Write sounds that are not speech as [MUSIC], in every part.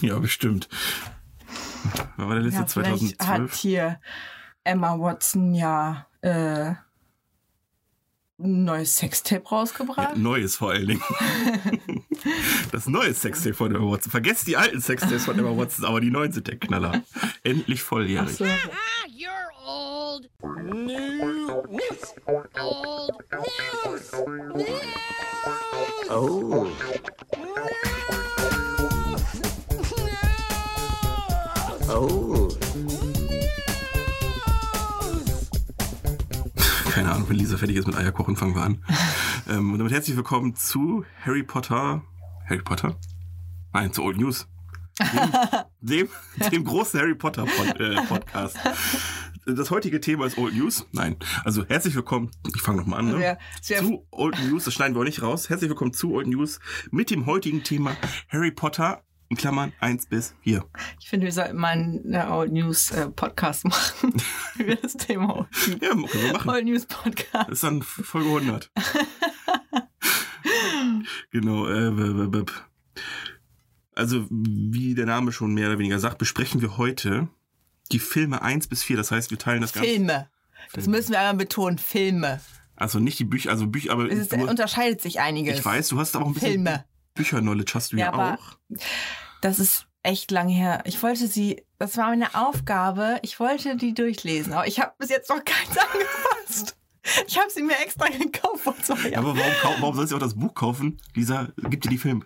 Ja, bestimmt. Wann war der letzte Ja, vielleicht hat 2012? hier Emma Watson ja äh, ein neues Sextape rausgebracht. Neues vor allen [LAUGHS] Dingen. das neue Sextape von Emma Watson. Vergesst die alten Sextapes von Emma Watson, aber die neuen sind der Knaller. Endlich volljährig. So, Ah, you're old. News. Old news. News. Oh. Oh. Keine Ahnung, wenn Lisa fertig ist mit Eierkochen, fangen wir an. ähm, und damit herzlich willkommen zu Harry Potter. Harry Potter? Nein, zu Old News. Dem, dem, dem großen Harry Potter Pod, äh, Podcast. Das heutige Thema ist Old News. Nein, also herzlich willkommen. Ich fange nochmal an. Ne? Sehr- sehr- zu Old News, das schneiden wir auch nicht raus. Herzlich willkommen zu Old News mit dem heutigen Thema Harry Potter in Klammern 1 bis 4. ich finde, wir sollten mal einen äh, Old News äh, [LAUGHS] Podcast machen. Wie wir das Thema Old, Ja, okay, wir machen. Old News Podcast. Das ist dann Folge 100. [LAUGHS] genau. Äh, b- b- b- also, wie der Name schon mehr oder weniger sagt, besprechen wir heute die Filme 1 bis 4. Das heißt, wir teilen das Ganze. Filme. Das müssen wir einmal betonen. Filme. Also nicht die Bücher, also Bücher, aber Es ist, du, unterscheidet sich einiges. ich weiß, du hast aber auch ein bisschen Filme. Bücher-Knowledge, hast du ja, Ja, aber- auch. Das ist echt lang her. Ich wollte sie, das war meine Aufgabe, ich wollte die durchlesen, aber ich habe bis jetzt noch keins [LAUGHS] angefasst. Ich habe sie mir extra gekauft vor zwei Ja, Jahren. aber warum, kau- warum sollst du auch das Buch kaufen? Lisa, gib dir die Filme.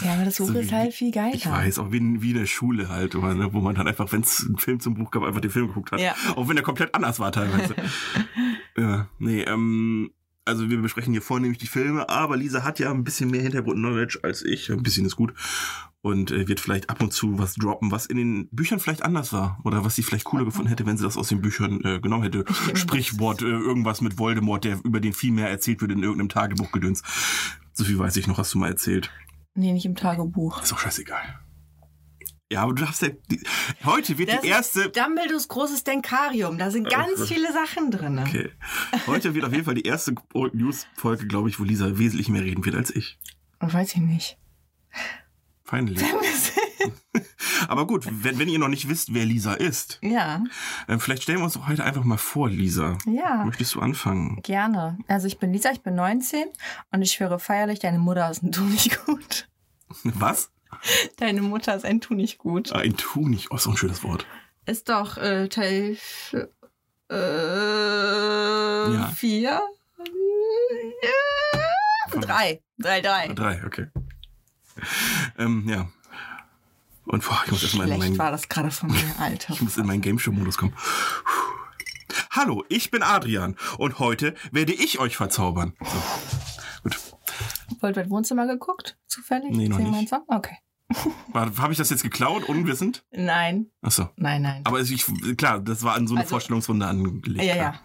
Ja, aber das Buch So wie- ist halt viel geiler. Ich weiß, auch wie in, wie in der Schule halt, wo man, wo man dann einfach, wenn es einen Film zum Buch gab, einfach den Film geguckt hat. Ja. Auch wenn der komplett anders war teilweise. ja, nee, ähm, also wir besprechen hier vornehmlich die Filme, aber Lisa hat ja ein bisschen mehr Hintergrund-Knowledge als ich. Ein bisschen ist gut. Und äh, wird vielleicht ab und zu was droppen, was in den Büchern vielleicht anders war. Oder was sie vielleicht cooler gefunden hätte, wenn sie das aus den Büchern äh, genommen hätte. geb mir Sprichwort, äh, irgendwas mit Voldemort, der über den viel mehr erzählt wird in irgendeinem Tagebuchgedöns. So viel weiß ich noch, hast du mal erzählt. Nee, nicht im Tagebuch. Ist doch scheißegal. Ja, aber du darfst ja. Die, heute wird Das die erste. ist Dumbledores großes Denkarium. Da sind ganz viele Sachen drin. Okay. Heute wird auf jeden Fall die erste Old News-Folge, glaube ich, wo Lisa wesentlich mehr reden wird als ich. Oh, Weiß ich nicht. Finally. Aber gut, wenn, wenn ihr noch nicht wisst, wer Lisa ist, ja, äh, vielleicht stellen wir uns doch heute einfach mal vor, Lisa. ja, Möchtest du anfangen? gerne. Also ich bin Lisa, ich bin 19 und ich schwöre feierlich, deine Mutter ist ein Tunichgut. Was? Deine Mutter ist ein Tunichgut. Ein Tunig. Oh, ist auch ein schönes Wort. Ist doch äh, Teil 4. Äh, Ja. vier? Äh, Drei. Drei, drei. Drei, okay. Ähm, ja. Und boah, ich muss erstmal in Schlecht meinen war das gerade von mir, Alter. Ich muss in meinen Game Show Modus kommen. Hallo, ich bin Adrian und heute werde ich euch verzaubern. So. Gut, Wollt ihr das Wohnzimmer geguckt? Zufällig? Nee, noch Sehen wir nicht. uns an? Okay. habe ich das jetzt geklaut, unwissend? Nein, Achso. nein, nein. Aber ich, klar, das war an so eine Also- Vorstellungsrunde angelegt. ja, klar.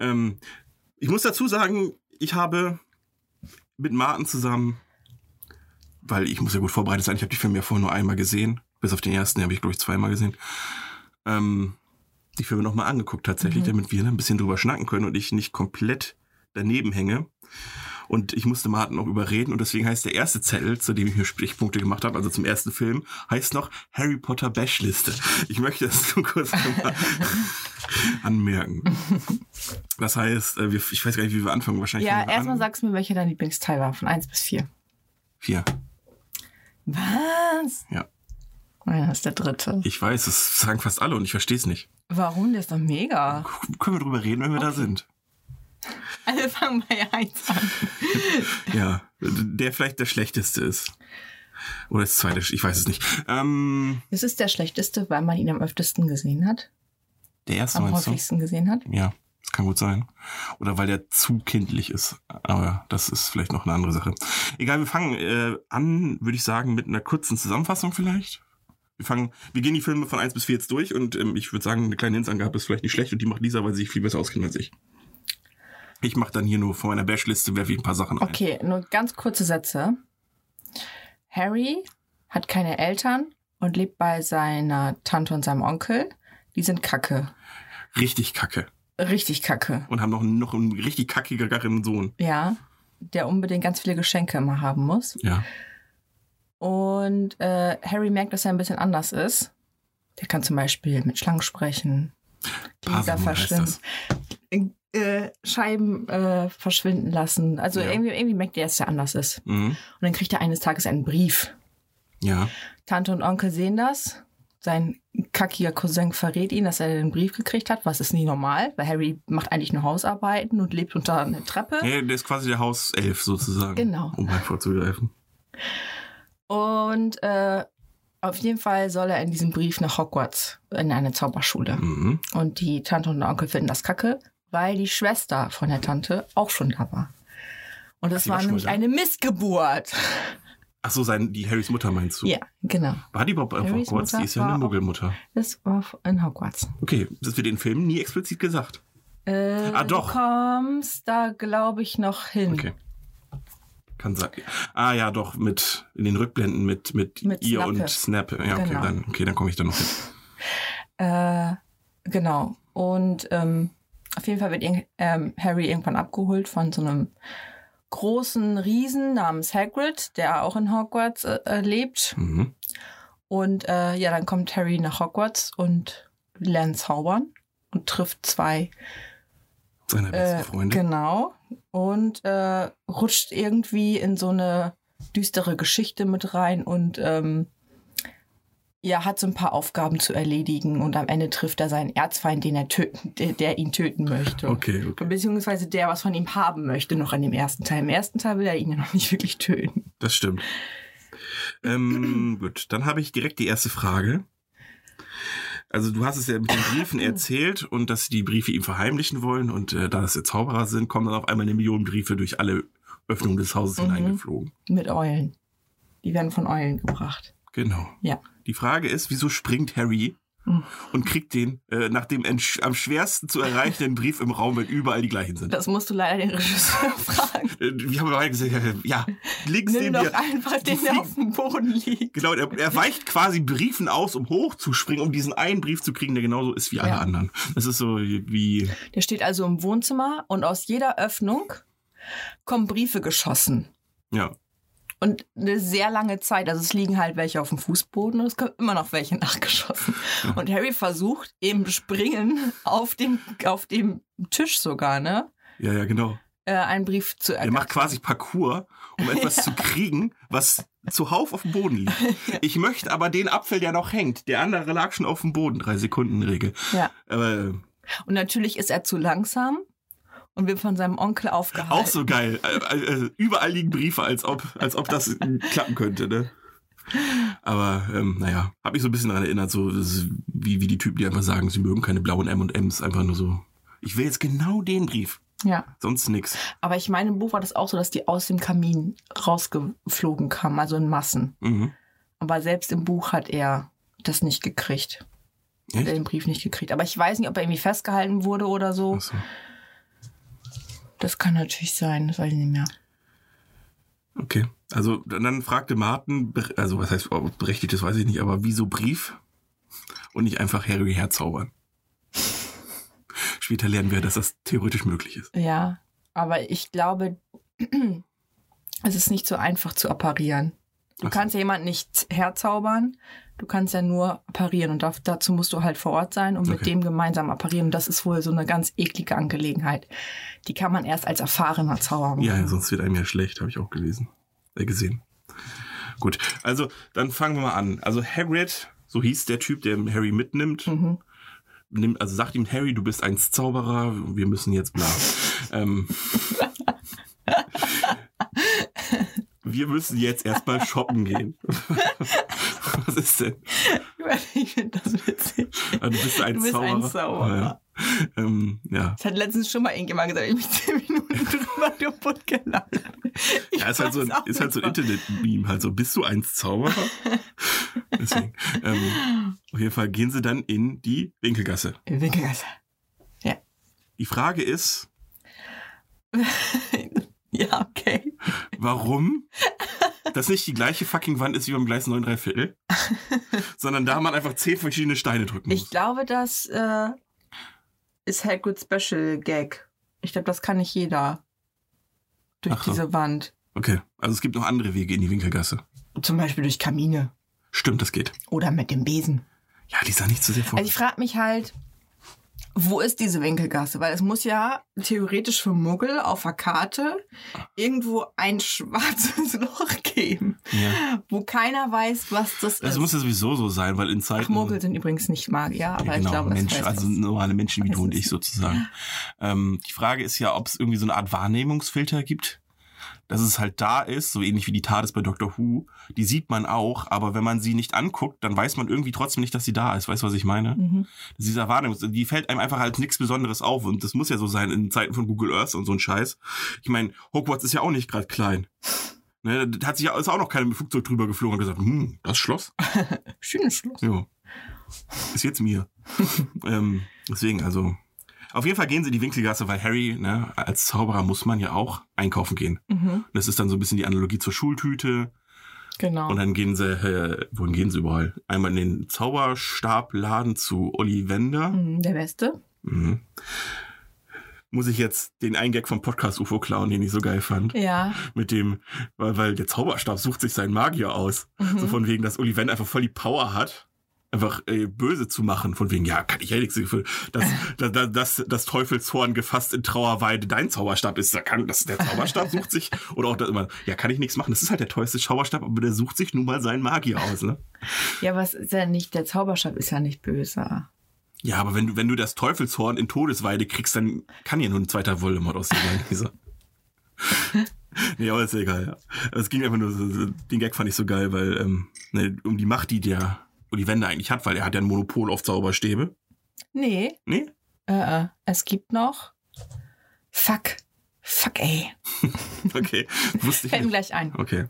ja. Ähm, ich muss dazu sagen, ich habe mit Martin zusammen, weil ich muss ja gut vorbereitet sein, ich habe die Filme ja vorher nur einmal gesehen. Bis auf den ersten, den habe ich, glaube ich, zweimal gesehen. Ähm, die Filme nochmal angeguckt tatsächlich, Mhm. damit wir da ein bisschen drüber schnacken können und ich nicht komplett daneben hänge. Und ich musste Martin auch überreden und deswegen heißt der erste Zettel, zu dem ich mir Stichpunkte gemacht habe, also zum ersten Film, heißt noch Harry Potter Bashliste. Ich möchte das nur kurz [LAUGHS] nochmal anmerken. Das heißt, äh, wir, ich weiß gar nicht, wie wir anfangen. Wahrscheinlich Ja, fangen wir erstmal an. sagst du mir, welcher dein Lieblingsteil war, von 1 bis 4. Vier. Was? Ja. Nein, das ist der dritte. Ich weiß, es sagen fast alle und ich verstehe es nicht. Warum? Der ist doch mega. K- Können wir drüber reden, wenn wir da sind? Also fangen wir eins an. Ja. Der vielleicht der schlechteste ist. Oder das zweite, ich weiß es nicht. Ähm, Es ist der schlechteste, weil man ihn am öftesten gesehen hat. der erste am meinst du? häufigsten gesehen hat. Ja, das kann gut sein. Oder weil der zu kindlich ist. Aber das ist vielleicht noch eine andere Sache. Egal, wir fangen äh, an, würde ich sagen, mit einer kurzen Zusammenfassung vielleicht. Wir fangen, wir gehen die Filme von 1 bis 4 jetzt durch und ähm, ich würde sagen, eine kleine Hinsangabe ist vielleicht nicht schlecht und die macht Lisa, weil sie sich viel besser auskennt als ich. Ich mache dann hier nur vor meiner Bashliste, werfe ich ein paar Sachen ein. Okay, nur ganz kurze Sätze. Harry hat keine Eltern und lebt bei seiner Tante und seinem Onkel. Die sind kacke. Richtig kacke. Richtig kacke. Und haben noch, noch einen richtig kackigeren Sohn. Ja. Der unbedingt ganz viele Geschenke immer haben muss. Ja. Und äh, Harry merkt, dass er ein bisschen anders ist. Der kann zum Beispiel mit Schlangen sprechen, Pavian Gläser heißt verschwimmen, das. äh, Scheiben äh, verschwinden lassen. Also Ja. irgendwie, irgendwie merkt er, dass er anders ist. Mhm. Und dann kriegt er eines Tages einen Brief. Ja. Tante und Onkel sehen das. Sein kackiger Cousin verrät ihn, dass er den Brief gekriegt hat, was ist nie normal, weil Harry macht eigentlich nur Hausarbeiten und lebt unter einer Treppe. ja. Der ist quasi der Hauself sozusagen. Genau. Um mal vorzugreifen. Und äh, auf jeden Fall soll er in diesem Brief nach Hogwarts in eine Zauberschule. Mhm. Und die Tante und der Onkel finden das kacke, weil die Schwester von der Tante auch schon da war. Und Ach, das die war war schon nämlich da? eine Missgeburt. Ach so, sein, die Harrys Mutter meinst du? Ja, genau. War die überhaupt einfach Harrys kurz? Die Mutter ist ja war eine auch- Muggelmutter. Das war in Hogwarts. Okay, das wird in Filmen nie explizit gesagt. Äh, Ah, doch. Du kommst da, glaube ich, noch hin. Okay. Kann sein. Ah ja, doch, mit in den Rückblenden mit, mit, Mit ihr Snape. und Snap. Ja, okay, Genau. dann, okay, dann komme ich da noch hin. Äh, genau. Und ähm, auf jeden Fall wird irg- ähm, Harry irgendwann abgeholt von so einem großen Riesen namens Hagrid, der auch in Hogwarts äh, äh, lebt. Mhm. Und äh, ja, dann kommt Harry nach Hogwarts und lernt zaubern und trifft zwei. Seiner besten Äh, Freunde. genau. Und äh, rutscht irgendwie in so eine düstere Geschichte mit rein und ähm, ja, hat so ein paar Aufgaben zu erledigen und am Ende trifft er seinen Erzfeind, den er töten, der, der ihn töten möchte. Okay, okay. Beziehungsweise der was von ihm haben möchte, noch an dem ersten Teil. Im ersten Teil will er ihn ja noch nicht wirklich töten. Das stimmt. [CLEARS THROAT] ähm, gut, dann habe ich direkt die erste Frage. Also du hast es ja mit den Briefen erzählt und dass sie die Briefe ihm verheimlichen wollen und äh, da das ja Zauberer sind, kommen dann auf einmal eine Million Briefe durch alle Öffnungen des Mhm. Hauses hineingeflogen. Mit Eulen. Die werden von Eulen gebracht. Genau. Ja. Die Frage ist, wieso springt Harry Mhm. und kriegt den äh, nach dem entsch- am schwersten zu erreichenden Brief im Raum, wenn überall die gleichen [LAUGHS] sind? Das musst du leider den Regisseur [LAUGHS] fragen. Äh, wir haben beide gesagt, äh, ja, links Nimm neben doch dir. einfach den, der auf dem Boden liegt. Genau, er, er weicht quasi Briefen aus, um hochzuspringen, um diesen einen Brief zu kriegen, der genauso ist wie alle Ja. anderen. Das ist so wie. Der steht also im Wohnzimmer und aus jeder Öffnung kommen Briefe geschossen. Ja. Und eine sehr lange Zeit, also es liegen halt welche auf dem Fußboden und es kommen immer noch welche [LAUGHS] nachgeschossen. Und Harry versucht im Springen auf dem, auf dem Tisch sogar, ne? Ja, ja, genau. äh, Einen Brief zu Er ergattern. macht quasi Parcours, um etwas [LAUGHS] zu kriegen, was zuhauf auf dem Boden liegt. Ich möchte aber den Apfel, der noch hängt. Der andere lag schon auf dem Boden. Drei Sekunden Regel. Äh, Ja. Aber Und natürlich ist er zu langsam und wird von seinem Onkel aufgehalten. auch so geil. Äh, äh, Überall liegen Briefe, als ob, als ob das äh, klappen könnte, ne? Aber ähm, naja, habe mich so ein bisschen daran erinnert, so das ist wie, wie die Typen, die einfach sagen, sie mögen keine blauen M&Ms, einfach nur so. Ich will jetzt genau den Brief, Ja. sonst nix. Aber ich meine, im Buch war das auch so, dass die aus dem Kamin rausgeflogen kamen, also in Massen. Mhm. Aber selbst im Buch hat er das nicht gekriegt. Echt? Hat er äh, den Brief nicht gekriegt. Aber ich weiß nicht, ob er irgendwie festgehalten wurde oder so. Ach so. Das kann natürlich sein, das weiß ich nicht mehr. Okay. Also dann dann fragte Martin, bere- also was heißt ob berechtigt, das weiß ich nicht, aber wieso Brief und nicht einfach Harry herzaubern? Später lernen wir, dass das theoretisch möglich ist. Ja, aber ich glaube, [CLEARS THROAT] es ist nicht so einfach zu apparieren. Du Ach so. kannst ja jemanden nicht herzaubern, du kannst ja nur apparieren. Und da- dazu musst du halt vor Ort sein und mit Okay. dem gemeinsam apparieren. Und das ist wohl so eine ganz eklige Angelegenheit. Die kann man erst als erfahrener Zauberer machen. Ja, ja, sonst wird einem ja schlecht, habe ich auch gelesen. Äh, gesehen. Gut, also dann fangen wir mal an. Also Hagrid, so hieß der Typ, der Harry mitnimmt, Mhm. [LAUGHS] nimmt, also sagt ihm Harry, du bist ein Zauberer, wir müssen jetzt bla. ähm, wir müssen jetzt erstmal shoppen gehen. [LAUGHS] Was ist denn? Ich finde das witzig. Ah, Du bist ein Du bist Zauberer. ein Zauberer. Ah, ja. Ähm, ja. Das hat letztens schon mal irgendjemand gesagt, ich mich [LAUGHS] zehn Minuten drüber kaputt gelacht. Ich Ja, ist halt so ein, weiß auch ist halt so ein nicht, Internet-Meme, halt so, bist du ein Zauberer? [LAUGHS] Deswegen. Ähm, auf jeden Fall gehen sie dann in die Winkelgasse. warum. Winkelgasse. Die Frage ist, Ja, okay. warum das nicht die gleiche fucking Wand ist wie beim Gleis 9 3 Viertel, sondern da man einfach zehn verschiedene Steine drücken muss. Ich glaube, das äh, ist Hagrid Special Gag. Ich glaube, das kann nicht jeder. Durch Ach so. diese Wand. Okay, also es gibt noch andere Wege in die Winkelgasse. Zum Beispiel durch Kamine Stimmt, das geht. oder mit dem Besen. Ja, die sah nicht zu sehr vor. Also ich frage mich halt, wo ist diese Winkelgasse? Weil es muss ja theoretisch für Muggel auf der Karte Ah. irgendwo ein [LAUGHS] schwarzes Loch geben, ja. wo keiner weiß, was das Das ist. muss ja sowieso so sein, weil in Ach, Zeiten. Muggel sind übrigens nicht Magier, aber ja, ich genau, glaube, das Mensch, weiß also man. normale Menschen wie weiß du und es ich sozusagen. Ähm, die Frage ist ja, ob es irgendwie so eine Art Wahrnehmungsfilter gibt, dass es halt da ist, so ähnlich wie die TARDIS bei Doctor Who. Die sieht man auch, aber wenn man sie nicht anguckt, dann weiß man irgendwie trotzdem nicht, dass sie da ist. Weißt du, was ich meine? Mhm. Das ist Dieser Wahrnehmungs, die fällt einem einfach als nichts Besonderes auf und das muss ja so sein in Zeiten von Google Earth und so ein Scheiß. Ich meine, Hogwarts ist ja auch nicht gerade klein. Ne, da hat sich ja- ist auch noch keiner mit dem Flugzeug drüber geflogen und gesagt, hm, das Schloss? Schönes Schloss. Ja. Ist jetzt mir. ähm, deswegen, also. Auf jeden Fall gehen sie die Winkelgasse, weil Harry, ne, als Zauberer muss man ja auch einkaufen gehen. Mhm, Und Das ist dann so ein bisschen die Analogie zur Schultüte. genau. Und dann gehen sie, äh, wohin gehen sie überall? Einmal in den Zauberstabladen zu Ollivander. Mhm, Der Beste. Mhm. Muss ich jetzt den Eingang vom Podcast UFO klauen, den ich so geil fand? Ja. mit dem, weil, weil der Zauberstab sucht sich seinen Magier aus. So von wegen, dass Olivent einfach voll die Power hat, einfach äh, böse zu machen. Von wegen, ja, kann ich ja nichts dafür. Dass das, das, das, das Teufelshorn gefasst in Trauerweide dein Zauberstab ist. Da kann, das, der Zauberstab sucht sich, oder auch das immer, ja, kann ich nichts machen. Das ist halt der teuerste Zauberstab, aber der sucht sich nun mal seinen Magier aus, ne? Ja, aber es ist ja nicht, der Zauberstab ist ja nicht böse. Ja, aber wenn du, wenn du das Teufelshorn in Todesweide kriegst, dann kann ja nur ein zweiter Voldemort aus dir sein, dieser. nee, aber ist ja egal. Ja. Es ging einfach nur, so- so- den Gag fand ich so geil, weil, ähm, ne, um die Macht, die der Ollivander eigentlich hat, weil er hat ja ein Monopol auf Zauberstäbe. Nee, Nee? [LAUGHS] äh, äh, es gibt noch. Fuck. Fuck, ey. Okay. Wusste ich Fällt mir nicht. gleich ein. Okay.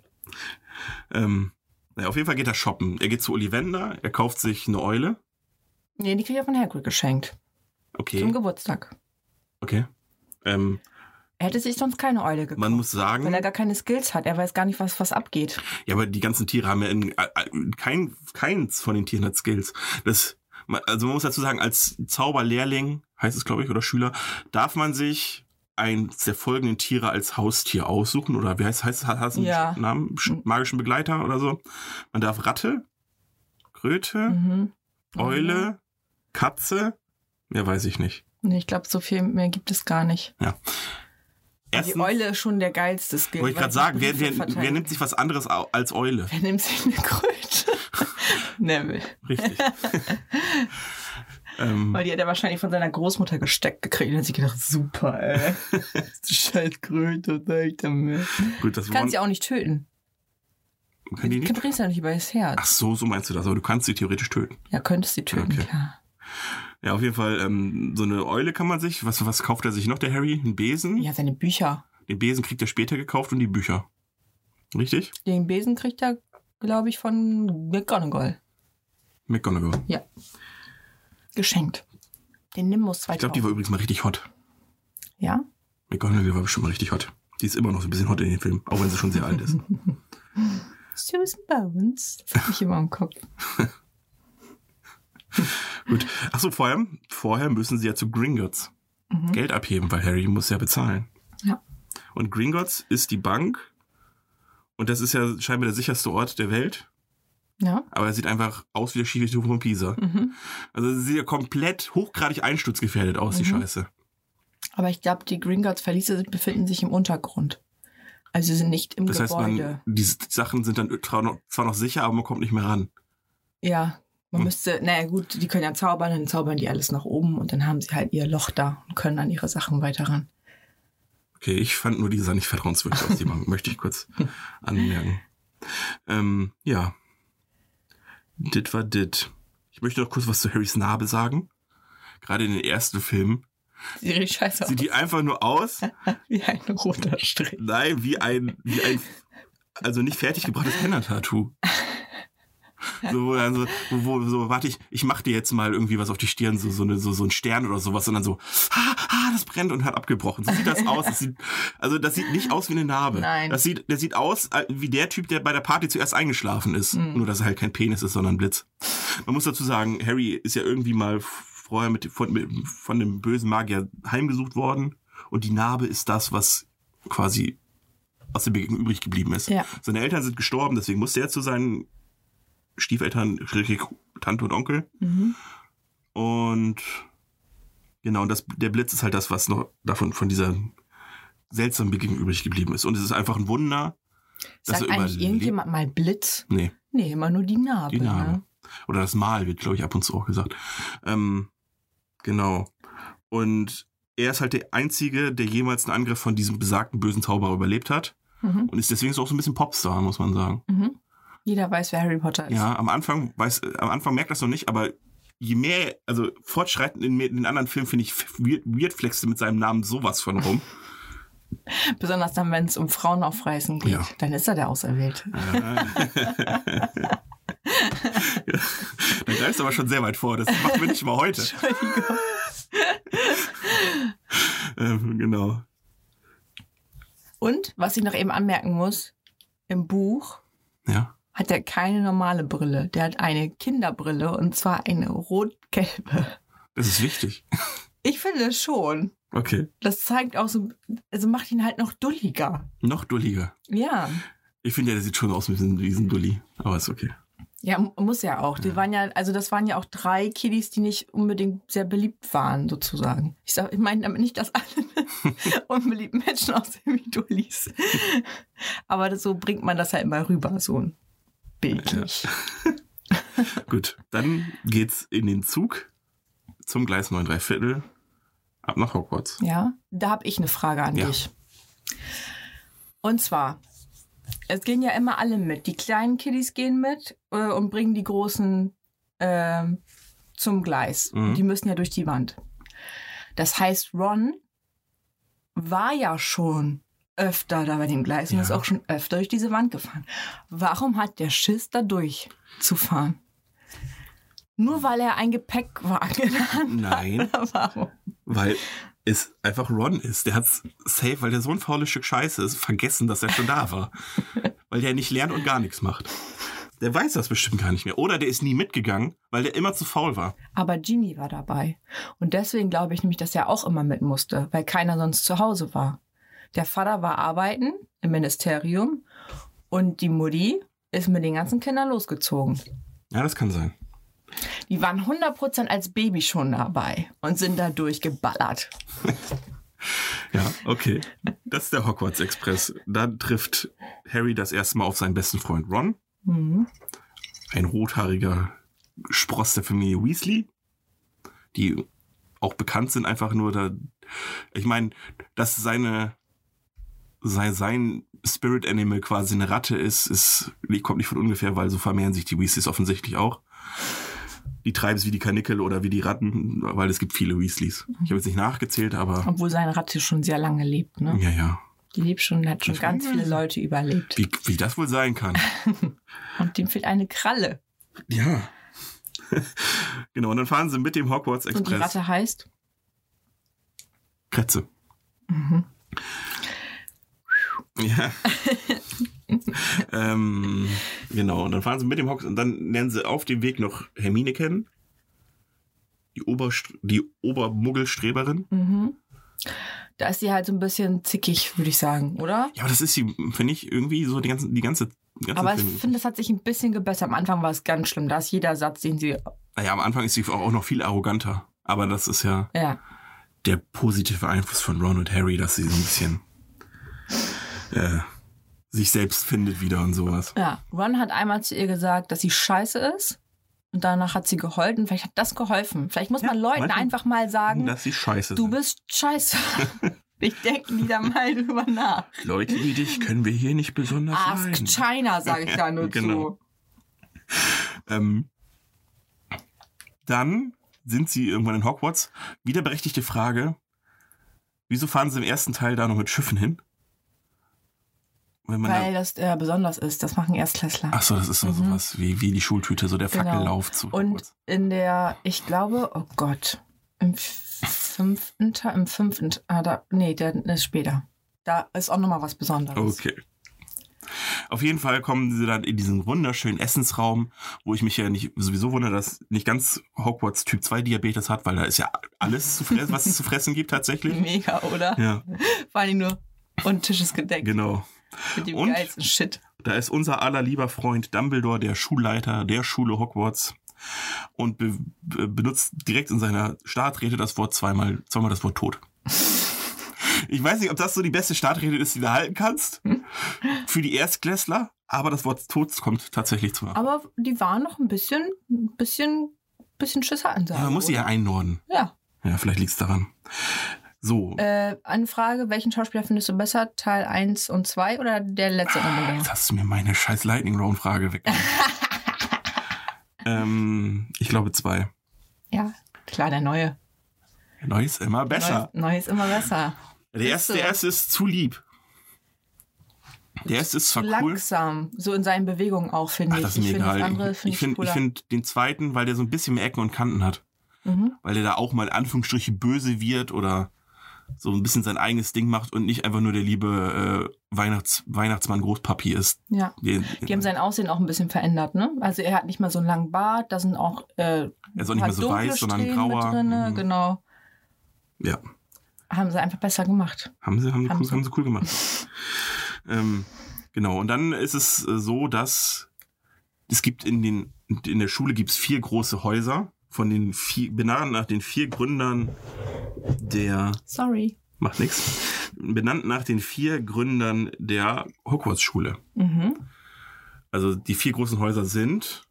Ähm, naja, auf jeden Fall geht er shoppen. Er geht zu Ollivander, er kauft sich eine Eule. Nee, die kriegt er von Hagrid geschenkt. Zum Okay. Geburtstag. Okay. Ähm, Er hätte sich sonst keine Eule gekauft. man muss sagen. Weil er gar keine Skills hat. Er weiß gar nicht, was, was abgeht. Ja, aber die ganzen Tiere haben ja in, äh, äh, kein, keins von den Tieren hat Skills. Das, man- also man muss dazu sagen, als Zauberlehrling, heißt es glaube ich, oder Schüler, darf man sich eins der folgenden Tiere als Haustier aussuchen oder wie heißt heißt es, hat hat es einen Ja. Mhm. Namen, Sch- magischen Begleiter oder so. Man darf Ratte, Kröte, Mhm. Eule, Katze, mehr weiß ich nicht. Nee, ich glaube, so viel mehr gibt es gar nicht. die Erstens, Eule ist schon der geilste Skill. wollte ich weil gerade die sagen, wer, wer, Briefe verteilt. wer nimmt sich was anderes au- als [LAUGHS] Eule? Wer nimmt sich eine Kröte? [LAUGHS] Neville. [LAUGHS] Richtig. [LAUGHS] ähm, Weil die hat er wahrscheinlich von seiner Großmutter gesteckt gekriegt und hat sich gedacht, super, ey. [LAUGHS] Scheiß Kröte, sag ich damit. gut, das Du kannst Wort- ja auch nicht töten. kann die Du nicht? bringst ja nicht über das Ach Herz. so, so meinst du das, aber du kannst sie theoretisch töten. Ja, könntest sie töten, Okay. klar. Ja, auf jeden Fall, ähm, so eine Eule kann man sich. Was, was kauft er sich noch, der Harry? Einen Besen? Ja, seine Bücher. Den Besen kriegt er später gekauft und die Bücher. Richtig? Den Besen kriegt er, glaube ich, von McGonagall. McGonagall. Geschenkt. Den Nimbus Ich glaube, 2000. die war übrigens mal richtig hot. ja? McGonagall war bestimmt mal richtig hot. Die ist immer noch so ein bisschen hot in den Filmen, auch wenn sie schon sehr alt [LAUGHS] ist. Susan Bones. Das hab ich immer im Kopf. Gut. Ach so, vorher, vorher müssen sie ja zu Gringotts Mhm. Geld abheben, weil Harry muss ja bezahlen. Ja. Und Gringotts ist die Bank. Und das ist ja scheinbar der sicherste Ort der Welt. Ja? Aber er sieht einfach aus wie der Schiebestufe von Pisa. Mhm. Also sie sieht ja komplett hochgradig einsturzgefährdet aus, die Mhm. Scheiße. Aber ich glaube, die Gringotts Verliese befinden sich im Untergrund. Also sie sind nicht im Das heißt, Gebäude. man, die S- Sachen sind dann zwar noch, zwar noch sicher, aber man kommt nicht mehr ran. ja. Man Hm. müsste, naja gut, die können ja zaubern, dann zaubern die alles nach oben und dann haben sie halt ihr Loch da und können an ihre Sachen weiter ran. Okay, ich fand nur die sah nicht vertrauenswürdig aus, die Bank, [LAUGHS] möchte ich [LAUGHS] kurz anmerken. Ähm, ja. Dit war dit. Ich möchte noch kurz was zu Harrys Narbe sagen. Gerade in den ersten Filmen Sieht richtig scheiße aus. sieht die einfach nur aus, Wie ein roter Strich. nein, wie ein, wie ein also nicht fertig gebrachtes Henna-Tattoo. So, also, wo, wo, so, warte, ich, ich mach dir jetzt mal irgendwie was auf die Stirn, so, so, eine, so, so ein Stern oder sowas, und dann so, ah, ah, das brennt und hat abgebrochen. So sieht das aus. Das sieht, also, das sieht nicht aus wie eine Narbe. Nein. Das sieht, das sieht aus äh, wie der Typ, der bei der Party zuerst eingeschlafen ist. Nur, dass er halt kein Penis ist, sondern ein Blitz. Man muss dazu sagen, Harry ist ja irgendwie mal vorher mit, von, mit, von dem bösen Magier heimgesucht worden. Und die Narbe ist das, was quasi aus der Begegnung übrig geblieben ist. Ja. Seine Eltern sind gestorben, deswegen musste er zu seinen Stiefeltern, schräg- Tante und Onkel. Mhm. Und genau, und das, der Blitz ist halt das, was noch davon von dieser seltsamen Begegnung übrig geblieben ist. Und es ist einfach ein Wunder, dass er Sagt eigentlich überlebt. irgendjemand mal Blitz? Nee, Nee, immer nur die Narbe. die Narbe. Ne? Oder das Mal wird, glaube ich, ab und zu auch gesagt. Ähm, genau. Und er ist halt der Einzige, der jemals einen Angriff von diesem besagten bösen Zauberer überlebt hat. Mhm. Und ist deswegen so auch so ein bisschen Popstar, muss man sagen. Mhm. Jeder weiß, wer Harry Potter ist. Ja, am Anfang, weiß, äh, am Anfang merkt das noch nicht, aber je mehr, also fortschreitend in me- den anderen Filmen, finde ich, f- weird, weird flexte mit seinem Namen sowas von [LAUGHS] rum. Besonders dann, wenn es um Frauen aufreißen geht. Ja. Dann ist er der Auserwählte. da greifst du aber schon sehr weit vor, das machen wir nicht mal heute. [LAUGHS] Entschuldigung. Ähm, genau. Und, was ich noch eben anmerken muss, im Buch Ja. hat er keine normale Brille. Der hat eine Kinderbrille und zwar eine rot-gelbe. Das ist wichtig. Ich finde schon. Okay. Das zeigt auch so, also macht ihn halt noch dulliger. Noch dulliger. Ja. Ich finde, ja, der sieht schon aus wie ein Riesendulli. Aber ist okay. Ja, mu- muss ja auch. Die waren ja, also das waren ja auch drei Kiddies, die nicht unbedingt sehr beliebt waren, sozusagen. Ich, sag- ich meine damit nicht, dass [LAUGHS] alle unbeliebten Menschen aussehen wie [LAUGHS] Dullis. Aber das, so bringt man das ja immer rüber, so ein bildlich. Gut. Dann geht's in den Zug zum Gleis 9 3 Viertel. Ab nach [LAUGHS] Hogwarts. Ja, da habe ich eine Frage an Ja. dich. Und zwar, es gehen ja immer alle mit. Die kleinen Kiddies gehen mit äh, und bringen die großen ähm, zum Gleis. Mhm. Die müssen ja durch die Wand. Das heißt, Ron war ja schon öfter da bei dem Gleis und Ja. ist auch schon öfter durch diese Wand gefahren. Warum hat der Schiss da durchzufahren? Nur weil er ein Gepäckwagen [LAUGHS] in der Hand Nein, hat. Warum? weil es einfach Ron ist. Der hat's safe, weil der so ein faules Stück Scheiße ist, vergessen, dass er schon da war. weil der nicht lernt und gar nichts macht. Der weiß das bestimmt gar nicht mehr. Oder der ist nie mitgegangen, weil der immer zu faul war. Aber Genie war dabei. Und deswegen glaube ich nämlich, dass er auch immer mit musste, weil keiner sonst zu Hause war. Der Vater war arbeiten im Ministerium und die Mutti ist mit den ganzen Kindern losgezogen. Ja, das kann sein. Die waren 100% als Baby schon dabei und sind da durchgeballert. Ja, okay. Das ist der Hogwarts Express. Dann trifft Harry das erste Mal auf seinen besten Freund Ron. Mhm. ein rothaariger Spross der Familie Weasley, die auch bekannt sind einfach nur da. Ich meine, dass seine sei sein Spirit Animal quasi eine Ratte ist, ist die kommt nicht von ungefähr, weil so vermehren sich die Weasleys offensichtlich auch. Die treiben es wie die Kanickel oder wie die Ratten, weil es gibt viele Weasleys. Ich habe jetzt nicht nachgezählt, aber Obwohl seine Ratte schon sehr lange lebt. Ne? ja, ja. Die lebt schon, hat schon Ich- ganz viele Leute überlebt. Wie, wie das wohl sein kann. Und dem fehlt eine Kralle. Ja. [LAUGHS] genau, und dann fahren sie mit dem Hogwarts Und die Express. Ratte heißt? Kretze. Mhm. [LAUGHS] Ja. ähm, genau, und dann fahren sie mit dem Hogwarts und dann lernen sie auf dem Weg noch Hermine kennen. Die, Oberst die Obermuggelstreberin. Mhm. Da ist sie halt so ein bisschen zickig, würde ich sagen, oder? Ja, aber das ist sie, finde ich, irgendwie so die ganze. Die ganze die ganzen Aber ich Filme. finde, das hat sich ein bisschen gebessert. Am Anfang war es ganz schlimm. Da ist jeder Satz, den sie. Naja, am Anfang ist sie auch noch viel arroganter. Aber das ist ja Ja. der positive Einfluss von Ron und Harry, dass sie so ein bisschen äh, sich selbst findet wieder und sowas. ja. Ron hat einmal zu ihr gesagt, dass sie scheiße ist. Und danach hat sie geheult. Und vielleicht hat das geholfen. Vielleicht muss Ja, man Leuten manchmal- einfach mal sagen, Dass sie scheiße du sind. bist [LAUGHS] scheiße. ich denke wieder mal drüber nach. Leute wie dich können wir hier nicht besonders Ask leiden. China, sage ich [LAUGHS] da nur Genau. zu. Ähm, dann sind sie irgendwann in Hogwarts. Wieder berechtigte Frage. Wieso fahren sie im ersten Teil da noch mit Schiffen hin? Wenn man Weil da, das äh, besonders ist. Das machen Erstklässler. ach so, das ist so Mhm. sowas wie, wie die Schultüte, so der Genau. Fackellauf zu Und Hogwarts. in der, ich glaube, oh Gott, im fünften Teil, im fünften, Te- ah, da, nee, der ist später. Da ist auch nochmal was Besonderes. Okay. Auf jeden Fall kommen sie dann in diesen wunderschönen Essensraum, wo ich mich ja nicht sowieso wundere, dass nicht ganz Hogwarts Typ 2 Diabetes hat, weil da ist ja alles zu fressen, [LAUGHS] was es zu fressen gibt tatsächlich. Mega, oder? Ja, Vor allem nur, und Tisch ist gedeckt. Genau. Mit dem Und? geilsten Shit. Da ist unser aller lieber Freund Dumbledore, der Schulleiter der Schule Hogwarts und be be benutzt direkt in seiner Startrede das Wort zweimal, zweimal das Wort Tod. Ich weiß nicht, ob das so die beste Startrede ist, die du halten kannst für die Erstklässler, aber das Wort Tod kommt tatsächlich zu. Ja, Aber die waren noch ein bisschen, ein bisschen, bisschen Schiss hatten sie. man muss sie ja oder? einnorden. Ja. Ja, vielleicht liegt's daran. So, Äh, eine Frage, welchen Schauspieler findest du besser? Teil 1 und 2 oder der letzte Dumbledore? jetzt hast du mir meine scheiß Lightning Round Frage weg. ähm, ich glaube zwei. Ja, klar, der neue. Neu ist immer besser. Neu, neu ist immer besser. Der erste, Ist so. der erste ist zu lieb. Der erste ist zwar cool. Langsam, so in seinen Bewegungen auch, finde Ach, ich. das ist mir ich finde das egal. andere Ich- finde Ich ich, finde cooler. ich find den zweiten, weil der so ein bisschen mehr Ecken und Kanten hat. mhm. Weil der da auch mal in Anführungsstriche böse wird oder so ein bisschen sein eigenes Ding macht und nicht einfach nur der liebe äh, Weihnachts Weihnachtsmann Großpapi ist. Ja. Den, Die haben sein Aussehen auch ein bisschen verändert, ne? Also er hat nicht mehr so einen langen Bart, da sind auch äh, er ist auch nicht mehr paar so dunkle weiß, sondern Strähnen mit grauer. Drinne, Mhm. Genau. Ja, Haben sie einfach besser gemacht. haben sie, haben, sie Haben cool, sie. haben sie cool gemacht. [LAUGHS] ähm, genau, und dann ist es äh, so, dass es gibt in den in der Schule gibt's vier große Häuser von den vier, benannt nach den vier Gründern der Sorry. macht nichts benannt nach den vier Gründern der Hogwarts Schule. Mhm. Also die vier großen Häuser sind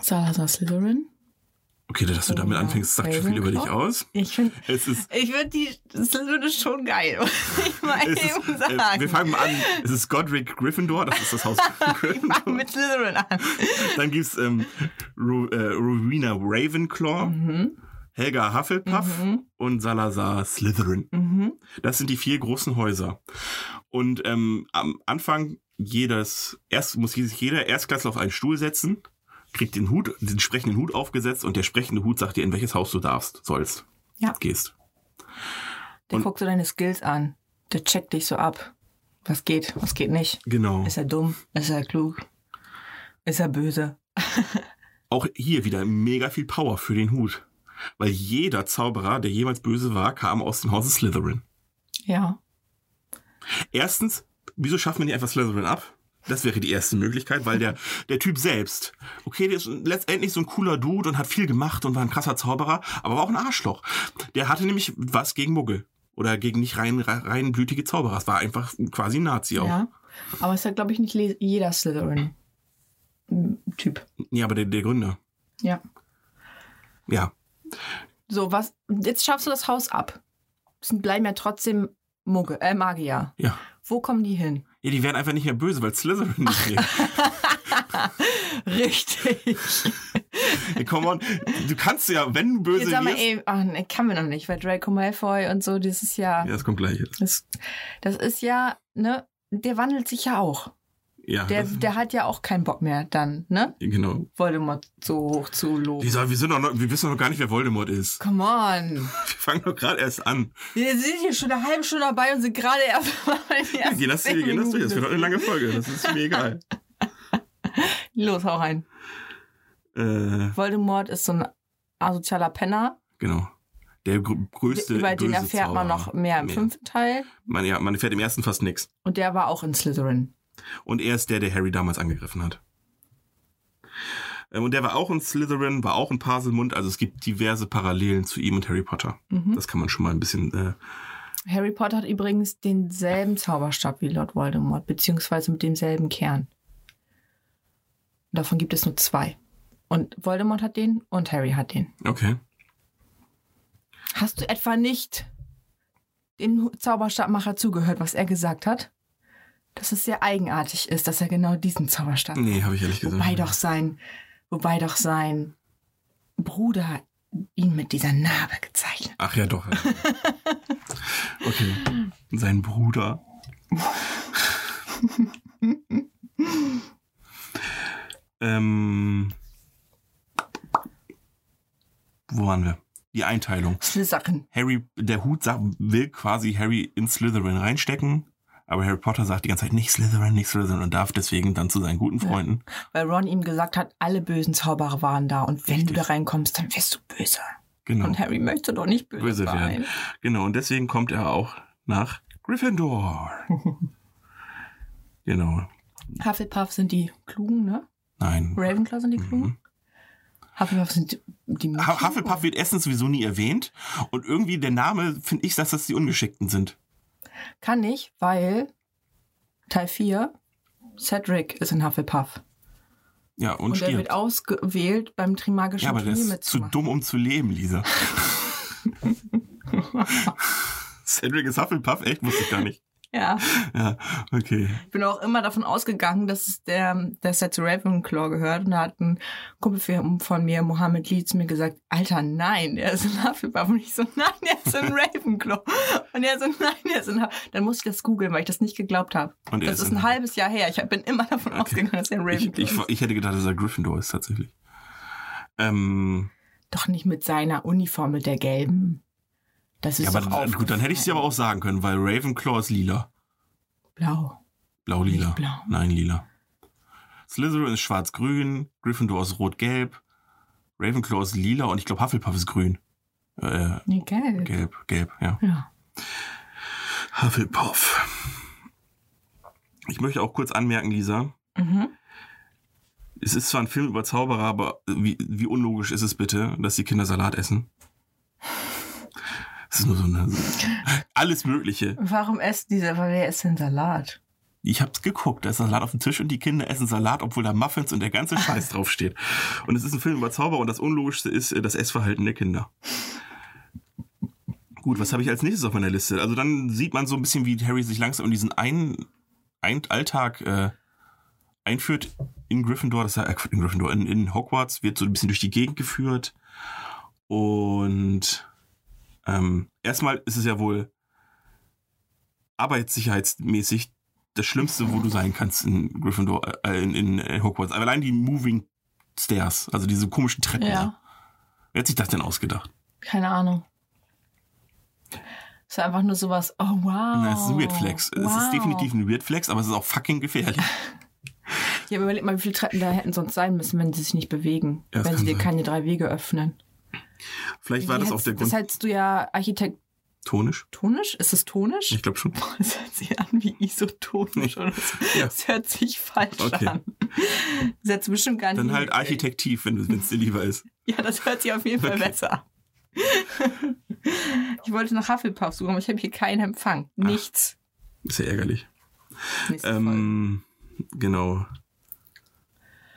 Salazar Slytherin. Okay, dass du damit Oder anfängst, sagt schon viel über dich Ravenclaw? aus. Ich finde Es ist ich find die Slytherin schon geil. muss [LAUGHS] ich [LAUGHS] mal es ist, eben äh, sagen. wir fangen mal an. Es ist Godric Gryffindor, das ist das [LAUGHS] Haus Gryffindor. Fang mit Slytherin an. Dann gibt es ähm, Ru äh, Rowena Ravenclaw, Mhm. Helga Hufflepuff Mhm. und Salazar Slytherin. Mhm. Das sind die vier großen Häuser. Und ähm, am Anfang jedes erst muss sich jeder Erstklässler auf einen Stuhl setzen, kriegt den Hut, den sprechenden Hut aufgesetzt und der sprechende Hut sagt dir, in welches Haus du darfst, sollst, Ja. gehst. Der Und- guckt so deine Skills an. Der checkt dich so ab. Was geht, was geht nicht. Genau. Ist er dumm? Ist er klug? Ist er böse? Auch hier wieder mega viel Power für den Hut. Weil jeder Zauberer, der jemals böse war, kam aus dem Hause Slytherin. Ja. Erstens, wieso schaffen wir nicht einfach Slytherin ab? Das wäre die erste Möglichkeit, weil der, der Typ selbst, okay, der ist letztendlich so ein cooler Dude und hat viel gemacht und war ein krasser Zauberer, aber war auch ein Arschloch. Der hatte nämlich was gegen Muggel oder gegen nicht rein, reinblütige Zauberer. Es war einfach quasi ein Nazi auch. Ja, Ja. Aber ist ja, glaube ich, nicht le- jeder Slytherin-Typ. aber der, der Gründer. Ja. Ja, So, was. Jetzt schaffst du das Haus ab. Es bleiben ja trotzdem Mugge, äh, Magier. ja. Wo kommen die hin? Ja, die werden einfach nicht mehr böse, weil Slytherin nicht lebt. [LAUGHS] Richtig. Ey, Come on, du kannst ja, wenn du böse Jetzt sag mal wirst... eben, ach nee, kann man noch nicht, weil Draco Malfoy und so, das ist ja. Ja, das kommt gleich. jetzt. Das, das ist ja, ne? Der wandelt sich ja auch. Ja, Der, das, der hat ja auch keinen Bock mehr dann, ne? genau. Voldemort so hoch zu Die loben. sagen, wir, sind doch noch, wir wissen doch noch gar nicht, wer Voldemort ist. Come on. Wir fangen doch gerade erst an. Wir sind hier schon eine halbe Stunde dabei und sind gerade erst [LAUGHS] mal in den Ja, ersten gehen das, zehn wir gehen das durch. Minuten. Das wird doch eine lange Folge. Das ist mir [LAUGHS] egal. Los, hau rein. Äh, Voldemort ist so ein asozialer Penner. genau. Der gr größte. Über den böse erfährt man Zauberer. noch mehr im fünften Teil. Man, ja, man erfährt im ersten fast nichts. Und der war auch in Slytherin. Und er ist der, der Harry damals angegriffen hat. Ähm, Und der war auch ein Slytherin, war auch ein Paselmund. Also es gibt diverse Parallelen zu ihm und Harry Potter. Mhm. Das kann man schon mal ein bisschen. Äh, Harry Potter hat übrigens denselben Zauberstab wie Lord Voldemort, beziehungsweise mit demselben Kern. Davon gibt es nur zwei. Und Voldemort hat den und Harry hat den. okay. Hast du etwa nicht dem Zauberstabmacher zugehört, was er gesagt hat? Dass es sehr eigenartig ist, dass er genau diesen Zauberstab. Nee, habe ich ehrlich gesagt. Wobei doch sein, wobei doch sein Bruder ihn mit dieser Narbe gezeichnet. Ach ja, doch. ja. Okay. Sein Bruder. ähm, wo waren wir? Die Einteilung. Sachen. Harry, der Hut sagt, will quasi Harry in Slytherin reinstecken, aber Harry Potter sagt die ganze Zeit nicht Slytherin, nicht Slytherin und darf deswegen dann zu seinen guten Freunden. Weil Ron ihm gesagt hat, alle bösen Zauberer waren da und wenn du Richtig. da reinkommst, dann wirst du böse. Genau. Und Harry möchte doch nicht böse, böse sein. werden. Genau, und deswegen kommt er auch nach Gryffindor. Genau. Hufflepuff sind die Klugen, ne? Nein. Ravenclaw sind die Klugen. Hufflepuff sind die, die Hu- Mädchen? Hufflepuff wird erstens sowieso nie erwähnt und irgendwie der Name finde ich, dass das die Ungeschickten sind. Kann ich, weil Teil 4, Cedric ist ein Hufflepuff. Ja, und, Und, er stirbt. wird ausgewählt, beim Trimagischen Ja, aber der Turnier ist zu mitzumachen. dumm, um zu leben, Lisa. Cedric ist Hufflepuff? Echt? Wusste ich gar nicht. Ja, Ja, okay. ich bin auch immer davon ausgegangen, dass es der, dass er zu Ravenclaw gehört. Und da hat ein Kumpel für- von mir, Mohammed Lee, zu mir gesagt, Alter, nein, er ist ein Hufflepuff. Und ich so, nein, er [LAUGHS] ist ein Ravenclaw. Und er so, nein, er ist ein Hufflepuff. Dann musste ich das googeln, weil ich das nicht geglaubt habe. Und er Das ist ein halbes Jahr her. Ich hab- bin immer davon Okay. ausgegangen, dass er ein ich, Ravenclaw ich, ist. ich hätte gedacht, dass er Gryffindor ist, tatsächlich. Ähm, Doch nicht mit seiner Uniform, mit der gelben. Das ist ja, aber doch dann- gut, dann hätte ich sie aber auch sagen können, weil Ravenclaw ist lila. Blau. Blau-lila. Nicht blau. Nein, lila. Slytherin ist schwarz-grün, Gryffindor ist rot-gelb, Ravenclaw ist lila und ich glaube Hufflepuff ist grün. Äh, Nee, gelb. gelb, gelb, ja. Ja. Hufflepuff. Ich möchte auch kurz anmerken, Lisa, Mhm. es ist zwar ein Film über Zauberer, aber wie, wie unlogisch ist es bitte, dass die Kinder Salat essen? Es ist nur so eine... [LAUGHS] Alles Mögliche. Warum essen diese, weil wer isst denn Salat? Ich hab's geguckt, da ist Salat auf dem Tisch und die Kinder essen Salat, obwohl da Muffins und der ganze Scheiß draufsteht. Und es ist ein Film über Zauber und das Unlogischste ist äh, das Essverhalten der Kinder. Gut, was habe ich als nächstes auf meiner Liste? Also dann sieht man so ein bisschen, wie Harry sich langsam in diesen einen, einen Alltag äh, einführt in Gryffindor, das ist ja, äh, in Gryffindor, in, in Hogwarts, wird so ein bisschen durch die Gegend geführt. Und ähm, erstmal ist es ja wohl arbeitssicherheitsmäßig das Schlimmste, wo du sein kannst in Gryffindor, äh, in, in, äh, Hogwarts. Aber allein die Moving Stairs, also diese komischen Treppen. da. Ja, Wer hat sich das denn ausgedacht? keine Ahnung. Es ist einfach nur sowas, oh wow. Na, es ist ein Weird Flex. Es Wow. ist definitiv ein Weird Flex, aber es ist auch fucking [LAUGHS] gefährlich. Ja, aber überleg mal, wie viele Treppen da hätten sonst sein müssen, wenn sie sich nicht bewegen. Ja, das wenn kann sie dir sein. keine drei Wege öffnen. Vielleicht war Wie das hättest- auch der Das Grund. hättest du ja architektonisch? Tonisch? Ist es tonisch? Ich glaube schon. [LAUGHS] [LAUGHS] Das hört sich an wie isotonisch oder so. Ja. Das hört sich falsch Okay. an. Das hört sich bestimmt gar nicht. Dann [LAUGHS] halt architektiv, wenn es dir lieber ist. Ja, das hört sich auf jeden Fall Okay. besser an. Ich wollte nach Hufflepuff suchen, aber ich habe hier keinen Empfang. Nichts. Ist ja ärgerlich. Nächste Folge. Ähm, genau.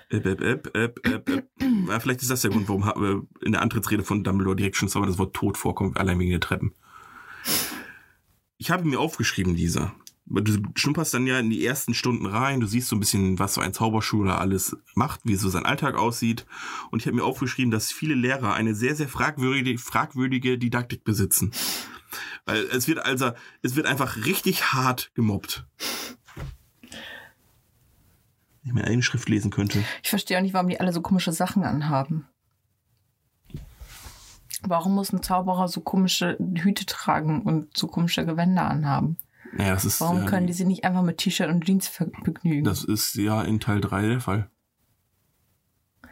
Äpp, äpp, äpp, äpp, äpp, äpp. Na, vielleicht ist das der Grund, warum ha- äh, in der Antrittsrede von Dumbledore direkt schon zweimal das Wort Tod vorkommt, allein wegen der Treppen. Ich habe mir aufgeschrieben, Lisa. Aber Du schnupperst dann ja in die ersten Stunden rein, du siehst so ein bisschen, was so ein Zauberschüler alles macht, wie so sein Alltag aussieht. Und ich habe mir aufgeschrieben, dass viele Lehrer eine sehr, sehr fragwürdige, fragwürdige Didaktik besitzen. Weil es wird also, es wird einfach richtig hart gemobbt ich meine eigene Schrift lesen könnte. Ich verstehe auch nicht, warum die alle so komische Sachen anhaben. Warum muss ein Zauberer so komische Hüte tragen und so komische Gewänder anhaben? Naja, das ist, Warum ja, können die sich nicht einfach mit T-Shirt und Jeans ver- begnügen? das ist ja in Teil 3 der Fall.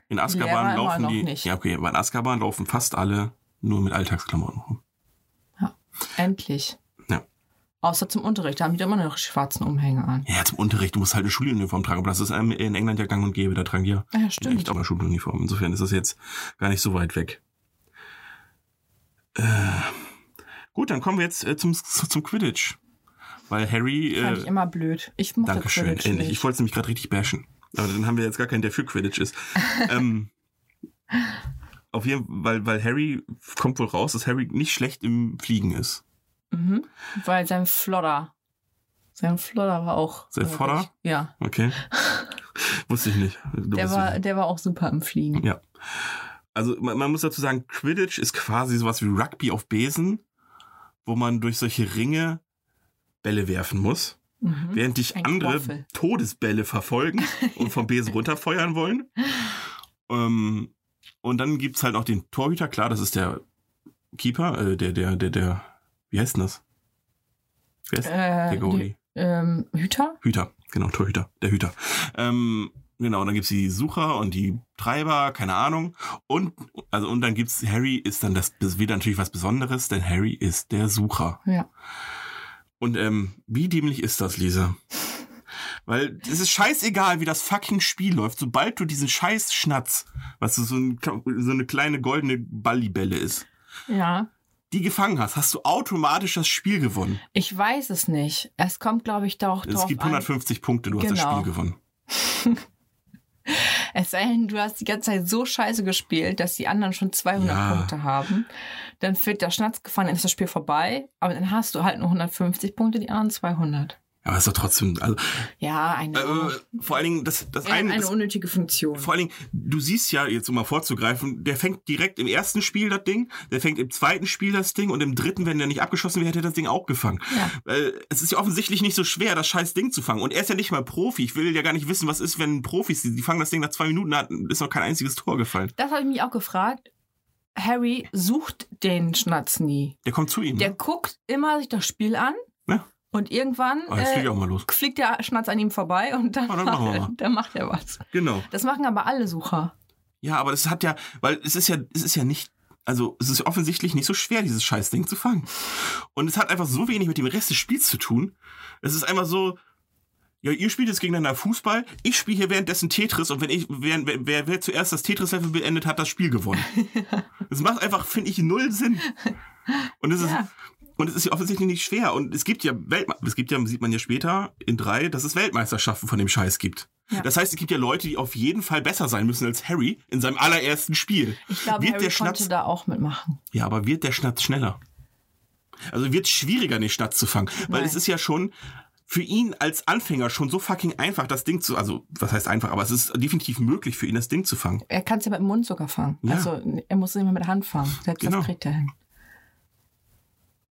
In Lehrer Azkaban immer laufen noch die. nicht. Ja, okay, aber in Azkaban laufen fast alle nur mit Alltagsklamotten rum. Endlich. Ja. Außer zum Unterricht, da haben die doch immer noch schwarzen Umhänge an. Ja, zum Unterricht, du musst halt eine Schuluniform tragen, aber das ist einem in England ja gang und gäbe, da tragen die ja Ah, Ja, echt stimmt. auch eine Schuluniform. Insofern ist das jetzt gar nicht so weit weg. Äh, gut, dann kommen wir jetzt äh, zum, zum Quidditch. Weil Harry. Fand äh, ich immer blöd. Ich mochte Dankeschön, Quidditch endlich. Ich nicht. wollte es nämlich gerade richtig bashen. Aber dann haben wir jetzt gar keinen, der für Quidditch ist. [LAUGHS] ähm, auf jeden Fall, weil, weil Harry kommt wohl raus, dass Harry nicht schlecht im Fliegen ist. Mhm. Weil sein Flodder. Sein Flodder war auch. Sein äh, Flodder? richtig- Ja. [LAUGHS] Okay? Wusste ich nicht. Du Der bist war, so- der war auch super im Fliegen. Ja. also man, man muss dazu sagen, Quidditch ist quasi sowas wie Rugby auf Besen, wo man durch solche Ringe Bälle werfen muss, Mhm. während dich Ein andere Quaffel. Todesbälle verfolgen [LAUGHS] und vom Besen runterfeuern wollen. Ähm, und dann gibt's halt noch den Torhüter, klar, das ist der Keeper, äh, der, der, der, der, wie heißt denn das? Wer ist Äh, der Goalie? die- ähm, Hüter? Hüter, genau, Torhüter, der Hüter. Ähm, genau, und dann gibt's die Sucher und die Treiber, keine Ahnung. Und, also, und dann gibt's Harry ist dann das, das wieder natürlich was Besonderes, denn Harry ist der Sucher. Ja. Und ähm, wie dämlich ist das, Lisa? Weil es ist scheißegal, wie das fucking Spiel läuft. Sobald du diesen scheiß Schnatz, was so, ein, so eine kleine goldene Ballibelle ist, Ja. die gefangen hast, hast du automatisch das Spiel gewonnen. Ich weiß es nicht. Es kommt, glaube ich, doch Es drauf gibt an. 150 Punkte, du hast das Genau. Spiel gewonnen. Es sei denn, du hast die ganze Zeit so scheiße gespielt, dass die anderen schon 200 Ja. Punkte haben. Dann wird der Schnatz gefahren, dann ist das Spiel vorbei. Aber dann hast du halt nur 150 Punkte, die anderen 200. Aber es ist doch trotzdem, also, Ja, eine, äh, vor allen Dingen, das, das äh, eine, eine das, unnötige Funktion. Vor allen Dingen, du siehst ja, jetzt um mal vorzugreifen, der fängt direkt im ersten Spiel das Ding, der fängt im zweiten Spiel das Ding und im dritten, wenn der nicht abgeschossen wäre, hätte er das Ding auch gefangen. Ja. Weil es ist ja offensichtlich nicht so schwer, das scheiß Ding zu fangen. Und er ist ja nicht mal Profi. Ich will ja gar nicht wissen, was ist, wenn Profis, die die fangen das Ding nach zwei Minuten, hat, ist noch kein einziges Tor gefallen. Das habe ich mich auch gefragt. Harry sucht den Schnatz nie. Der kommt zu ihm. Der ne? guckt immer sich das Spiel an Ja. und irgendwann Ah, jetzt fliege ich äh, auch mal los. fliegt der Schnatz an ihm vorbei und dann, Ah, dann machen wir macht, er, mal. dann macht er was. Genau. Das machen aber alle Sucher. Ja, aber das hat ja, weil es ist ja, es ist ja nicht, also es ist offensichtlich nicht so schwer, dieses scheiß Ding zu fangen. Und es hat einfach so wenig mit dem Rest des Spiels zu tun. Es ist einfach so, ja, ihr spielt jetzt gegeneinander Fußball, ich spiele hier währenddessen Tetris und wenn ich, wer, wer, wer, wer zuerst das Tetris-Level beendet, hat das Spiel gewonnen. [LAUGHS] Das macht einfach, finde ich, null Sinn. Und es ist, Ja. und es ist ja offensichtlich nicht schwer. Und es gibt ja Weltme es gibt ja, sieht man ja später in drei, dass es Weltmeisterschaften von dem Scheiß gibt. Ja. Das heißt, es gibt ja Leute, die auf jeden Fall besser sein müssen als Harry in seinem allerersten Spiel. Ich glaube, wird Harry der konnte Schnatz, da auch mitmachen. ja, aber wird der Schnatz schneller? Also wird es schwieriger, den Schnatz zu fangen, weil Nein. es ist ja schon für ihn als Anfänger schon so fucking einfach, das Ding zu, also was heißt einfach, aber es ist definitiv möglich für ihn, das Ding zu fangen. Er kann es ja mit dem Mund sogar fangen. Ja. Also er muss es immer mit der Hand fangen. Selbst Genau. das kriegt er hin.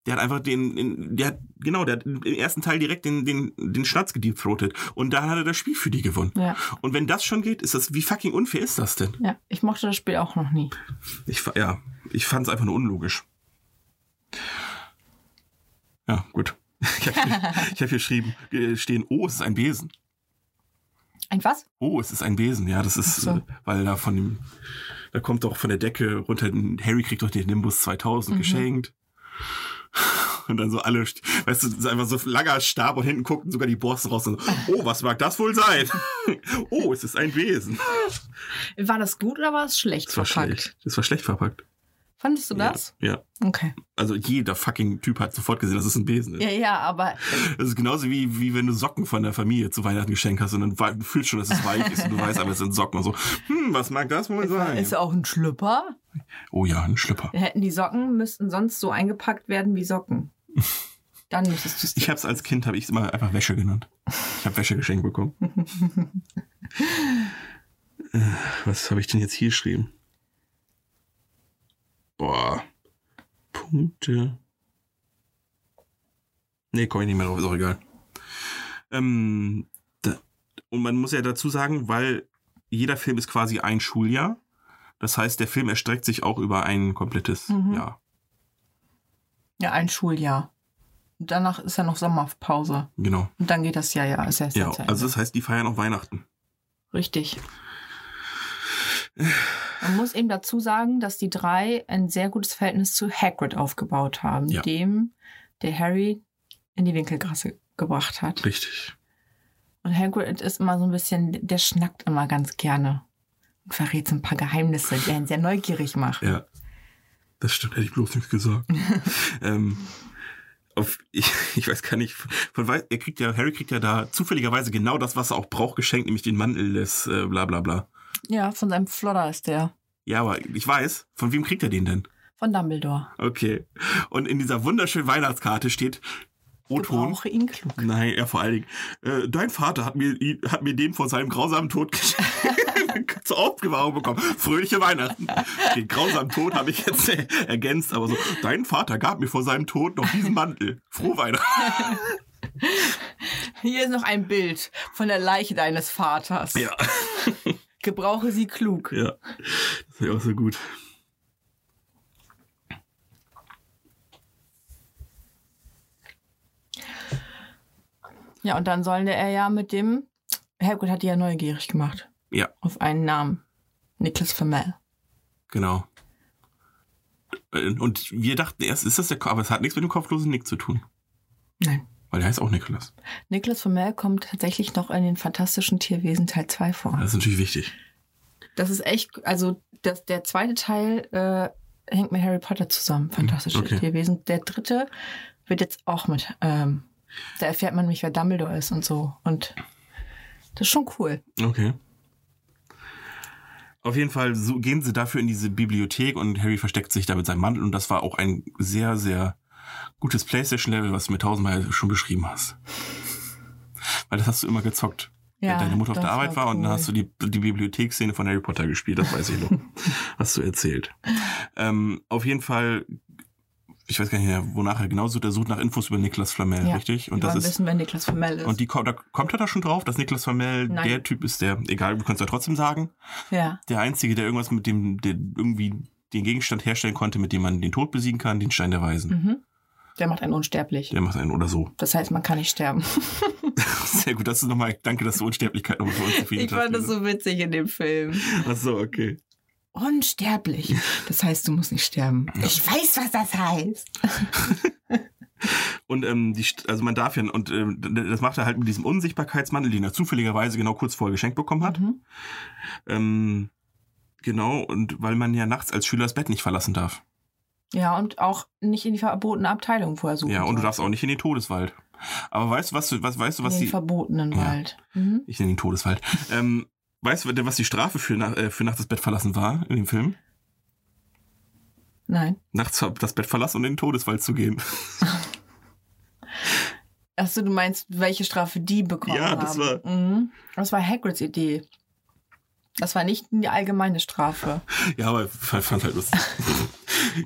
Der hat einfach den, den der hat, genau, der hat im ersten Teil direkt den, den, den Schnatz gediebthrotet. Und da hat er das Spiel für die gewonnen. Ja. Und wenn das schon geht, ist das, wie fucking unfair ist das denn? ja, ich mochte das Spiel auch noch nie. Ich, fa- ja, ich fand es einfach nur unlogisch. Ja, gut. [LAUGHS] Ich habe hier, ich hab hier geschrieben, äh, stehen, oh, es ist ein Besen. Ein was? Oh, es ist ein Besen. Ja, das ist, Ach so. äh, weil da von dem, da kommt doch von der Decke runter, Harry kriegt doch den Nimbus Mhm. 2000 geschenkt. Und dann so alle, st- weißt du, so einfach so ein langer Stab und hinten guckten sogar die Borsten raus und so, oh, was mag das wohl sein? [LAUGHS] oh, es ist ein Besen. War das gut oder war es schlecht Das war verpackt? schlecht. Das war schlecht verpackt. Fandest du das? Ja. Okay. Also jeder fucking Typ hat sofort gesehen, dass es ein Besen ist. Ja, ja, aber Das ist genauso wie, wie wenn du Socken von der Familie zu Weihnachten geschenkt hast und dann wei- du fühlst schon, dass es weich ist und du weißt aber, es sind Socken und so. Hm, was mag das wohl sein? ist auch ein Schlüpper. Oh ja, ein Schlüpper. Hätten die Socken, müssten sonst so eingepackt werden [LAUGHS] wie Socken. Dann müsstest du es Ich habe es als Kind, habe ich immer einfach Wäsche genannt. Ich habe Wäsche geschenkt bekommen. Äh, Was habe ich denn jetzt hier geschrieben? Boah. Punkte. Nee, komme ich nicht mehr drauf, ist auch egal. Ähm, da, und man muss ja dazu sagen, weil jeder Film ist quasi ein Schuljahr. Das heißt, der Film erstreckt sich auch über ein komplettes Mhm. Jahr. Ja, ein Schuljahr. Und danach ist ja noch Sommerpause. Genau. Und dann geht das Jahr ja ist erst Ja, zu Ende. also das heißt, die feiern auch Weihnachten. Richtig. Man muss eben dazu sagen, dass die drei ein sehr gutes Verhältnis zu Hagrid aufgebaut haben, Ja. dem der Harry in die Winkelgasse gebracht hat. Richtig. Und Hagrid ist immer so ein bisschen, der schnackt immer ganz gerne und verrät so ein paar Geheimnisse, die einen sehr neugierig machen. Ja. Das stimmt, hätte ich bloß nicht gesagt. ähm, auf, ich, ich weiß gar nicht, von, wei- er kriegt ja, Harry kriegt ja da zufälligerweise genau das, was er auch braucht, geschenkt, nämlich den Mantel des äh, bla bla bla. Ja, von seinem Flodder ist der. Ja, aber ich weiß, von wem kriegt er den denn? Von Dumbledore. Okay. Und in dieser wunderschönen Weihnachtskarte steht O-Ton. Gebrauche ihn klug. Nein, ja, vor allen Dingen. Äh, dein Vater hat mir, ihn- hat mir den vor seinem grausamen Tod [LAUGHS] geschenkt. zur Aufbewahrung bekommen. Fröhliche Weihnachten. Den grausamen Tod habe ich jetzt [LAUGHS] äh, ergänzt, aber so. Dein Vater gab mir vor seinem Tod noch diesen Mantel. Frohe Weihnachten. Hier ist noch ein Bild von der Leiche deines Vaters. Ja, [LAUGHS] Gebrauche sie klug. ja. Das wäre auch so gut. Ja, und dann sollte er ja mit dem. Hagrid hat die ja neugierig gemacht. Ja. Auf einen Namen. Nicholas Flamel. Genau. Äh, Und wir dachten erst, ist das der Kopf, aber es hat nichts mit dem kopflosen Nick zu tun. Nein. Weil der heißt auch Nicholas. Nicholas Flamel kommt tatsächlich noch in den Fantastischen Tierwesen Teil 2 vor. Das ist natürlich wichtig. Das ist echt, also das, der zweite Teil äh, hängt mit Harry Potter zusammen, Fantastische Mhm. okay. Tierwesen. Der dritte wird jetzt auch mit, ähm, da erfährt man nämlich, wer Dumbledore ist und so. Und das ist schon cool. Okay. Auf jeden Fall so gehen sie dafür in diese Bibliothek und Harry versteckt sich da mit seinem Mantel und das war auch ein sehr, sehr gutes Playstation-Level, was du mir tausendmal schon beschrieben hast. Weil das hast du immer gezockt. Ja, wenn deine Mutter auf das der Arbeit war, und cool. dann hast du die, die Bibliotheksszene von Harry Potter gespielt, das weiß ich [LAUGHS] noch. hast du erzählt. Ähm, auf jeden Fall, ich weiß gar nicht mehr, wonach er genau sucht, er sucht nach Infos über Niklas Flamel, Ja, richtig? Und Und das ist wissen, wer Nicholas Flamel ist. und die, ko- da kommt er da schon drauf, dass Niklas Vermell Nein. der Typ ist, der, egal, wir können es ja trotzdem sagen, ja, der Einzige, der irgendwas mit dem, der irgendwie den Gegenstand herstellen konnte, mit dem man den Tod besiegen kann, den Stein der Weisen. mhm. der macht einen unsterblich. Der macht einen oder so. [LAUGHS] Das heißt, man kann nicht sterben. Sehr gut, das ist nochmal, danke, dass du Unsterblichkeit nochmal für uns definiert Ich fand genau. das so witzig in dem Film. Achso, okay. [LAUGHS] Unsterblich. Das heißt, du musst nicht sterben. Ich weiß, was das heißt. Und ähm, die, St- also man darf ja, und ähm, das macht er halt mit diesem Unsichtbarkeitsmantel, den er zufälligerweise genau kurz vorher geschenkt bekommen hat. Mhm. Ähm, genau, und weil man ja nachts als Schüler das Bett nicht verlassen darf. Ja, und auch nicht in die verbotene Abteilung vorher suchen. Ja, und du soll. darfst auch nicht in den Todeswald. Aber weißt du, was du, was weißt du, was in den die. verbotenen Ja. Wald. Mhm. Ich nenne ihn Todeswald. ähm, weißt du, denn, was die Strafe für, nach, äh, für nachts das Bett verlassen war in dem Film? Nein. Nachts ver- das Bett verlassen und in den Todeswald zu gehen. [LAUGHS] Achso, du meinst, welche Strafe die bekommen Ja, haben. das war... Mhm. Das war Hagrids Idee. Das war nicht die allgemeine Strafe. ja, aber ich fand [LAUGHS] halt lustig.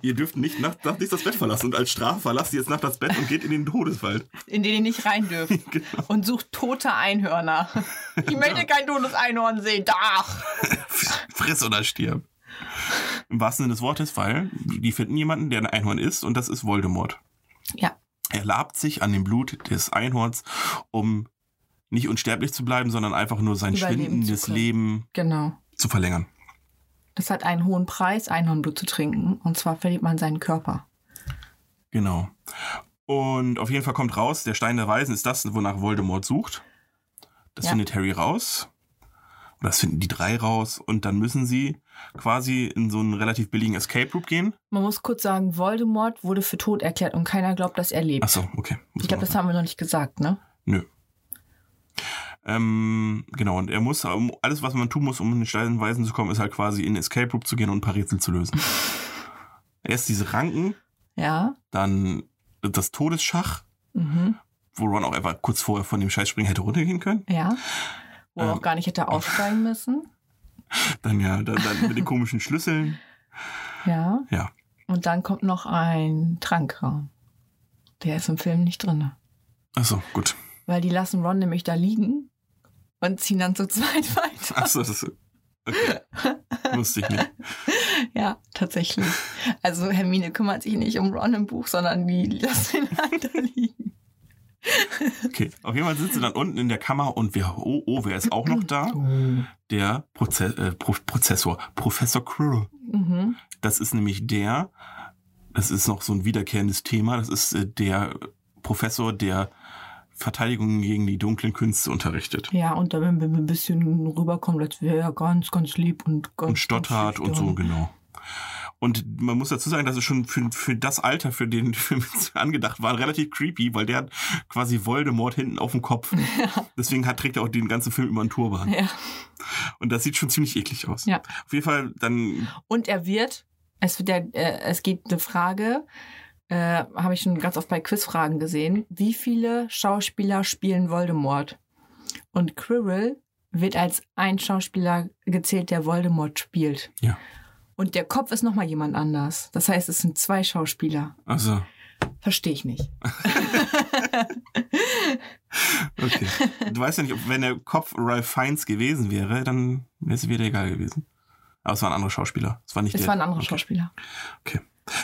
ihr dürft nicht nachts nachts nicht das Bett verlassen. Und als Strafe verlasst ihr jetzt nachts das Bett und geht in den Todeswald. [LAUGHS] in den ihr nicht rein dürft. Genau. Und sucht [LAUGHS] tote Einhörner. Ich möchte kein totes Einhorn sehen. Ach. Friss oder stirb. Im wahrsten Sinne des Wortes, weil die finden jemanden, der ein Einhorn ist, und das ist Voldemort. Ja. Er labt sich an dem Blut des Einhorns, um nicht unsterblich zu bleiben, sondern einfach nur sein Überleben zu schwindendes können. Leben Genau. zu verlängern. Das hat einen hohen Preis, Einhornblut zu trinken. Und zwar verliert man seinen Körper. Genau. Und auf jeden Fall kommt raus, der Stein der Weisen ist das, wonach Voldemort sucht. Das Ja. findet Harry raus. Und das finden die drei raus. Und dann müssen sie quasi in so einen relativ billigen Escape Route gehen. Man muss kurz sagen, Voldemort wurde für tot erklärt und keiner glaubt, dass er lebt. Achso, okay. Muss ich glaube, man das haben wir noch nicht gesagt, ne? Nö. Ähm, genau, und er muss, um- alles, was man tun muss, um in den Steinen Weisen zu kommen, ist halt quasi in den Escape Room zu gehen und ein paar Rätsel zu [LAUGHS] lösen. Erst diese Ranken, Ja. dann das Todesschach, Mhm. wo Ron auch einfach kurz vorher von dem Scheißspringen hätte runtergehen können. Ja. Wo er Ähm. auch gar nicht hätte aufsteigen müssen. Dann ja, dann, dann mit den komischen Schlüsseln. Ja. Ja. Und dann kommt noch ein Trankraum. Der ist im Film nicht drin. Achso, gut. Weil die lassen Ron nämlich da liegen und ziehen dann zu zweit [LAUGHS] weiter. Achso, das ist. Okay. Wusste ich nicht. Ja, tatsächlich. Also Hermine kümmert sich nicht um Ron im Buch, sondern die lassen ihn [LAUGHS] halt da liegen. Okay. Auf jeden Fall sitzt sie dann unten in der Kammer und wer, oh, oh, wer ist auch noch da? Der Proze äh, Pro Prozessor, Professor Quirrell. Mhm. Das ist nämlich der, das ist noch so ein wiederkehrendes Thema, das ist äh, der Professor, der Verteidigung gegen die dunklen Künste unterrichtet. Ja, und dann, wenn wir ein bisschen rüberkommen, als wäre er ganz, ganz lieb und ganz. Und stottert ganz und so, schüchtern. genau. Und man muss dazu sagen, das ist schon für, für das Alter, für den [LAUGHS] der Film angedacht war, relativ creepy, weil der hat quasi Voldemort hinten auf dem Kopf. Deswegen hat, trägt er auch den ganzen Film immer einen Turban. Ja. Und das sieht schon ziemlich eklig aus. Ja. Auf jeden Fall, dann Und er wird, es, wird ja, äh, es geht eine Frage, äh, habe ich schon ganz oft bei Quizfragen gesehen, wie viele Schauspieler spielen Voldemort? Und Quirrell wird als ein Schauspieler gezählt, der Voldemort spielt. Ja. Und der Kopf ist nochmal jemand anders. Das heißt, es sind zwei Schauspieler. Also, Verstehe ich nicht. [LAUGHS] okay. Du weißt ja nicht, ob, wenn der Kopf Ralph Fiennes gewesen wäre, dann wäre es wieder egal gewesen. Aber es war ein anderer Schauspieler. Es war nicht Es der. war ein anderer okay. Schauspieler.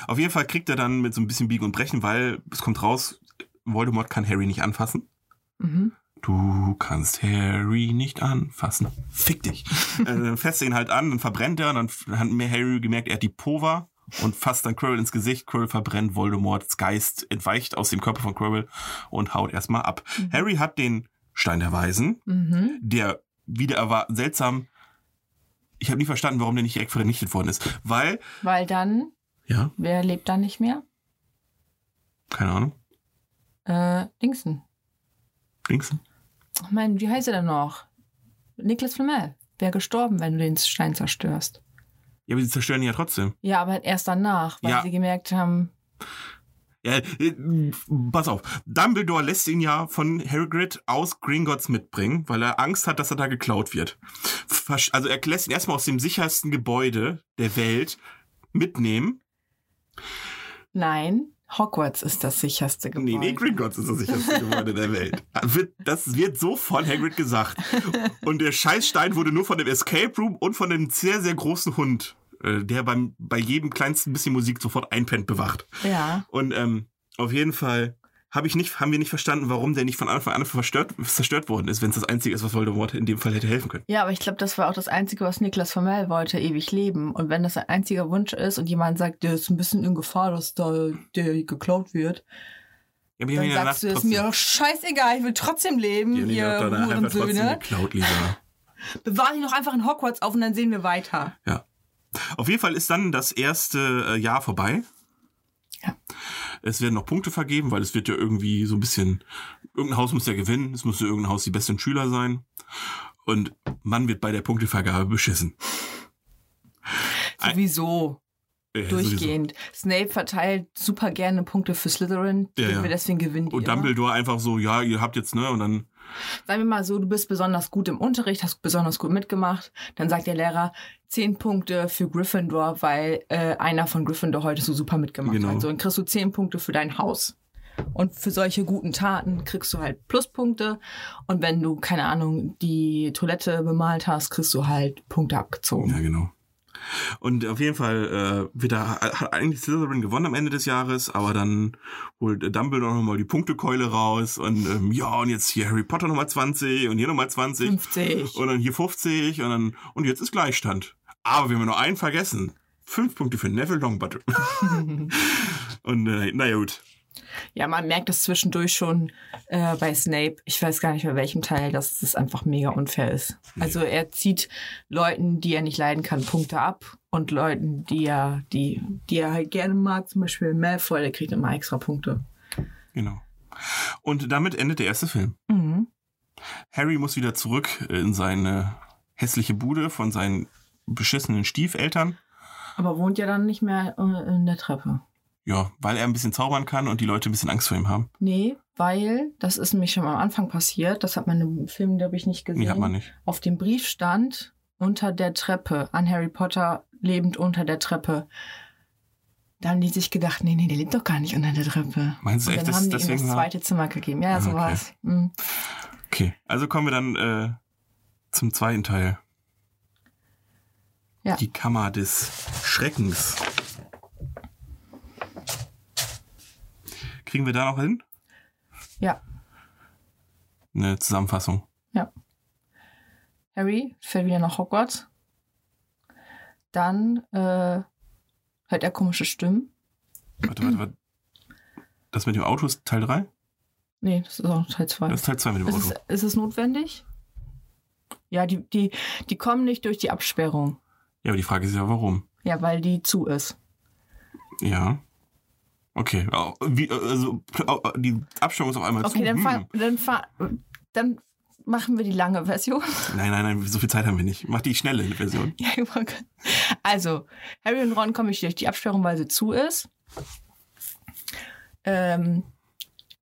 Auf jeden Fall kriegt er dann mit so ein bisschen Biegen und Brechen, weil es kommt raus, Voldemort kann Harry nicht anfassen. Mhm. Du kannst Harry nicht anfassen. Fick dich. äh, dann fässt er ihn halt an, dann verbrennt er und dann f- hat mir Harry gemerkt, er hat die Pova und fasst dann Quirrell ins Gesicht. Quirrell verbrennt Voldemorts Geist, entweicht aus dem Körper von Quirrell und haut erstmal ab. Harry hat den Stein der Weisen, Mhm. der wieder erwa- seltsam. Ich habe nie verstanden, warum der nicht direkt vernichtet worden ist. Weil, Weil dann, ja, wer lebt dann nicht mehr? keine Ahnung, Äh, Dingsen. links. Ach mein, wie heißt er denn noch? Niklas Flamel. Wäre gestorben, wenn du den Stein zerstörst. Ja, aber sie zerstören ihn ja trotzdem. Ja, aber erst danach, weil Ja. sie gemerkt haben, Ja, äh, pass auf. Dumbledore lässt ihn ja von Hagrid aus Gringotts mitbringen, weil er Angst hat, dass er da geklaut wird. Versch- Also er lässt ihn erstmal aus dem sichersten Gebäude der Welt mitnehmen. nein, Hogwarts ist das sicherste Gebäude. Nee, nee, Gringotts ist das sicherste Gebäude der Welt. Wird- Das wird so von Hagrid gesagt. Und der Scheißstein wurde nur von dem Escape Room und von einem sehr, sehr großen Hund, äh, der beim, bei jedem kleinsten bisschen Musik sofort einpennt, bewacht. Ja, Und ähm, auf jeden Fall hab ich nicht, haben wir nicht verstanden, warum der nicht von Anfang an verstört, zerstört worden ist, wenn es das Einzige ist, was Voldemort in dem Fall hätte helfen können. ja aber ich glaube, das war auch das Einzige, was Niklas Flamel wollte, ewig leben. Und wenn das sein einziger Wunsch ist und jemand sagt, der ist ein bisschen in Gefahr, dass da der geklaut wird, Ja, aber dann danach sagst du, es ist trotzdem- mir doch scheißegal, ich will trotzdem leben, Die haben ihn ihr ne? doch danach einfach trotzdem Hurensöhne. geklaut, Lisa. Bewahr ihn doch einfach in Hogwarts auf und dann sehen wir weiter. Ja. Auf jeden Fall ist dann das erste äh, Jahr vorbei. Ja. Es werden noch Punkte vergeben, weil es wird ja irgendwie so ein bisschen, irgendein Haus muss ja gewinnen, es muss ja irgendein Haus die besten Schüler sein. Und man wird bei der Punktevergabe beschissen. Ei. Sowieso. Äh, sowieso. durchgehend. Snape verteilt super gerne Punkte für Slytherin, Ja, den ja. wir deswegen gewinnen. die Und immer. Dumbledore einfach so, ja, ihr habt jetzt, ne, und dann Sagen wir mal so, du bist besonders gut im Unterricht, hast besonders gut mitgemacht. Dann sagt der Lehrer, 10 Punkte für Gryffindor, weil äh, einer von Gryffindor heute so super mitgemacht Genau. hat. So, dann kriegst du 10 Punkte für dein Haus. Und für solche guten Taten kriegst du halt Pluspunkte. Und wenn du, keine Ahnung, die Toilette bemalt hast, kriegst du halt Punkte abgezogen. Ja, genau. Und auf jeden Fall äh, wird da, hat eigentlich Slytherin gewonnen am Ende des Jahres, aber dann holt äh, Dumbledore nochmal die Punktekeule raus und ähm, ja, und jetzt hier Harry Potter nochmal 20 und hier nochmal 20 50. und dann hier 50 und dann und jetzt ist Gleichstand. Aber wir haben noch einen vergessen. Fünf Punkte für Neville Longbottom. und äh, naja gut. Ja, man merkt es zwischendurch schon äh, bei Snape. Ich weiß gar nicht bei welchem Teil, dass das einfach mega unfair ist. Mhm. Also er zieht Leuten, die er nicht leiden kann, Punkte ab und Leuten, die er, die, die er halt gerne mag, zum Beispiel Malfoy, der kriegt immer extra Punkte. Genau. Und damit endet der erste Film. Mhm. Harry muss wieder zurück in seine hässliche Bude von seinen beschissenen Stiefeltern. Aber wohnt ja dann nicht mehr äh, in der Treppe. Ja, weil er ein bisschen zaubern kann und die Leute ein bisschen Angst vor ihm haben. Nee, weil, das ist nämlich schon am Anfang passiert, das hat man im Film, glaube ich, nicht gesehen. Nee, hat man nicht. auf dem Brief stand unter der Treppe an Harry Potter lebend unter der Treppe. Da haben die sich gedacht, nee, nee, der lebt doch gar nicht unter der Treppe. Meinst du Und echt, dann dass haben die ihm das deswegen war? zweite Zimmer gegeben. Ja, Ah, so okay. war's. Mhm. Okay, also kommen wir dann äh, zum zweiten Teil. Ja. Die Kammer des Schreckens. Kriegen wir da noch hin? Ja. Eine Zusammenfassung. Harry fährt wieder nach Hogwarts. Dann äh, hört er komische Stimmen. Warte, warte, warte. Das mit dem Auto ist Teil 3? Nee, das ist auch Teil 2. Das ist Teil 2 mit dem Ist äh, Auto. es, ist es notwendig? Ja, die, die, die kommen nicht durch die Absperrung. Ja, aber die Frage ist ja, warum? Ja, weil die zu ist. Ja. Okay, au- wie, also au- die Abstimmung ist auf einmal zu. Okay, dann, Hm. fahr, dann, fahr, dann machen wir die lange Version. [LAUGHS] Nein, nein, nein, so viel Zeit haben wir nicht. Mach die schnelle Version. Ja, über- also, Harry und Ron kommen nicht durch die Absperrung, weil sie zu ist. Ähm,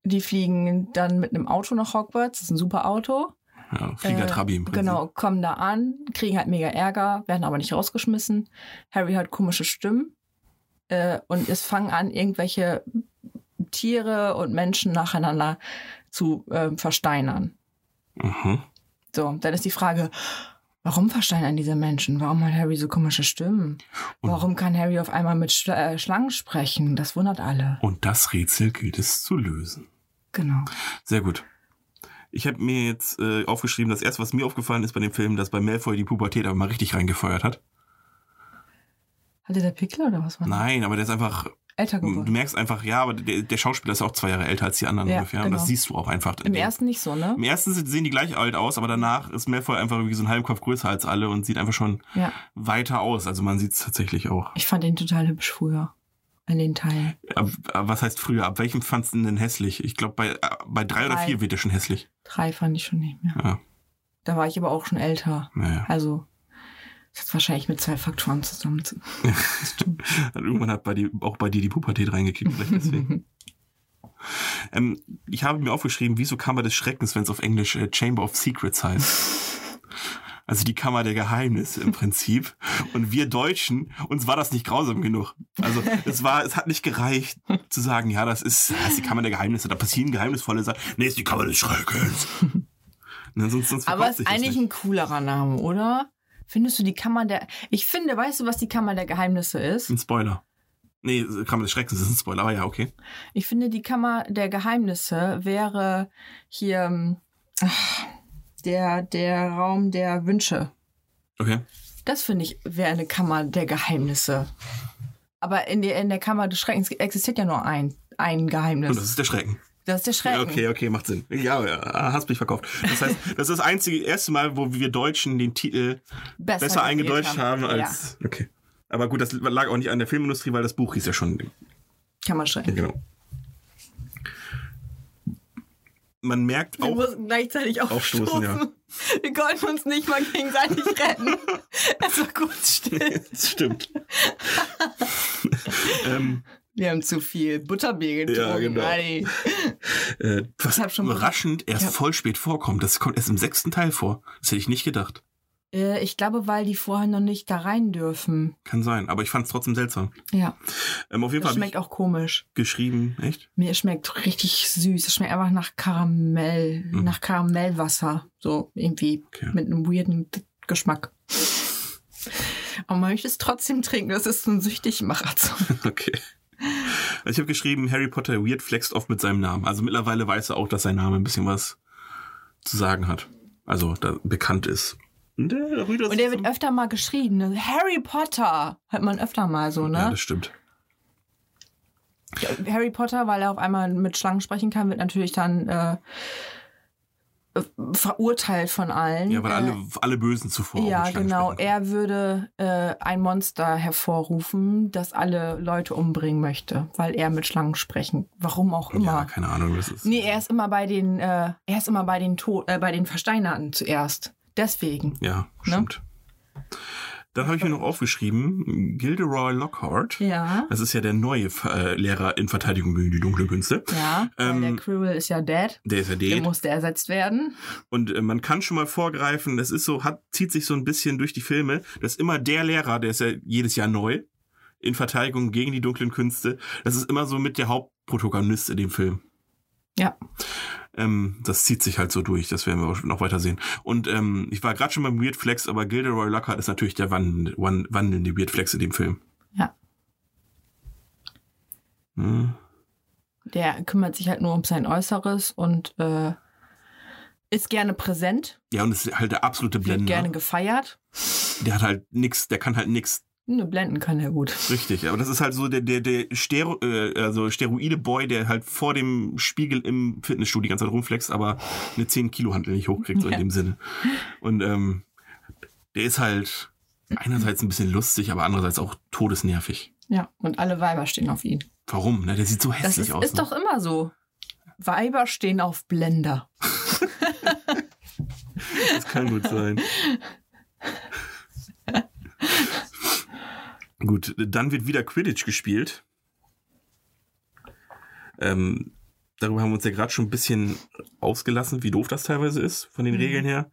die fliegen dann mit einem Auto nach Hogwarts. Das ist ein super Auto. Ja, Flieger Äh, Trabi im Prinzip. Genau, kommen da an, kriegen halt mega Ärger, werden aber nicht rausgeschmissen. Harry hat komische Stimmen äh, und es fangen an, irgendwelche Tiere und Menschen nacheinander zu äh, versteinern. Mhm. So, dann ist die Frage, warum versteinern diese Menschen? Warum hat Harry so komische Stimmen? Und- Warum kann Harry auf einmal mit Schla äh, Schlangen sprechen? Das wundert alle. Und das Rätsel gilt es zu lösen. Genau. Sehr gut. Ich habe mir jetzt äh, aufgeschrieben, das erste, was mir aufgefallen ist bei dem Film, dass bei Malfoy die Pubertät aber mal richtig reingefeuert hat. Hatte der Pickler oder was war das? Nein, aber der ist einfach, Älter du geworden. merkst einfach, ja, aber der, der Schauspieler ist auch zwei Jahre älter als die anderen Ja, ungefähr. Und das genau. siehst du auch einfach. in Im dem- ersten nicht so, ne? Im ersten sehen die gleich alt aus, aber danach ist Malfoy einfach irgendwie so einen halben Kopf größer als alle und sieht einfach schon Ja. weiter aus. Also man sieht es tatsächlich auch. Ich fand ihn total hübsch früher. An den Teilen. Ab, ab, was heißt früher? Ab welchem fandst du ihn denn hässlich? Ich glaube, bei, äh, bei drei oder Drei. vier wird er schon hässlich. Drei fand ich schon nicht mehr. Ja, Da war ich aber auch schon älter. naja. Also, das hat wahrscheinlich mit zwei Faktoren zusammen zu Irgendwann hat bei dir, auch bei dir die Pubertät reingekickt, vielleicht deswegen. [LAUGHS] Ähm, ich habe mir aufgeschrieben, wieso Kammer des Schreckens, wenn es auf Englisch äh, Chamber of Secrets heißt. [LAUGHS] Also die Kammer der Geheimnisse im Prinzip. Und wir Deutschen, uns war das nicht grausam genug. Also es war, es hat nicht gereicht zu sagen, ja, das ist, das ist die Kammer der Geheimnisse, da passieren geheimnisvolle Sachen. Nee, ist die Kammer des [LAUGHS] Schreckens. Na, sonst, sonst Aber verkauft es sich ist das eigentlich nicht. ein coolerer Name, oder? Findest du die Kammer der. Ich finde, weißt du, was die Kammer der Geheimnisse ist? ein Spoiler. Nee, Kammer des Schreckens ist ein Spoiler, aber ja, okay. Ich finde, die Kammer der Geheimnisse wäre hier ähm, ach, der, der Raum der Wünsche. Okay. Das finde ich wäre eine Kammer der Geheimnisse. Aber in der, in der Kammer des Schreckens existiert ja nur ein, ein Und das Geheimnis. ist der Schrecken. Das ist der Schrecken. Okay, okay, macht Sinn. Ja, ja, hast mich verkauft. Das heißt, das ist das einzige erste Mal, wo wir Deutschen den Titel besser, gewählt eingedeutscht haben halt Ja. als. Okay. Aber gut, das lag auch nicht an der Filmindustrie, weil das Buch hieß ja schon. Kammer des Schreckens. Genau. Man merkt Wir auch. mussten gleichzeitig aufstoßen. Aufstoßen, Wir konnten uns nicht mal [LAUGHS] gegenseitig retten. Es war kurz still. [LAUGHS] Das stimmt. ähm, Wir haben zu viel Butterbier getrunken. Ja, genau. Adi. äh, was hab schon- überraschend erst ich hab- voll spät vorkommt. Das kommt erst im sechsten Teil vor. Das hätte ich nicht gedacht. Äh, Ich glaube, weil die vorher noch nicht da rein dürfen. Kann sein, aber ich fand es trotzdem seltsam. Ja, Ähm, auf jeden das Fall habe ich schmeckt auch komisch. geschrieben, echt? [LAUGHS] Mir es schmeckt richtig süß. Es schmeckt einfach nach Karamell, Mhm. nach Karamellwasser. So irgendwie Okay. mit einem weirden D- Geschmack. Aber man möchte es trotzdem trinken. Das ist so ein Süchtigmacher. [LAUGHS] Okay. Also ich habe geschrieben, Harry Potter weird flext oft mit seinem Namen. Also mittlerweile weiß er auch, dass sein Name ein bisschen was zu sagen hat. Also da bekannt ist. Und der, Rüder Und sitzt der wird am- öfter mal geschrieben. ne? Harry Potter hört man öfter mal so, Ja, ne? das stimmt. Harry Potter, weil er auf einmal mit Schlangen sprechen kann, wird natürlich dann äh, äh, verurteilt von allen. Ja, weil äh, alle, alle Bösen zuvor auch Ja, mit Schlangen genau. sprechen. Er würde äh, ein Monster hervorrufen, das alle Leute umbringen möchte, weil er mit Schlangen sprechen. Warum auch immer. Ja, keine Ahnung, das ist. nee, er ist immer bei den, äh, er ist immer bei den Tod, äh, bei den Versteinerten zuerst. Deswegen. Ja, Ne? stimmt. Dann habe ich mir noch aufgeschrieben, Gilderoy Lockhart. Ja. Das ist ja der neue äh, Lehrer in Verteidigung gegen die dunkle Künste. Ja. Ähm, weil der Cruel ist ja dead. Der ist ja Der dead. musste ersetzt werden. Und äh, man kann schon mal vorgreifen, das ist so, hat, zieht sich so ein bisschen durch die Filme, dass immer der Lehrer, der ist ja jedes Jahr neu, in Verteidigung gegen die dunklen Künste, das ist immer so mit der Hauptprotagonist in dem Film. Ja. Ähm, das zieht sich halt so durch, das werden wir auch noch weiter sehen. Und ähm, ich war gerade schon beim Weird Flex, aber Gilderoy Lockhart ist natürlich der wandelnde, wan- wandelnde Weird Flex in dem Film. Ja. Hm. Der kümmert sich halt nur um sein Äußeres und äh, ist gerne präsent, Ja, und ist halt der absolute wird gerne Blender. gefeiert. Der hat halt nix, der kann halt nix. Ne, blenden kann er gut. Richtig, aber das ist halt so der, der, der Stero, äh, also Steroide-Boy, der halt vor dem Spiegel im Fitnessstudio die ganze Zeit rumflext, aber eine 10-Kilo-Handel nicht hochkriegt, so in Ja. dem Sinne. Und ähm, der ist halt einerseits ein bisschen lustig, aber andererseits auch todesnervig. Ja, und alle Weiber stehen auf ihn. Warum? Ne? Der sieht so Das hässlich ist, aus. ist ne? doch immer so. Weiber stehen auf Blender. Das kann gut sein. gut, dann wird wieder Quidditch gespielt. Ähm, darüber haben wir uns ja gerade schon ein bisschen ausgelassen, wie doof das teilweise ist, von den Mhm. Regeln her.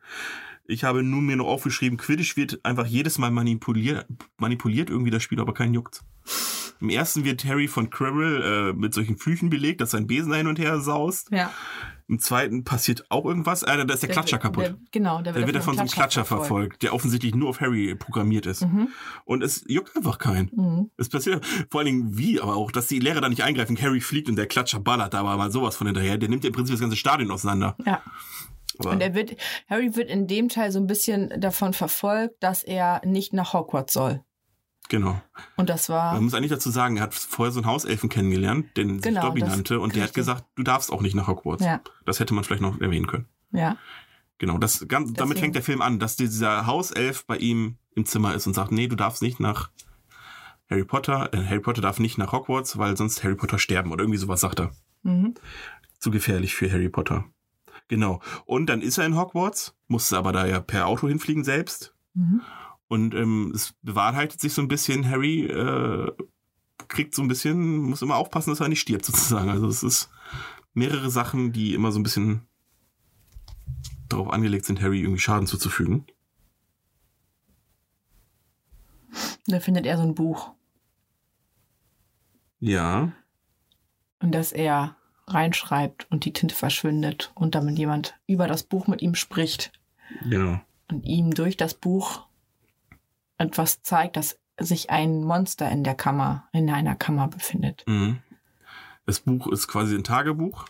Ich habe nun mir noch aufgeschrieben, Quidditch wird einfach jedes Mal manipuliert, manipuliert irgendwie das Spiel, aber keinen juckt. Im ersten wird Harry von Quirrell äh, mit solchen Flüchen belegt, dass sein Besen hin und her saust. Ja. Im zweiten passiert auch irgendwas. Ah, da ist der, Klatscher kaputt. Der, genau, der Da wird er von so einem Klatscher verfolgt. verfolgt, der offensichtlich nur auf Harry programmiert ist. Und es juckt einfach keinen. Mhm. Es passiert vor allen Dingen wie, aber auch, dass die Lehrer da nicht eingreifen. Harry fliegt und der Klatscher ballert da aber mal sowas von hinterher. Der nimmt ja im Prinzip das ganze Stadion auseinander. Ja. Aber, Und er wird, Harry wird in dem Teil so ein bisschen davon verfolgt, dass er nicht nach Hogwarts soll. Genau. Und das war. Man muss eigentlich dazu sagen, er hat vorher so einen Hauselfen kennengelernt, den Genau, sich Dobby das- nannte, und der hat richtig. gesagt, du darfst auch nicht nach Hogwarts. Ja, Das hätte man vielleicht noch erwähnen können. ja. Genau, das ganz, damit Deswegen. fängt der Film an, dass dieser Hauself bei ihm im Zimmer ist und sagt, nee, du darfst nicht nach Harry Potter, äh, Harry Potter darf nicht nach Hogwarts, weil sonst Harry Potter sterben oder irgendwie sowas sagt er. Mhm. Zu gefährlich für Harry Potter. Genau. Und dann ist er in Hogwarts, musste aber da ja per Auto hinfliegen selbst. Mhm. Und ähm, es bewahrheitet sich so ein bisschen, Harry äh, kriegt so ein bisschen, muss immer aufpassen, dass er nicht stirbt sozusagen. Also es ist mehrere Sachen, die immer so ein bisschen darauf angelegt sind, Harry irgendwie Schaden zuzufügen. Da findet er so ein Buch, Ja. in das er reinschreibt und die Tinte verschwindet und damit jemand über das Buch mit ihm spricht Genau. und ihm durch das Buch etwas zeigt, dass sich ein Monster in der Kammer, in einer Kammer befindet. Mhm. Das Buch ist quasi ein Tagebuch.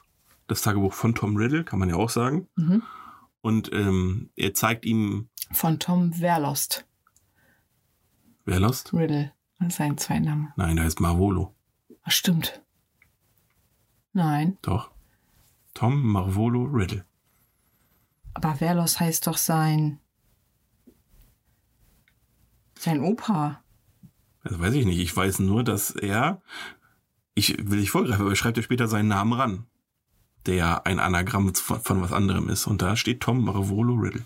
Das Tagebuch von Tom Riddle, kann man ja auch sagen. Mhm. Und ähm, er zeigt ihm, Von Tom Verlost wer lost? Riddle. Das ist sein Zweiname. Nein, da heißt Marvolo. Ach, Ah, stimmt. Nein, Doch. Tom Marvolo Riddle. aber Verlost heißt doch sein. sein Opa. Das Also weiß ich nicht. Ich weiß nur, dass er, ich will nicht vorgreifen, aber er schreibt ja später seinen Namen ran, der ja ein Anagramm von, von was anderem ist. Und da steht Tom Marvolo Riddle.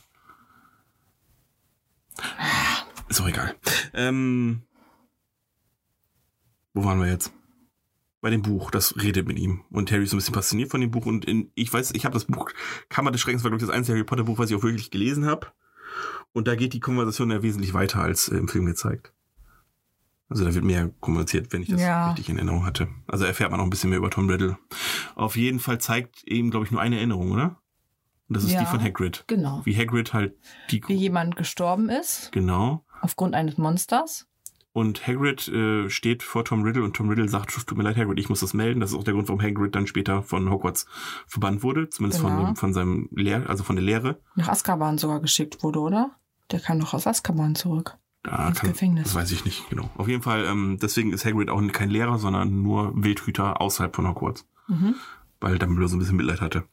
Ist auch egal. Ähm, wo waren wir jetzt? Bei dem Buch, das redet mit ihm. Und Harry ist so ein bisschen fasziniert von dem Buch. Und in, ich weiß, ich habe das Buch Kammer des Schreckens, war glaube ich das einzige Harry Potter Buch, was ich auch wirklich gelesen habe. Und da geht die Konversation ja wesentlich weiter als äh, im Film gezeigt. Also da wird mehr kommuniziert, wenn ich das Ja. richtig in Erinnerung hatte. Also erfährt man auch ein bisschen mehr über Tom Riddle. Auf jeden Fall zeigt eben, glaube ich, nur eine Erinnerung, oder? Und das ist Ja. die von Hagrid. Genau. Wie Hagrid halt die... Wie jemand gestorben ist, Genau. aufgrund eines Monsters. Und Hagrid äh, steht vor Tom Riddle und Tom Riddle sagt, tut mir leid, Hagrid, ich muss das melden. Das ist auch der Grund, warum Hagrid dann später von Hogwarts verbannt wurde, zumindest von, Genau. dem, von seinem Lehr also von der Lehre. Nach Azkaban sogar geschickt wurde, oder? Der kam doch aus Azkaban zurück. Da Ins Gefängnis. Das weiß ich nicht, genau. Auf jeden Fall, ähm, deswegen ist Hagrid auch kein Lehrer, sondern nur Wildhüter außerhalb von Hogwarts, Mhm. weil Dumbledore so ein bisschen Mitleid hatte.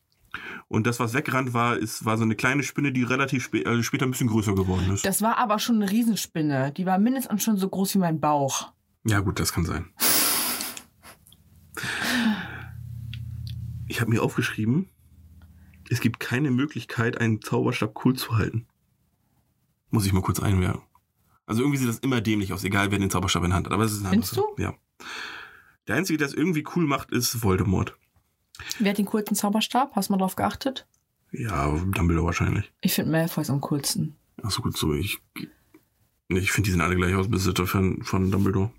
Und das, was weggerannt war, ist, war so eine kleine Spinne, die relativ spä äh, später ein bisschen größer geworden ist. Das war aber schon eine Riesenspinne. Die war mindestens schon so groß wie mein Bauch. Ja, gut, das kann sein. Ich habe mir aufgeschrieben, es gibt keine Möglichkeit, einen Zauberstab cool zu halten. Muss ich mal kurz einwerfen. Also irgendwie sieht das immer dämlich aus, egal wer den Zauberstab in der Hand hat. Aber es ist eine andere Findest Sache. Ja. Der Einzige, der es irgendwie cool macht, ist Voldemort. Wer hat den kurzen Zauberstab? Hast du mal drauf geachtet? Ja, Dumbledore wahrscheinlich. Ich finde Malfoys am coolsten. Ach so gut, so ich. Nee, Ich finde, die sehen alle gleich aus, bis von, von Dumbledore.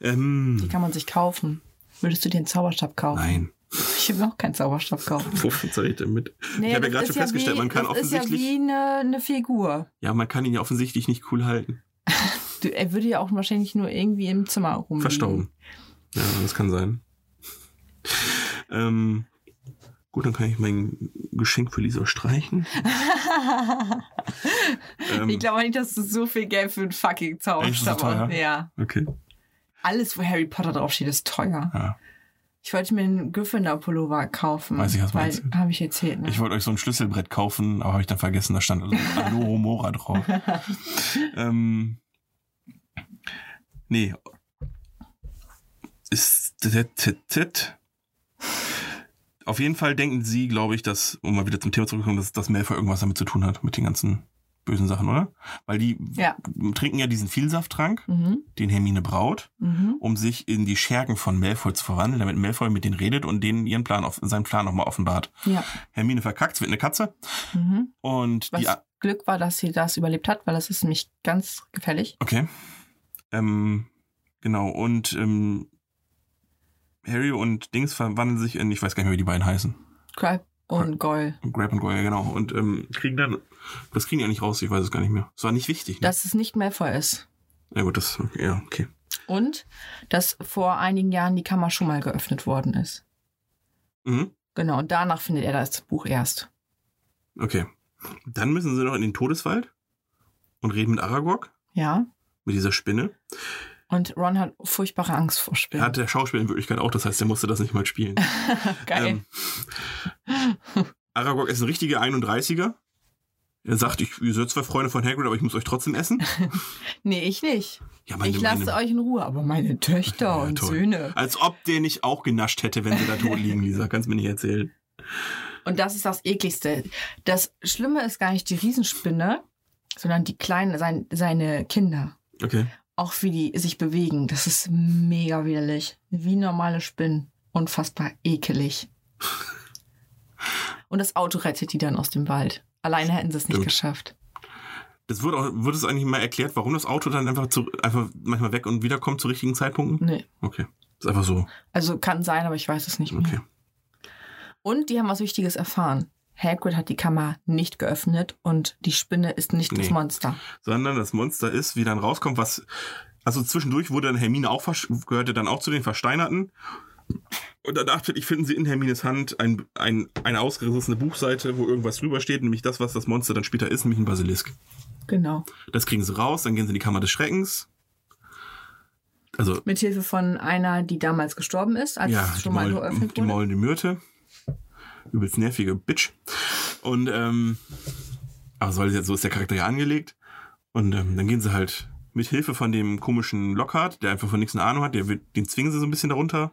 Die Ähm, kann man sich kaufen. Würdest du dir einen Zauberstab kaufen? nein. Ich will mir auch keinen Zauberstab kaufen. Wofür soll ich denn mit? [LAUGHS] Nee, ich habe ja das gerade ist schon festgestellt, wie, man kann das offensichtlich. ist ja wie eine, eine Figur. Ja, man kann ihn ja offensichtlich nicht cool halten. Du, er würde ja auch wahrscheinlich nur irgendwie im Zimmer rumliegen. Verstauben. Ja, das kann sein. ähm, gut, dann kann ich mein Geschenk für Lisa streichen. Ähm, ich glaube nicht, dass du so viel Geld für einen fucking Zauberstab Echt, ist das teuer? hast. Ja. okay. Ah. Alles, wo Harry Potter draufsteht, ist teuer. Ja. Ich wollte mir einen Gryffindor-Pullover kaufen. Weiß ich, hast du mal weil, erzählt. Habe ich erzählt, ne? Ich wollte euch so ein Schlüsselbrett kaufen, aber habe ich dann vergessen, da stand also Aloe Mora drauf. ähm, nee. Ist tit- tit- tit. Auf jeden Fall denken sie, glaube ich, dass, um mal wieder zum Thema zurückzukommen, dass, dass Malfoy irgendwas damit zu tun hat, mit den ganzen bösen Sachen, oder? Weil die Ja. trinken ja diesen Vielsafttrank, mhm. den Hermine braut, Mhm. um sich in die Schergen von Malfoy zu verwandeln, damit Malfoy mit denen redet und denen ihren Plan, auf, seinen Plan nochmal offenbart. Ja. Hermine verkackt, es wird eine Katze. Mhm. Und Was die. a- Glück war, dass sie das überlebt hat, weil das ist nämlich ganz gefährlich. Okay. Ähm, genau, und ähm, Harry und Dings verwandeln sich in, ich weiß gar nicht mehr, wie die beiden heißen. Crab und Goyle. Grab und Goyle, ja, genau. Und ähm, kriegen dann. Was kriegen die eigentlich raus? Ich weiß es gar nicht mehr. Das war nicht wichtig. Ne? Dass es nicht Malfoy ist. ja, gut, das. Ja, okay. Und dass vor einigen Jahren die Kammer schon mal geöffnet worden ist. Mhm. Genau, und danach findet er das Buch erst. Okay. Dann müssen sie noch in den Todeswald und reden mit Aragog. Ja, mit dieser Spinne. Und Ron hat furchtbare Angst vor Spinnen. Hat der Schauspieler in Wirklichkeit auch, das heißt, der musste das nicht mal spielen. [LAUGHS] Geil. Ähm, Aragog ist ein richtiger 31er. Er sagt, ich, ihr seid zwei Freunde von Hagrid, aber ich muss euch trotzdem essen. nee, ich nicht. Ja, ich lasse euch in Ruhe, aber meine Töchter Ja, und toll. Söhne. Als ob der nicht auch genascht hätte, wenn sie da tot liegen, Lisa. Kannst mir nicht erzählen. Und das ist das ekligste. Das Schlimme ist gar nicht die Riesenspinne, sondern die kleinen, sein, seine Kinder. Okay. Auch wie die sich bewegen. Das ist mega widerlich. Wie normale Spinnen. Unfassbar ekelig. Und das Auto rettet die dann aus dem Wald. Alleine hätten sie es nicht Stimmt. geschafft. Das wurde, auch, wurde es eigentlich mal erklärt, warum das Auto dann einfach, zu, einfach manchmal weg und wiederkommt zu richtigen Zeitpunkten? Nee. Okay. Ist einfach so. Also kann sein, aber ich weiß es nicht mehr. Okay. Und die haben was Wichtiges erfahren. Hagrid hat die Kammer nicht geöffnet und die Spinne ist nicht das Nee. Monster. Sondern das Monster ist, wie dann rauskommt, was. Also zwischendurch wurde dann Hermine auch versch- gehörte dann auch zu den Versteinerten. Und dann dachte ich, finden sie in Hermines Hand ein, ein, eine ausgerissene Buchseite, wo irgendwas drüber steht, nämlich das, was das Monster dann später ist, nämlich ein Basilisk. Genau. Das kriegen sie raus, dann gehen sie in die Kammer des Schreckens. Also Mit Hilfe von einer, die damals gestorben ist, als ja, es die, schon mal Maul, geöffnet die wurde. maulende Myrte. Übelst nervige Bitch. Und, ähm, aber soll jetzt, so ist der Charakter ja angelegt. Und ähm, dann gehen sie halt mit Hilfe von dem komischen Lockhart, der einfach von nichts eine Ahnung hat, der wird, den zwingen sie so ein bisschen darunter.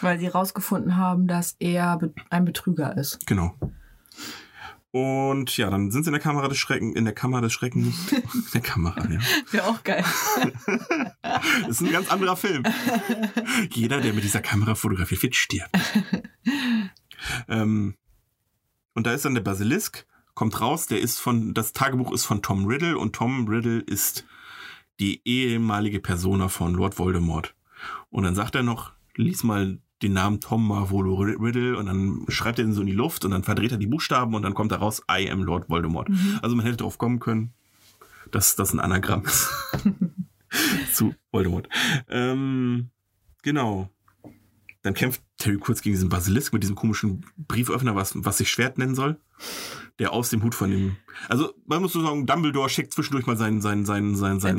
Weil sie rausgefunden haben, dass er be- ein Betrüger ist. Genau. Und ja, dann sind sie in der Kamera des Schreckens, in der Kamera des [LAUGHS] Schreckens. in der Kamera, [LAUGHS] ja. Wäre auch geil. Das [LAUGHS] ist ein ganz anderer Film. Jeder, der mit dieser Kamera fotografiert wird, stirbt. ähm, und da ist dann der Basilisk, kommt raus, der ist von, das Tagebuch ist von Tom Riddle und Tom Riddle ist die ehemalige Persona von Lord Voldemort. Und dann sagt er noch, lies mal den Namen Tom Marvolo Riddle und dann schreibt er den so in die Luft und dann verdreht er die Buchstaben und dann kommt da raus, I am Lord Voldemort. Mhm. Also man hätte drauf kommen können, dass das ein Anagramm [LAUGHS] ist zu Voldemort. Ähm, genau. Dann kämpft Terry kurz gegen diesen Basilisk mit diesem komischen Brieföffner, was, was sich Schwert nennen soll. Der aus dem Hut von dem. Also, man muss so sagen, Dumbledore schickt zwischendurch mal seinen, seinen, seinen, seinen, seinen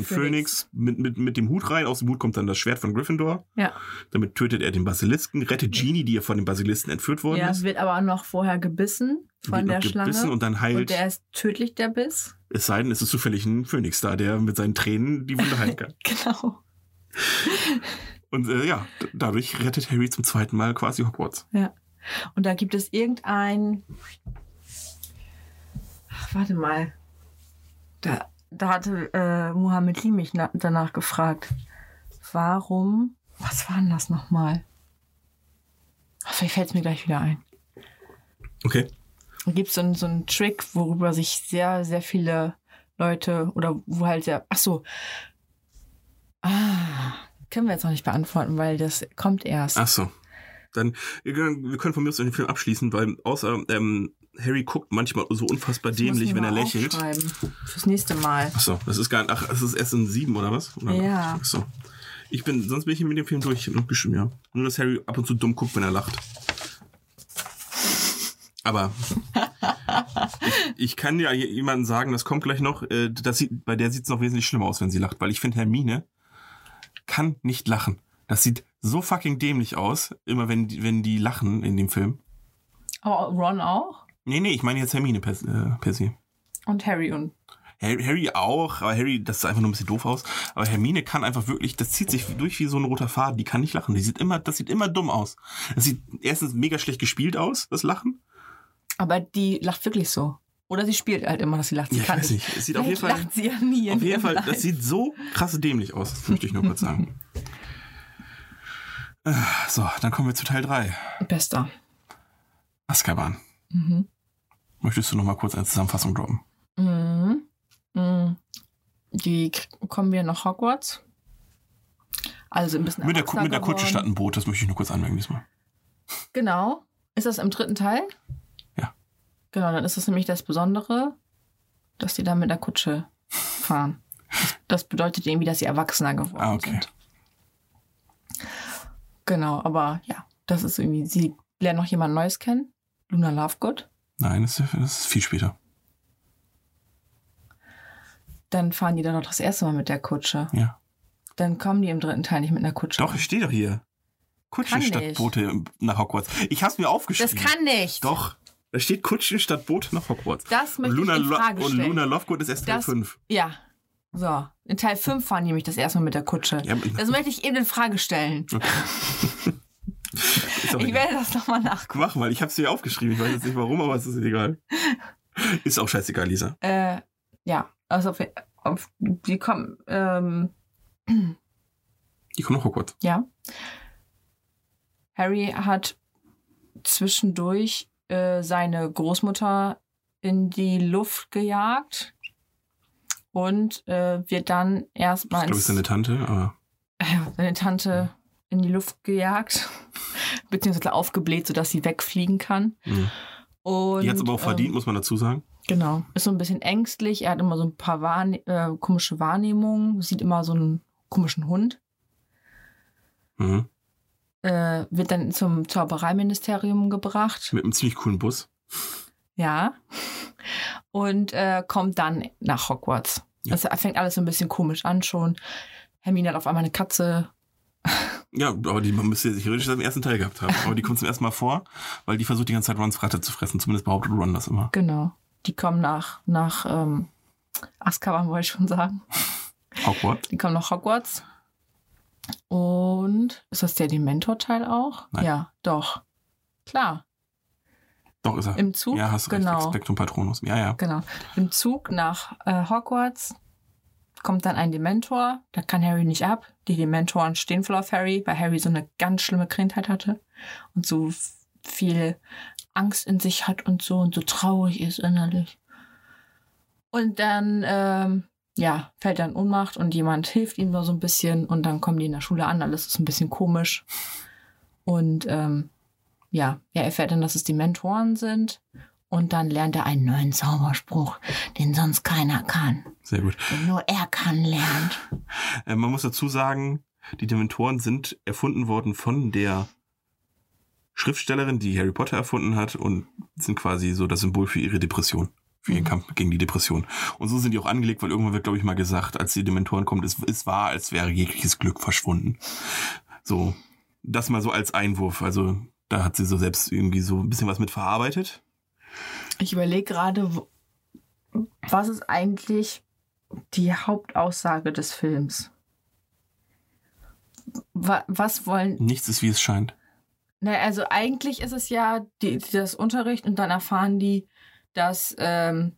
Phönix Phönix. mit, mit, mit dem Hut rein. Aus dem Hut kommt dann das Schwert von Gryffindor. Ja. Damit tötet er den Basilisken, rettet Genie, die ja von dem Basilisten entführt worden ja, ist. wird aber noch vorher gebissen von Wird der noch Schlange. gebissen Und dann heilt. Und der ist tödlich, der Biss. es sei denn, es ist zufällig ein Phönix da, der mit seinen Tränen die Wunde [LAUGHS] heilen kann. Genau. Und äh, ja, d- dadurch rettet Harry zum zweiten Mal quasi Hogwarts. Und da gibt es irgendein. Ach, warte mal. Da, da hatte äh, Mohammed Lee mich na, danach gefragt. Warum? Was war denn das nochmal? Ach, Vielleicht fällt es mir gleich wieder ein. Okay. Da gibt so es so einen Trick, worüber sich sehr, sehr viele Leute oder wo halt sehr. Ach so. Ah, können wir jetzt noch nicht beantworten, weil das kommt erst. Ach so. Dann, wir können wir können von mir aus den Film abschließen, weil außer ähm, Harry guckt manchmal so unfassbar Das muss ich dämlich, mir wenn er mal lächelt. aufschreiben. Fürs nächste Mal. Ach so, das ist gar ach, es ist erst in sieben oder was? Oder Ja. Ach so. Ich bin, sonst bin ich mit dem Film durch. Ich hab noch geschrieben, ja. Nur, dass Harry ab und zu dumm guckt, wenn er lacht. Aber ich, ich kann ja je- jemandem sagen, das kommt gleich noch, äh, das sieht, bei der sieht es noch wesentlich schlimmer aus, wenn sie lacht, weil ich finde, Hermine kann nicht lachen. Das sieht so fucking dämlich aus, immer wenn, die- wenn die lachen in dem Film. Aber Oh, Ron auch? Nee, nee, ich meine jetzt Hermine per, äh, per se. Und Harry und. Harry, Harry auch, aber Harry, das sah einfach nur ein bisschen doof aus. Aber Hermine kann einfach wirklich, das zieht sich durch wie so ein roter Faden. Die kann nicht lachen. Die sieht immer, das sieht immer dumm aus. Das sieht erstens mega schlecht gespielt aus, das Lachen. Aber die lacht wirklich so. Oder sie spielt halt immer, dass sie lacht. Sie Ja, ich kann weiß nicht. Es sieht auf jeden Vielleicht Fall, lacht sie ja nie. in auf jeden ihrem Fall, Leid. das sieht so krass dämlich aus. Das möchte ich nur kurz sagen. Äh, So, dann kommen wir zu Teil 3. Bester. Azkaban. Mhm. Möchtest du noch mal kurz eine Zusammenfassung droppen? Mhm. Mhm. Die k- kommen wir nach Hogwarts. Also ein bisschen Mit der, Ku- erwachsener mit der Kutsche geworden. statt ein Boot, das möchte ich nur kurz anmerken diesmal. Genau. Ist das im dritten Teil? Ja. Genau, dann ist das nämlich das Besondere, dass die da mit der Kutsche fahren. Das bedeutet irgendwie, dass sie erwachsener geworden Ah, okay. sind. Genau, aber ja, das ist irgendwie, sie lernen noch jemand Neues kennen. Luna Lovegood. Nein, das ist, das ist viel später. dann fahren die dann noch das erste Mal mit der Kutsche. Ja. Dann kommen die im dritten Teil nicht mit einer Kutsche. Doch, ich stehe doch hier. Kutschen Kann statt nicht. Boote nach Hogwarts. Ich hab's mir aufgeschrieben. das kann nicht. Doch. Da steht Kutschen statt Boote nach Hogwarts. Das möchte Luna ich in Lo- Frage und stellen. Luna Lovegood ist erst Teil Das- 5. Ja. So. In Teil 5 fahren die nämlich das erste Mal mit der Kutsche. Ja, aber- Das möchte ich eben in Frage stellen. Ist doch Ich egal. werde das nochmal nachgucken. Mach mal, ich hab's mir aufgeschrieben. Ich weiß jetzt nicht warum, aber es ist egal. Ist auch scheißegal, Lisa. Äh, ja. Also, auf, auf, die kommen, ähm, Die kommen nach Hogwarts. Ja. Harry hat zwischendurch äh, seine Großmutter in die Luft gejagt und äh, wird dann Ich erstmal glaube, es ist ins- eine Tante, aber ja, seine Tante in die Luft gejagt, [LAUGHS] beziehungsweise aufgebläht, sodass sie wegfliegen kann. mh. hm. Und, ähm, die hat's aber auch verdient, muss man dazu sagen. Genau. Ist so ein bisschen ängstlich. Er hat immer so ein paar Wahrne äh, komische Wahrnehmungen, sieht immer so einen komischen Hund. Mhm. Äh, wird dann zum Zaubereiministerium gebracht. Mit einem ziemlich coolen Bus. Ja. Und äh, kommt dann nach Hogwarts. Ja. Das fängt alles so ein bisschen komisch an schon. Hermine hat auf einmal eine Katze. Ja, aber die müsste ja theoretisch im ersten Teil gehabt haben. Aber die kommt zum ersten Mal vor, weil die versucht die ganze Zeit Rons Ratte zu fressen. Zumindest behauptet Ron das immer. Genau. Die kommen nach, nach ähm, Azkaban, wollte ich schon sagen. Hogwarts? Die kommen nach Hogwarts. Und ist das der Dementor-Teil auch? Nein. Ja, doch. Klar. Doch, ist er. Im Zug? ja, hast du recht. genau. Expectum Patronus. Ja, ja. Genau. Im Zug nach äh, Hogwarts kommt dann ein Dementor. Da kann Harry nicht ab. Die Dementoren stehen voll auf Harry, weil Harry so eine ganz schlimme Kindheit hatte und so f- viel Angst in sich hat und so und so traurig ist innerlich. Und dann, ähm, ja, fällt er in Ohnmacht und jemand hilft ihm nur so ein bisschen und dann kommen die in der Schule an. Alles ist ein bisschen komisch. Und ähm, ja, er erfährt dann, dass es Dementoren sind. Und dann lernt er einen neuen Zauberspruch, den sonst keiner kann. Sehr gut. Den nur er kann lernt. Äh, man muss dazu sagen, die Dementoren sind erfunden worden von der Schriftstellerin, die Harry Potter erfunden hat und sind quasi so das Symbol für ihre Depression. Für ihren Mhm. Kampf gegen die Depression. Und so sind die auch angelegt, weil irgendwann wird, glaube ich, mal gesagt, als die Dementoren kommt, es, es war, als wäre jegliches Glück verschwunden. So, das mal so als Einwurf. Also, da hat sie so selbst irgendwie so ein bisschen was mit verarbeitet. Ich überlege gerade, wo- was ist eigentlich die Hauptaussage des Films? Wa- Was wollen. Nichts ist, wie es scheint. Na, also eigentlich ist es ja die, die- das Unterricht und dann erfahren die, dass ähm,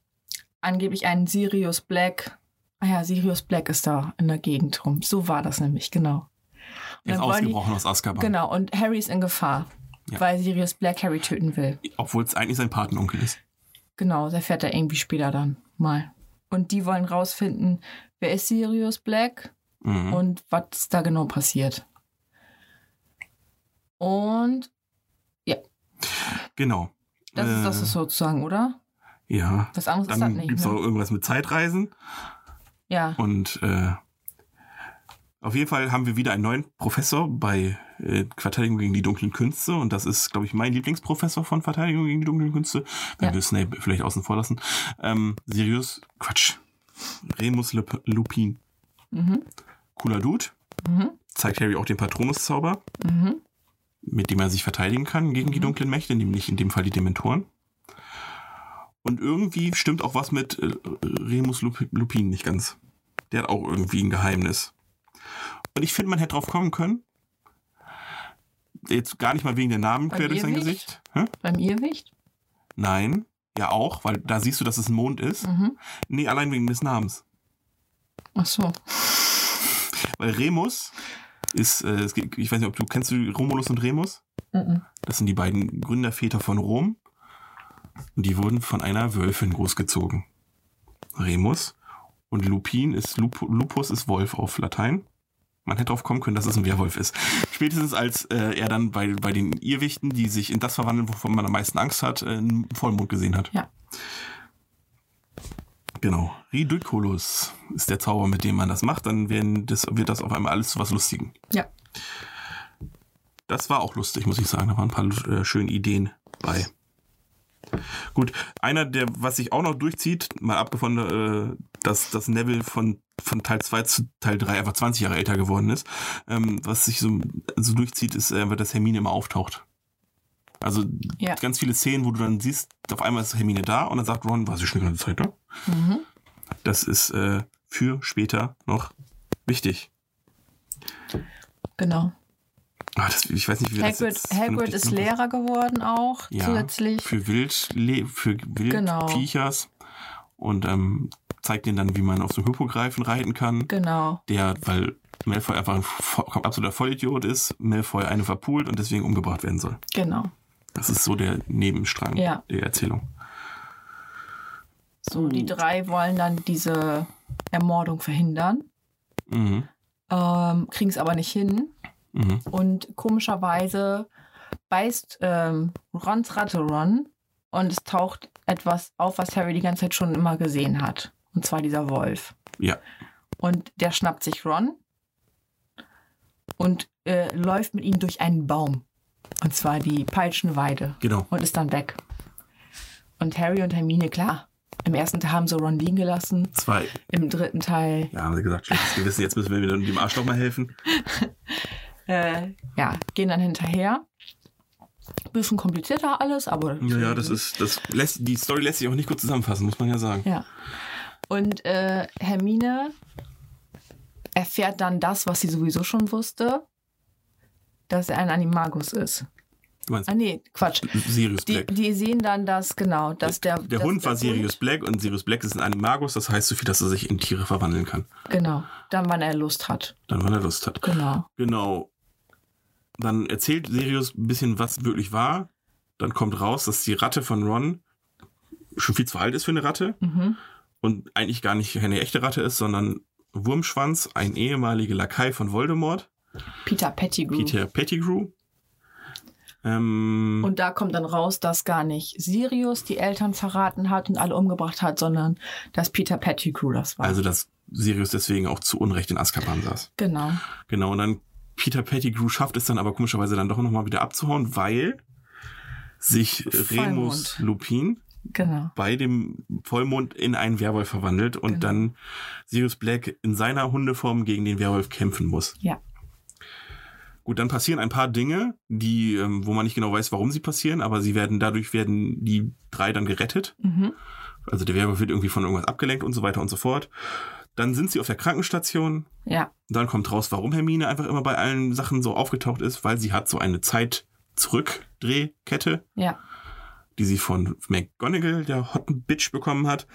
angeblich ein Sirius Black. Ah ja, Sirius Black ist da in der Gegend rum. So war das nämlich, genau. Er ist Dann wollen die- ausgebrochen aus Azkaban. Genau, und Harry ist in Gefahr, Ja. weil Sirius Black Harry töten will. Obwohl es eigentlich sein Patenonkel ist. Genau, der fährt er irgendwie später dann mal. Und die wollen rausfinden, wer ist Sirius Black Mhm. und was da genau passiert. Und genau. das ist das Äh, ist sozusagen, oder? Ja. Was anderes ist das Dann nicht. gibt's auch Ne? irgendwas mit Zeitreisen. Ja, Und äh, auf jeden Fall haben wir wieder einen neuen Professor bei äh, Verteidigung gegen die dunklen Künste. Und das ist, glaube ich, mein Lieblingsprofessor von Verteidigung gegen die dunklen Künste. Wenn Ja. wir Snape vielleicht außen vor lassen. Ähm, Sirius, Quatsch. Remus Lup Lupin. mhm. Cooler Dude. Mhm. Zeigt Harry auch den Patronus-Zauber, Mhm. mit dem er sich verteidigen kann gegen die Mhm. dunklen Mächte, nämlich in dem Fall die Dementoren. Und irgendwie stimmt auch was mit äh, Remus Lup Lupin nicht ganz. Der hat auch irgendwie ein Geheimnis. Und ich finde, man hätte drauf kommen können. Jetzt gar nicht mal wegen der Namen Bei quer durch sein Irrwicht? Gesicht. Hä? beim Irrwicht. Nein. Ja, auch, weil da siehst du, dass es ein Mond ist. Mhm. Nee, allein wegen des Namens. Ach so. Weil Remus ist, äh, es gibt, ich weiß nicht, ob du kennst du Romulus und Remus? Mhm. Das sind die beiden Gründerväter von Rom. Und die wurden von einer Wölfin großgezogen. Remus. Und Lupin ist Lup Lupus ist Wolf auf Latein. Man hätte drauf kommen können, dass es ein Werwolf ist. Spätestens als äh, er dann bei, bei den Irrwichten, die sich in das verwandeln, wovon man am meisten Angst hat, äh, einen Vollmond gesehen hat. Ja. Genau. Ridiculus ist der Zauber, mit dem man das macht. Dann werden das, wird das auf einmal alles zu was Lustigem. Ja. Das war auch lustig, muss ich sagen. Da waren ein paar äh, schöne Ideen bei. Gut, einer, der, was sich auch noch durchzieht, mal abgefunden, äh, dass, dass Neville von, von Teil 2 zu Teil 3 einfach 20 Jahre älter geworden ist, ähm, was sich so, so durchzieht, ist äh, einfach, dass Hermine immer auftaucht. Also Ja. ganz viele Szenen, wo du dann siehst, auf einmal ist Hermine da und dann sagt Ron, war sie schon die ganze Zeit da? Mhm. Das ist äh, für später noch wichtig. Genau. Ah, das, ich weiß nicht, wie wir das Hagrid, jetzt Hagrid vernünftig ist machen. Lehrer geworden auch Ja, zusätzlich. Für Wild, für Wild Genau. Viechers und ähm, zeigt ihnen dann, wie man auf so einem Hippogreifen reiten kann. Genau. Der, weil Malfoy einfach ein vo- absoluter Vollidiot ist, Malfoy eine verpult und deswegen umgebracht werden soll. Genau. Das ist so der Nebenstrang Ja. der Erzählung. So, die drei wollen dann diese Ermordung verhindern, Mhm. ähm, kriegen es aber nicht hin. Mhm. Und komischerweise beißt ähm, Rons Ratte Ron und es taucht etwas auf, was Harry die ganze Zeit schon immer gesehen hat. Und zwar dieser Wolf. Ja. Und der schnappt sich Ron und äh, läuft mit ihm durch einen Baum. Und zwar die Peitschenweide. Genau. und ist dann weg. Und Harry und Hermine, klar. Im ersten Teil haben sie Ron liegen gelassen. Zwei. Im dritten Teil, Ja, haben sie gesagt, [LAUGHS] schlechtes Gewissen, jetzt müssen wir wieder dem Arsch doch mal helfen. äh, ja, gehen dann hinterher. Bisschen komplizierter alles, aber. Ja, ja, das ist, das lässt, die Story lässt sich auch nicht gut zusammenfassen, muss man ja sagen. Ja. Und äh, Hermine erfährt dann das, was sie sowieso schon wusste, dass er ein Animagus ist. Du meinst, Ah, nee, Quatsch. Sirius Die, Black. die sehen dann das, genau, dass der. Der dass Hund war Hund- Sirius Black und Sirius Black ist ein Animagus, das heißt so viel, dass er sich in Tiere verwandeln kann. Genau, dann, wann er Lust hat. Dann, wann er Lust hat. Genau. Genau. Dann erzählt Sirius ein bisschen, was wirklich war. Dann kommt raus, dass die Ratte von Ron schon viel zu alt ist für eine Ratte Mhm. und eigentlich gar nicht eine echte Ratte ist, sondern Wurmschwanz, ein ehemaliger Lakai von Voldemort, Peter Pettigrew. Peter Pettigrew. Ähm, Und da kommt dann raus, dass gar nicht Sirius die Eltern verraten hat und alle umgebracht hat, sondern dass Peter Pettigrew das war. also, dass Sirius deswegen auch zu Unrecht in Azkaban saß. genau. Genau, und dann Peter Pettigrew schafft es dann aber komischerweise dann doch nochmal wieder abzuhauen, weil sich Remus Vollmond. Lupin Genau. bei dem Vollmond in einen Werwolf verwandelt und Genau. dann Sirius Black in seiner Hundeform gegen den Werwolf kämpfen muss. Ja. Gut, dann passieren ein paar Dinge, die, ähm, wo man nicht genau weiß, warum sie passieren, aber sie werden, dadurch werden die drei dann gerettet. Mhm. Also der Werwolf wird irgendwie von irgendwas abgelenkt und so weiter und so fort. Dann sind sie auf der Krankenstation, Ja, und dann kommt raus, warum Hermine einfach immer bei allen Sachen so aufgetaucht ist, weil sie hat so eine Zeit-Zurück-Drehkette, ja. die sie von McGonagall, der Hotten Bitch, bekommen [LAUGHS] hat.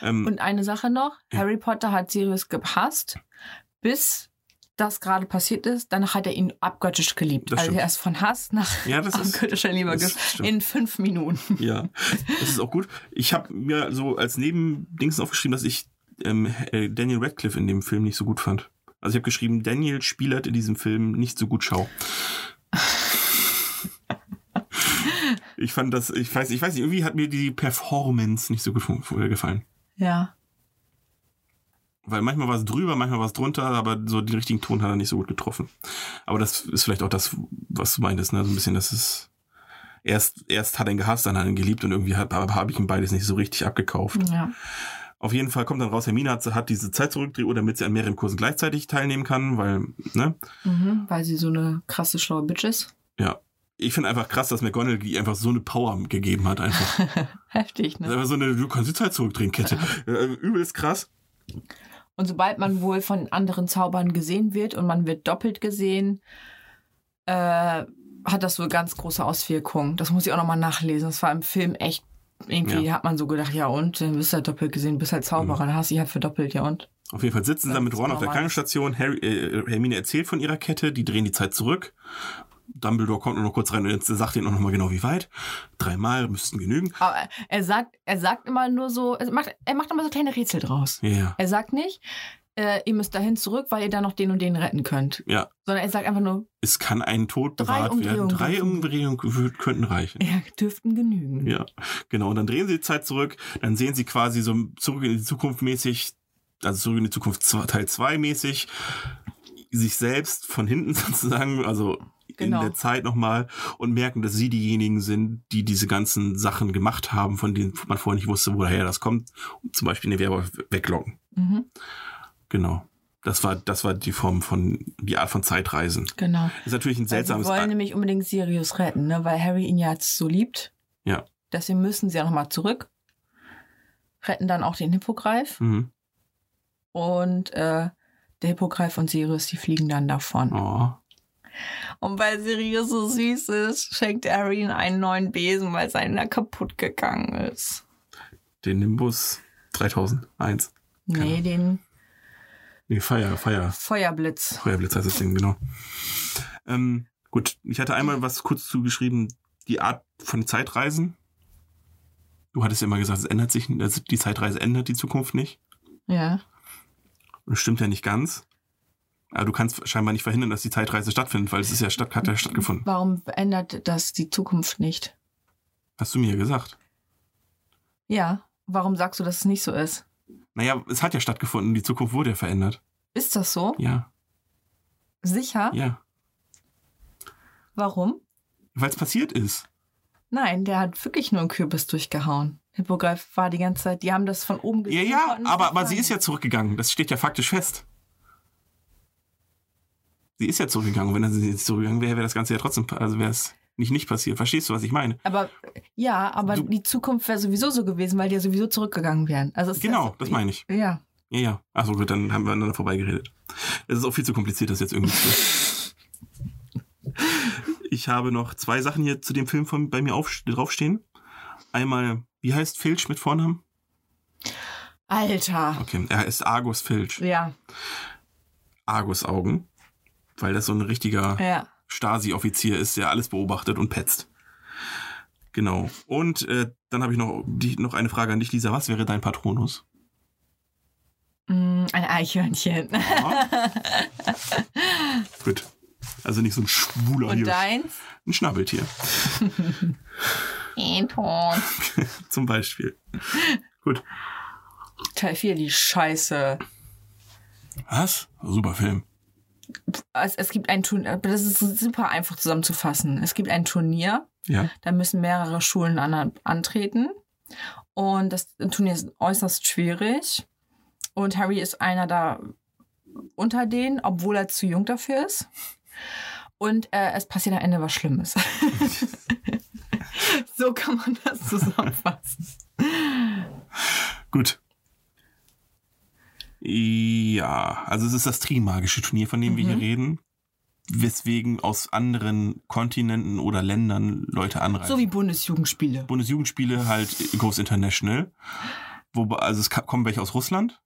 ähm, Und eine Sache noch: Ja. Harry Potter hat Sirius gehasst, bis das gerade passiert ist. Danach hat er ihn abgöttisch geliebt. Das also stimmt. er ist von Hass nach ja, das ist, abgöttischer Liebe das ge- stimmt. in fünf Minuten. ja, das ist auch gut. Ich habe mir so als Nebendings aufgeschrieben, dass ich ähm, äh, Daniel Radcliffe in dem Film nicht so gut fand. Also ich habe geschrieben, Daniel spielert in diesem Film nicht so gut Schau. Ich fand das, ich weiß, ich weiß nicht, irgendwie hat mir die Performance nicht so gut gefallen. Ja, Weil manchmal war es drüber, manchmal war es drunter, aber so den richtigen Ton hat er nicht so gut getroffen. Aber das ist vielleicht auch das, was du meintest, ne? So ein bisschen, das ist. Erst, erst hat er ihn gehasst, dann hat er ihn geliebt und irgendwie habe hab ich ihm beides nicht so richtig abgekauft. ja, Auf jeden Fall kommt dann raus, Hermine hat, hat diese Zeit zurückdrehuhr, damit sie an mehreren Kursen gleichzeitig teilnehmen kann, weil, ne? mhm. weil sie so eine krasse schlaue Bitch ist. [LAUGHS] Ich finde einfach krass, dass McGonagall ihr einfach so eine Power gegeben hat, einfach. Heftig, Das ne? ist einfach so eine, du kannst die Zeit zurückdrehen, Kette. Äh, Übelst krass. Und sobald man wohl von anderen Zaubern gesehen wird und man wird doppelt gesehen, äh, hat das wohl ganz große Auswirkungen. Das muss ich auch nochmal nachlesen. Das war im Film echt, irgendwie hat man so gedacht, ja und, dann bist du halt doppelt gesehen, bist halt Zauberer, Mhm. dann hast du dich halt verdoppelt, ja und. Auf jeden Fall sitzen sie dann mit Äh, Das Ron auf der Normale. Krankenstation. Harry, äh, Hermine erzählt von ihrer Kette, die drehen die Zeit zurück. Dumbledore kommt nur noch kurz rein und jetzt sagt ihnen auch nochmal genau, wie weit. Dreimal müssten genügen. Aber er sagt, er sagt immer nur so, er macht, er macht immer so kleine Rätsel draus. Ja, ja. Er sagt nicht, äh, ihr müsst dahin zurück, weil ihr dann noch den und den retten könnt. Ja. Sondern er sagt einfach nur, Es kann ein Tod Drei bewahrt werden. Umdrehungen Drei dürfen. Umdrehungen wür- könnten reichen. ja, dürften genügen. Ja, genau. Und dann drehen sie die Zeit zurück. Dann sehen sie quasi so zurück in die Zukunft mäßig, also zurück in die Zukunft zwei- Teil 2 mäßig, sich selbst von hinten [LAUGHS] sozusagen, also Genau. in der Zeit nochmal und merken, dass sie diejenigen sind, die diese ganzen Sachen gemacht haben, von denen man vorher nicht wusste, woher das kommt. Und zum Beispiel eine Werwolf weglocken. Mhm. Genau. Das war, das war die Form von, die Art von Zeitreisen. Genau. Ist natürlich ein Weil sie seltsames. wollen nämlich unbedingt Sirius retten, ne? weil Harry ihn ja jetzt so liebt. Ja. Deswegen müssen sie ja nochmal zurück. Retten dann auch den Hippogreif. mhm. Und äh, der Hippogreif und Sirius, die fliegen dann davon. oh. Und weil Sirius so süß ist, schenkt Harry ihm einen neuen Besen, weil seiner kaputt gegangen ist. Den Nimbus 3001. Nee, Genau. den Nee, Fire, Fire. Feuerblitz. Feuerblitz heißt das Ding, genau. Ähm, gut, ich hatte einmal was kurz zugeschrieben, die Art von Zeitreisen. Du hattest ja immer gesagt, es ändert sich, also die Zeitreise ändert die Zukunft nicht. Ja. Und das stimmt ja nicht ganz. Aber du kannst scheinbar nicht verhindern, dass die Zeitreise stattfindet, weil es ist ja statt, hat ja stattgefunden. Warum ändert das die Zukunft nicht? Hast du mir ja gesagt. Ja. Warum sagst du, dass es nicht so ist? Naja, es hat ja stattgefunden, die Zukunft wurde ja verändert. Ist das so? Ja, Sicher? ja. Warum? Weil es passiert ist. Nein, der hat wirklich nur einen Kürbis durchgehauen. Hippogreif war die ganze Zeit, die haben das von oben Ja, gesehen. ja, konnten es aber, nicht aber sie sagen. ist ja zurückgegangen. Das steht ja faktisch fest. Sie ist ja zurückgegangen. Und wenn sie jetzt zurückgegangen wäre, wäre das Ganze ja trotzdem, also wäre es nicht nicht passiert. Verstehst du, was ich meine? Aber ja, aber Du- die Zukunft wäre sowieso so gewesen, weil die ja sowieso zurückgegangen wären. Also es Genau, ist, das meine ich. Ja. Ja, ja. Achso, gut, dann haben wir aneinander vorbeigeredet. Es ist auch viel zu kompliziert, das jetzt irgendwie zu. [LAUGHS] Ich habe noch zwei Sachen hier zu dem Film von, bei mir auf, draufstehen. Einmal, wie heißt Filch mit Vornamen? Alter. Okay, er ist Argus Filch. Ja, Argus Augen. Weil das so ein richtiger. ja. Stasi-Offizier ist, der alles beobachtet und petzt. Genau. Und äh, dann habe ich noch, die, noch eine Frage an dich, Lisa. Was wäre dein [LAUGHS] Patronus? Mm, ein Eichhörnchen. [LAUGHS] Ja. Gut. Also nicht so ein schwuler Und hier. deins? Ein Schnabeltier. Anton. Zum Beispiel. Teil 4, die Scheiße. Was? Super Film. Es, es gibt ein Turnier, aber das ist super einfach zusammenzufassen. Es gibt ein Turnier, [LAUGHS] Ja. da müssen mehrere Schulen an, antreten. Und das Turnier ist äußerst schwierig. Und Harry ist einer da unter denen, obwohl er zu jung dafür ist. Und äh, es passiert am Ende was Schlimmes. [LAUGHS] so kann man das [LAUGHS] zusammenfassen. Gut. Ja, also es ist das Trimagische Turnier, von dem wir hier Mhm. reden. Weswegen aus anderen Kontinenten oder Ländern Leute anreisen. So wie Bundesjugendspiele. Bundesjugendspiele halt groß international. Wobei, also es ka- kommen welche aus Russland?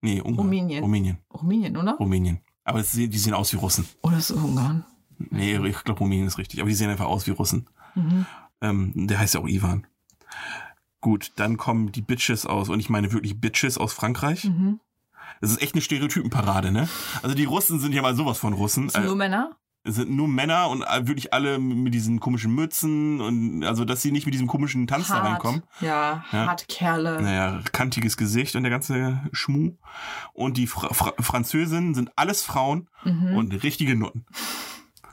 Nee, Ungarn. Rumänien. Rumänien. Rumänien, oder? Rumänien. Aber es, sehen- die sehen aus wie Russen. Oder ist es Ungarn? Nee, ich glaube, Rumänien ist richtig. Aber die sehen einfach aus wie Russen. Mhm. Ähm, der heißt ja auch Ivan. Gut, dann kommen die Bitches aus, und ich meine wirklich Bitches aus Frankreich. Mhm. Das ist echt eine Stereotypenparade, ne? Also die Russen sind ja mal sowas von Russen. Äh, Sind nur Männer? Es sind nur Männer und äh, wirklich alle mit diesen komischen Mützen und also dass sie nicht mit diesem komischen Tanz da reinkommen. Ja, Ja. harte Kerle. naja, kantiges Gesicht und der ganze Schmuh. Und die Fra Fra Französinnen sind alles Frauen Mhm. und richtige Nutten.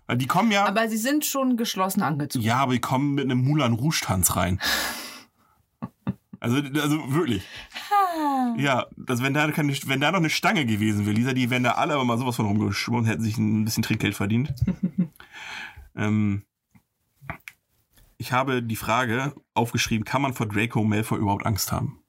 Weil Die kommen ja, Aber sie sind schon geschlossen angezogen. ja, aber die kommen mit einem Moulin Rouge Tanz rein. Also, also wirklich. Ja, das, wenn, da keine, wenn da noch eine Stange gewesen wäre, Lisa, die wären da alle aber mal sowas von rumgeschwommen und hätten sich ein bisschen Trinkgeld [LAUGHS] verdient. ähm, ich habe die Frage aufgeschrieben, kann man vor Draco Malfoy überhaupt Angst haben?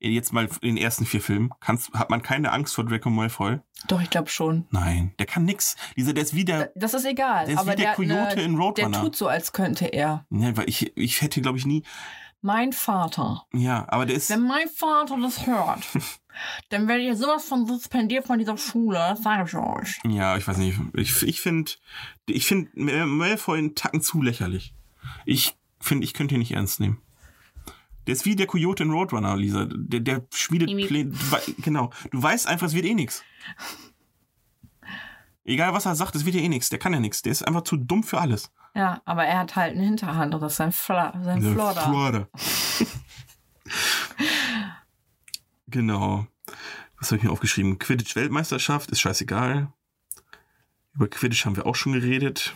Äh, Jetzt mal in den ersten vier Filmen. Kannst, hat man keine Angst vor Draco Malfoy? Doch, ich glaube schon. Nein, der kann nix. Lisa, der ist wie der... Das ist egal. Der ist aber wie der der, Coyote ne, in der Roadrunner. tut so, als könnte er. Ja, weil ich, ich hätte, glaube ich, nie... Mein Vater. Ja, aber der ist... Wenn mein Vater [LAUGHS] das hört, dann werde ich sowas von suspendiert von dieser Schule. Das sage ich euch. Ja, ich weiß nicht. Ich, ich finde ich find Mal- Malfoy einen Tacken zu lächerlich. Ich finde, ich könnte ihn nicht ernst nehmen. Der ist wie der Coyote in Roadrunner, Lisa. Der, der schmiedet Mimi. Pläne. Du wei- Genau. Du weißt einfach, es wird eh nix. Egal, was er sagt, es wird ja eh nix. Der kann ja nix. Der ist einfach zu dumm für alles. Ja, aber er hat halt eine Hinterhand und das ist sein, Fla sein Der Flodder. Flodder. genau. Was habe ich mir aufgeschrieben? Quidditch-Weltmeisterschaft ist scheißegal. Über Quidditch haben wir auch schon geredet.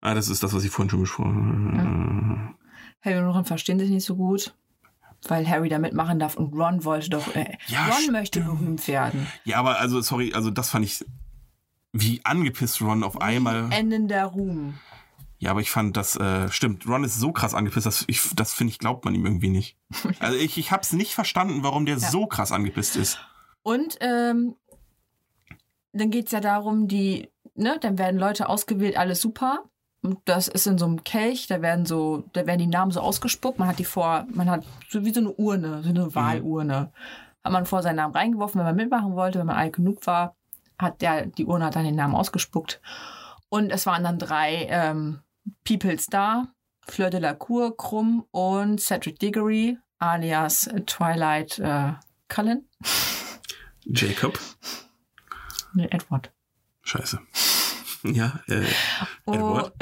Ah, das ist das, was ich vorhin schon besprochen habe. Harry und Ron verstehen sich nicht so gut, weil Harry da mitmachen darf und Ron wollte doch. Äh, Ja, Ron stimmt. möchte berühmt werden. Ja, aber also, sorry, also das fand ich, wie angepisst Ron auf einmal. Endender Ruhm. Ja, aber ich fand das, äh, stimmt, Ron ist so krass angepisst, dass ich, das finde ich, glaubt man ihm irgendwie nicht. Also ich, ich hab's nicht verstanden, warum der Ja. so krass angepisst ist. Und ähm, dann geht es ja darum, die, ne, dann werden Leute ausgewählt, alles super. Und das ist in so einem Kelch, da werden so, da werden die Namen so ausgespuckt. Man hat die vor, man hat so wie so eine Urne, so eine Wahlurne. Hat man vor seinen Namen reingeworfen, wenn man mitmachen wollte, wenn man alt genug war, hat der, die Urne hat dann den Namen ausgespuckt. Und es waren dann drei ähm, Peoples da: Fleur de la Cour, Krumm und Cedric Diggory, alias Twilight äh, Cullen. Jacob. Nee, Edward. Scheiße. [LAUGHS] Ja, äh, Oh, Edward.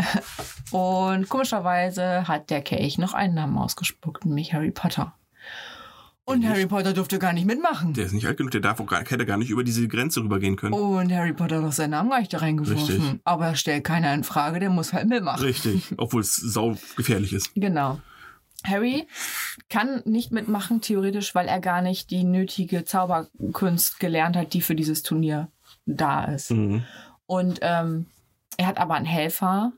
und komischerweise hat der Kelch noch einen Namen ausgespuckt, nämlich Harry Potter. Und Harry Potter durfte gar nicht mitmachen. Der ist nicht alt genug, der darf auch gar, hätte gar nicht über diese Grenze rübergehen können. Und Harry Potter hat noch seinen Namen gar nicht da reingeworfen. Richtig. Aber stellt keiner in Frage, der muss halt mitmachen. [LAUGHS] Richtig, obwohl es sau gefährlich ist. Genau. Harry kann nicht mitmachen, theoretisch, weil er gar nicht die nötige Zauberkunst gelernt hat, die für dieses Turnier da ist. Und ähm, er hat aber einen Helfer,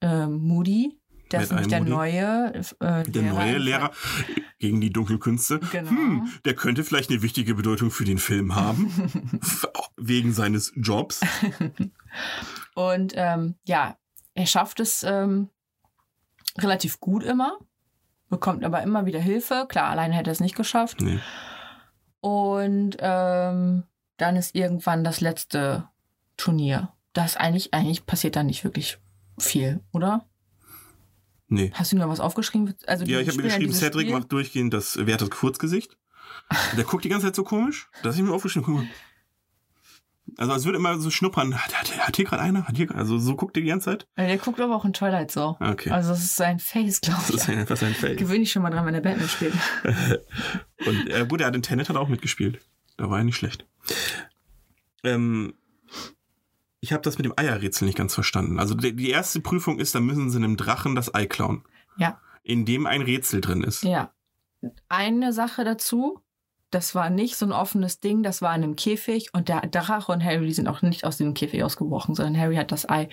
ähm, Moody. Der Mit ist nämlich der einem Moody? neue, äh, Der neue Lehrer gegen die Dunkelkünste. Genau. Hm, der könnte vielleicht eine wichtige Bedeutung für den Film [LAUGHS] haben. oh, wegen seines Jobs. Und ähm, ja, er schafft es ähm, relativ gut immer, bekommt aber immer wieder Hilfe. Klar, alleine hätte er es nicht geschafft. Nee. Und ähm, dann ist irgendwann das letzte Turnier. Das eigentlich, eigentlich passiert da nicht wirklich viel, oder? Nee. Hast du noch was aufgeschrieben? Also die Ja, ich habe mir spielen ja geschrieben, dieses Cedric Spiel. macht durchgehend das, wer hat das Kurzgesicht? Der guckt die ganze Zeit so komisch. Das hab ich mir aufgeschrieben. Guck mal. Also es wird immer so schnuppern. Hat, hat, hat hier gerade einer? Hat hier grad- Also so guckt ihr die ganze Zeit? Äh, Der guckt aber auch in Twilight so. Okay. Also das ist sein Face, glaube das ich. ist einfach sein Feld. Gewöhne ich schon mal dran, wenn er [LAUGHS] Batman spielt. Und äh, gut, er hat in Tenet hat er auch mitgespielt. Da war er nicht schlecht. Ähm, ich habe das mit dem Eierrätsel nicht ganz verstanden. Also die, die erste Prüfung ist, da müssen sie einem Drachen das Ei klauen. Ja. In dem ein Rätsel drin ist. Ja. Eine Sache dazu, das war nicht so ein offenes Ding, das war in einem Käfig und der Drache und Harry, die sind auch nicht aus dem Käfig ausgebrochen, sondern Harry hat das Ei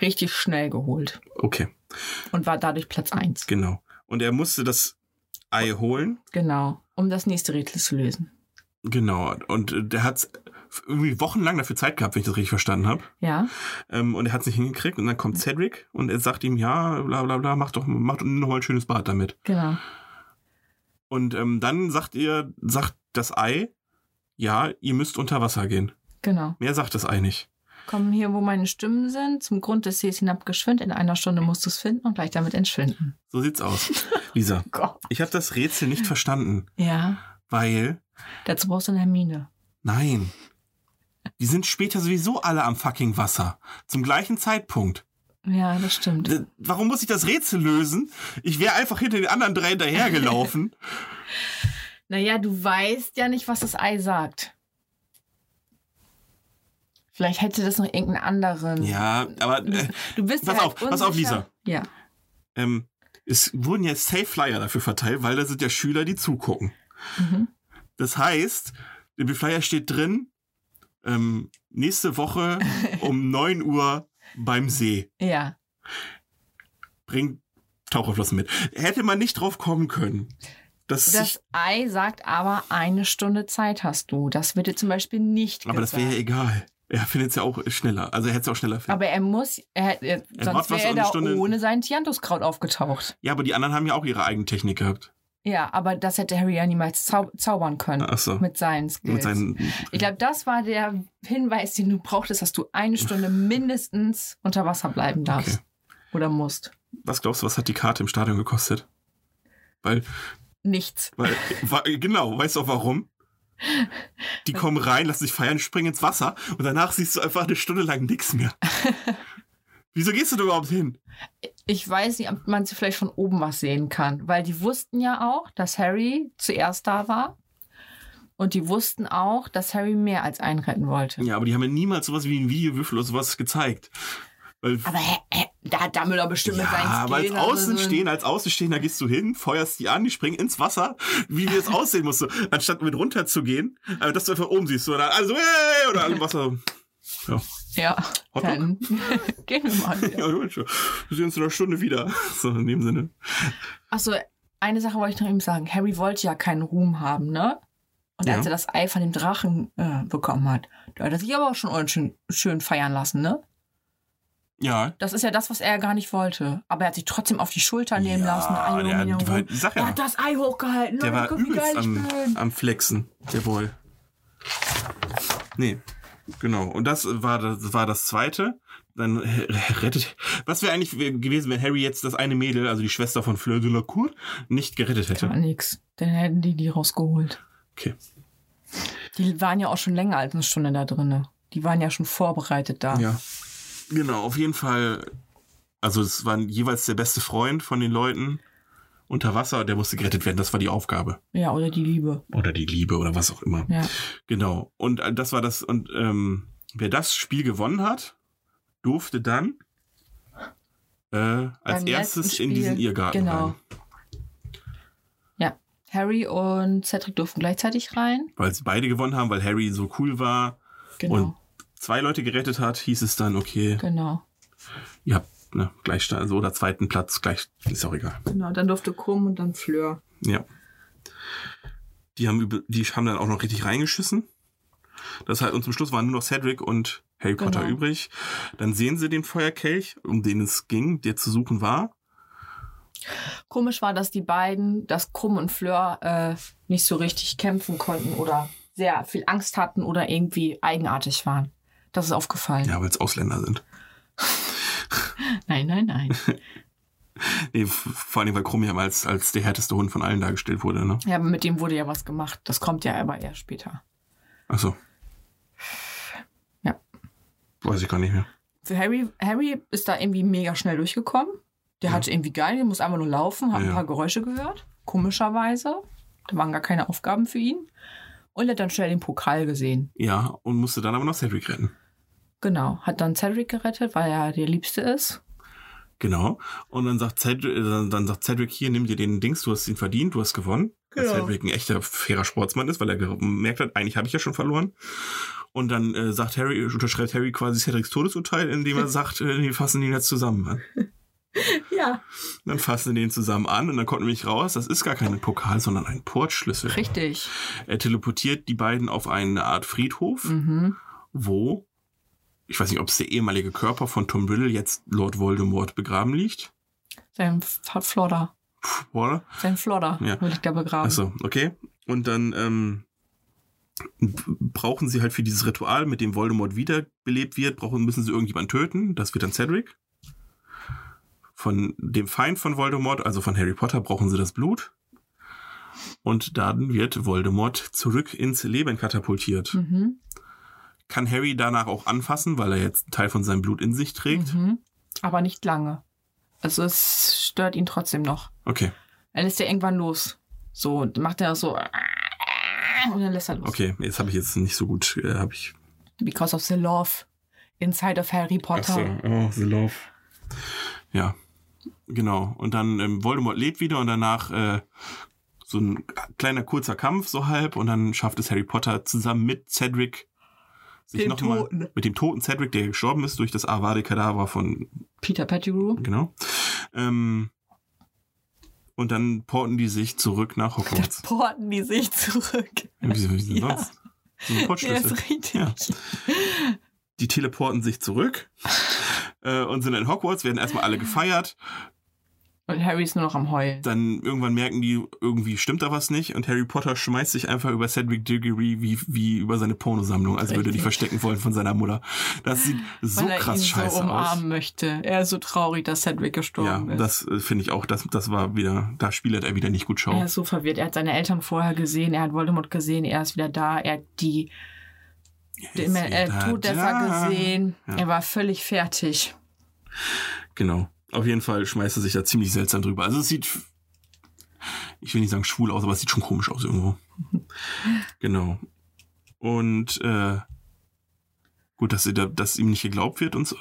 richtig schnell geholt Okay, und war dadurch Platz 1. genau. Und er musste das Ei holen. Genau, um das nächste Rätsel zu lösen. Genau, und äh, der hat irgendwie wochenlang dafür Zeit gehabt, wenn ich das richtig verstanden habe. Ja, Ähm, und er hat es nicht hingekriegt. Und dann kommt Cedric und er sagt ihm, ja, bla bla bla, mach doch mach doch noch mal ein schönes Bad damit. genau. Und ähm, dann sagt ihr, sagt das Ei, ja, ihr müsst unter Wasser gehen. Genau. Mehr sagt das Ei nicht. Kommen hier, wo meine Stimmen sind, zum Grund des Sees hinab geschwind. In einer Stunde musst du es finden und gleich damit entschwinden. So sieht's aus. Lisa, Gott. ich habe das Rätsel nicht verstanden, Ja, weil, dazu brauchst du eine Hermine. nein, die sind später sowieso alle am fucking Wasser. Zum gleichen Zeitpunkt. Ja, das stimmt. D- Warum muss ich das Rätsel lösen? Ich wäre einfach hinter den anderen drei hinterhergelaufen. Naja, du weißt ja nicht, was das Ei sagt. Vielleicht hätte das noch irgendeinen anderen. ja, aber äh, Du bist Pass ja auf, pass auf, unsicher. Ja. ähm, es wurden ja Safe Flyer dafür verteilt, weil da sind ja Schüler, die zugucken. Mhm. Das heißt, im Flyer steht drin, ähm, nächste [LAUGHS] Woche um 9 Uhr beim See. Ja. Bringt Taucherflossen mit. Hätte man nicht drauf kommen können. Das, sich, Das Ei sagt aber, eine Stunde Zeit hast du. Das wird dir zum Beispiel nicht aber das gesagt. wäre ja egal. Er findet es ja auch schneller. Also er hätte es ja auch schneller finden. aber er muss, er, er, sonst braucht was wäre er eine da Stunde- ohne sein Tiantuskraut aufgetaucht. Ja, aber die anderen haben ja auch ihre eigene Technik gehabt. Ja, aber das hätte Harry ja niemals zau zaubern können. Ach so. Mit seinen Skills. Mit seinen Ich glaube, das war der Hinweis, den du brauchtest, dass du [LAUGHS] eine Stunde mindestens unter Wasser bleiben darfst. Okay. Oder musst. Was glaubst du, was hat die Karte im Stadion gekostet? Weil, Nichts. weil, wa- genau, weißt du auch warum? [LAUGHS] Die kommen rein, lassen sich feiern, springen ins Wasser und danach siehst du einfach eine Stunde lang nichts [LAUGHS] mehr. Wieso gehst du da überhaupt hin? Ich weiß nicht, ob man sie vielleicht von oben was sehen kann, weil die wussten ja auch, dass Harry zuerst da war. Und die wussten auch, dass Harry mehr als einen retten wollte. Ja, aber die haben ja niemals sowas wie einen Videowürfel oder sowas gezeigt. Weil, Aber hä, hä, da hat Dumbledore bestimmt mit seinen ja, aber als Skillen oder so ein- Außenstehender, als Außenstehender gehst du hin, feuerst die an, die springen ins Wasser, wie [LAUGHS] wir es aussehen musste, anstatt mit runter zu gehen, aber dass du einfach oben siehst, oder also, hey, oder alle im Wasser. [LAUGHS] Ja, Ja, Hotdog? dann [LAUGHS] gehen wir mal. wieder. ja gut, schon. wir sehen uns in einer Stunde wieder. [LAUGHS] So, in dem Sinne. Achso, eine Sache wollte ich noch eben sagen. Harry wollte ja keinen Ruhm haben, ne? Und Ja. als er das Ei von dem Drachen äh, bekommen hat, da hat er sich aber auch schon ordentlich schön, schön feiern lassen, ne? Ja. Das ist ja das, was er gar nicht wollte. Aber er hat sich trotzdem auf die Schulter nehmen ja, lassen. Ei, der, Junge, Junge. war, ich sag Er ja, hat das Ei hochgehalten. der Leute, war guck, wie geil übelst ich am, bin. am Flexen, jawohl. Nee, genau. Und das war das, war das Zweite. Dann r- [LAUGHS] rettet. Was wäre eigentlich gewesen, wenn Harry jetzt das eine Mädel, also die Schwester von Fleur de la Cour, nicht gerettet Gar hätte? nix. Dann hätten die die rausgeholt. Okay. Die waren ja auch schon länger als eine Stunde da drin. Die waren ja schon vorbereitet da. Ja. Genau, auf jeden Fall. Also es waren jeweils der beste Freund von den Leuten unter Wasser, der musste gerettet werden. Das war die Aufgabe. ja oder die Liebe. Oder die Liebe oder was auch immer. Ja. Genau. Und äh, das war das. Und ähm, wer das Spiel gewonnen hat, durfte dann äh, als Beim erstes letzten in diesen Spiel, Irrgarten genau. rein. Harry und Cedric durften gleichzeitig rein. Weil sie beide gewonnen haben, weil Harry so cool war, Genau. Und- zwei Leute gerettet hat, hieß es dann, okay, genau. ihr habt ne, gleich also, oder zweiten Platz, gleich, ist auch egal. Genau. Dann durfte Krumm und dann Fleur. Ja. Die haben, über- die haben dann auch noch richtig reingeschissen. Das halt, und zum Schluss waren nur noch Cedric und Harry Potter Genau. übrig. Dann sehen sie den Feuerkelch, um den es ging, der zu suchen war. Komisch war, dass die beiden, dass Krumm und Fleur äh, nicht so richtig kämpfen konnten oder sehr viel Angst hatten oder irgendwie eigenartig waren. Das ist aufgefallen. Ja, weil es Ausländer sind. Nein, nein, nein. Nee, f- vor allem, weil Chromium als, als der härteste Hund von allen dargestellt wurde, ne? [LAUGHS] ja, aber mit dem wurde ja was gemacht. Das kommt ja aber eher später. Achso. Ja. Weiß ich gar nicht mehr. Für Harry, Harry ist da irgendwie mega schnell durchgekommen. Der Ja. hatte irgendwie geil, der muss einfach nur laufen, hat Ja. ein paar Geräusche gehört. Komischerweise. Da waren gar keine Aufgaben für ihn. Und er hat dann schnell den Pokal gesehen. Ja, und musste dann aber noch Cedric retten. Genau. Hat dann Cedric gerettet, weil er der Liebste ist. Genau. Und dann sagt Cedric, äh, dann, dann sagt Cedric hier, nimm dir den Dings, du hast ihn verdient, du hast gewonnen. Weil Genau. Cedric ein echter, fairer Sportsmann ist, weil er gemerkt hat, eigentlich habe ich ja schon verloren. Und dann äh, sagt Harry, unterschreibt Harry quasi Cedrics Todesurteil, indem er sagt, äh, wir fassen ihn jetzt zusammen an. Ja. Dann fassen sie den zusammen an und dann kommt nämlich raus, das ist gar kein Pokal, sondern ein Portschlüssel. Richtig. Er teleportiert die beiden auf eine Art Friedhof, Mhm. wo, ich weiß nicht, ob es der ehemalige Körper von Tom Riddle, jetzt Lord Voldemort, begraben liegt. Sein F- Flodder. Pff, Oder? Sein Flodder Ja. liegt da begraben. Achso, okay. Und dann ähm, b- brauchen sie halt für dieses Ritual, mit dem Voldemort wiederbelebt wird, brauchen, müssen sie irgendjemanden töten. Das wird dann Cedric. Von dem Feind von Voldemort, also von Harry Potter, brauchen sie das Blut. Und dann wird Voldemort zurück ins Leben katapultiert. Mhm. Kann Harry danach auch anfassen, weil er jetzt einen Teil von seinem Blut in sich trägt? Mhm. Aber nicht lange. Also es stört ihn trotzdem noch. Okay, Er lässt ja irgendwann los. So, und macht er so. Und dann lässt er los. okay, jetzt habe ich jetzt nicht so gut, äh, habe ich Because of the love inside of Harry Potter. oh, The Love. Ja, genau. Und dann ähm, Voldemort lebt wieder und danach äh, so ein kleiner kurzer Kampf, so halb. Und dann schafft es Harry Potter zusammen mit Cedric sich Dem nochmal Toten. mit dem toten Cedric, der gestorben ist durch das Avada Kedavra von, Peter Pettigrew. genau. Ähm, und dann porten die sich zurück nach Hogwarts. Porten die sich zurück. Ja, [LAUGHS] Wieso wieso Ja. sonst? So ein Ja, Portschlüssel. ist richtig. Ja. die teleporten sich zurück äh, und sind in Hogwarts, werden erstmal alle gefeiert. Und Harry ist nur noch am Heulen. dann irgendwann merken die, irgendwie stimmt da was nicht und Harry Potter schmeißt sich einfach über Cedric Diggory wie, wie über seine Pornosammlung, als würde er die Richtig. verstecken wollen von seiner Mutter. Das sieht so weil er krass ihn scheiße so umarmen aus. möchte. Er ist so traurig, dass Cedric Ja, gestorben ist. das äh, finde ich auch, das, das war wieder, da spielt er wieder nicht gut Schau. Er ist so verwirrt. Er hat seine Eltern vorher gesehen, er hat Voldemort gesehen, er ist wieder da, er hat die den ist äh, wieder da. Todesser gesehen. Ja. Er war völlig fertig. Genau. Auf jeden Fall schmeißt er sich da ziemlich seltsam drüber. Also es sieht, ich will nicht sagen schwul aus, aber es sieht schon komisch aus irgendwo. genau. Und äh, gut, dass, sie da, dass ihm nicht geglaubt wird und so.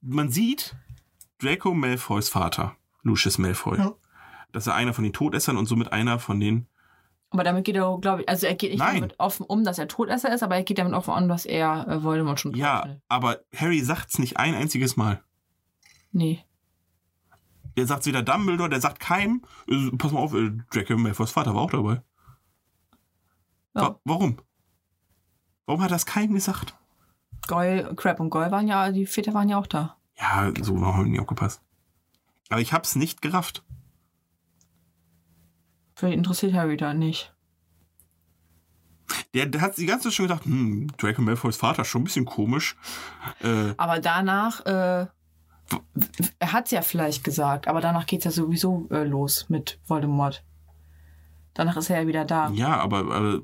Man sieht Draco Malfoys Vater, Lucius Malfoy, Ja. dass er einer von den Todessern und somit einer von den Aber damit geht er, glaube ich, also er geht nicht Nein. damit offen um, dass er Todesser ist, aber er geht damit offen um, dass er äh, Voldemort schon Ja, tötet. aber Harry sagt's nicht ein einziges Mal. Nee. Der sagt's weder Dumbledore, der sagt keinem. Äh, pass mal auf, äh, Draco Malfoys Vater war auch dabei. Ja. Wa warum? Warum hat das keinem gesagt? Goyle, Crab und Goyle waren ja, die Väter waren ja auch da. Ja, so war heute nicht aufgepasst. Aber ich hab's nicht gerafft. Vielleicht interessiert Harry da nicht. Der, der hat die ganze Zeit schon gedacht, hm, Draco Malfoys Vater, schon ein bisschen komisch. Äh, Aber danach, äh, er hat's ja vielleicht gesagt, aber danach geht's ja sowieso äh, los mit Voldemort. Danach ist er ja wieder da. ja, aber, aber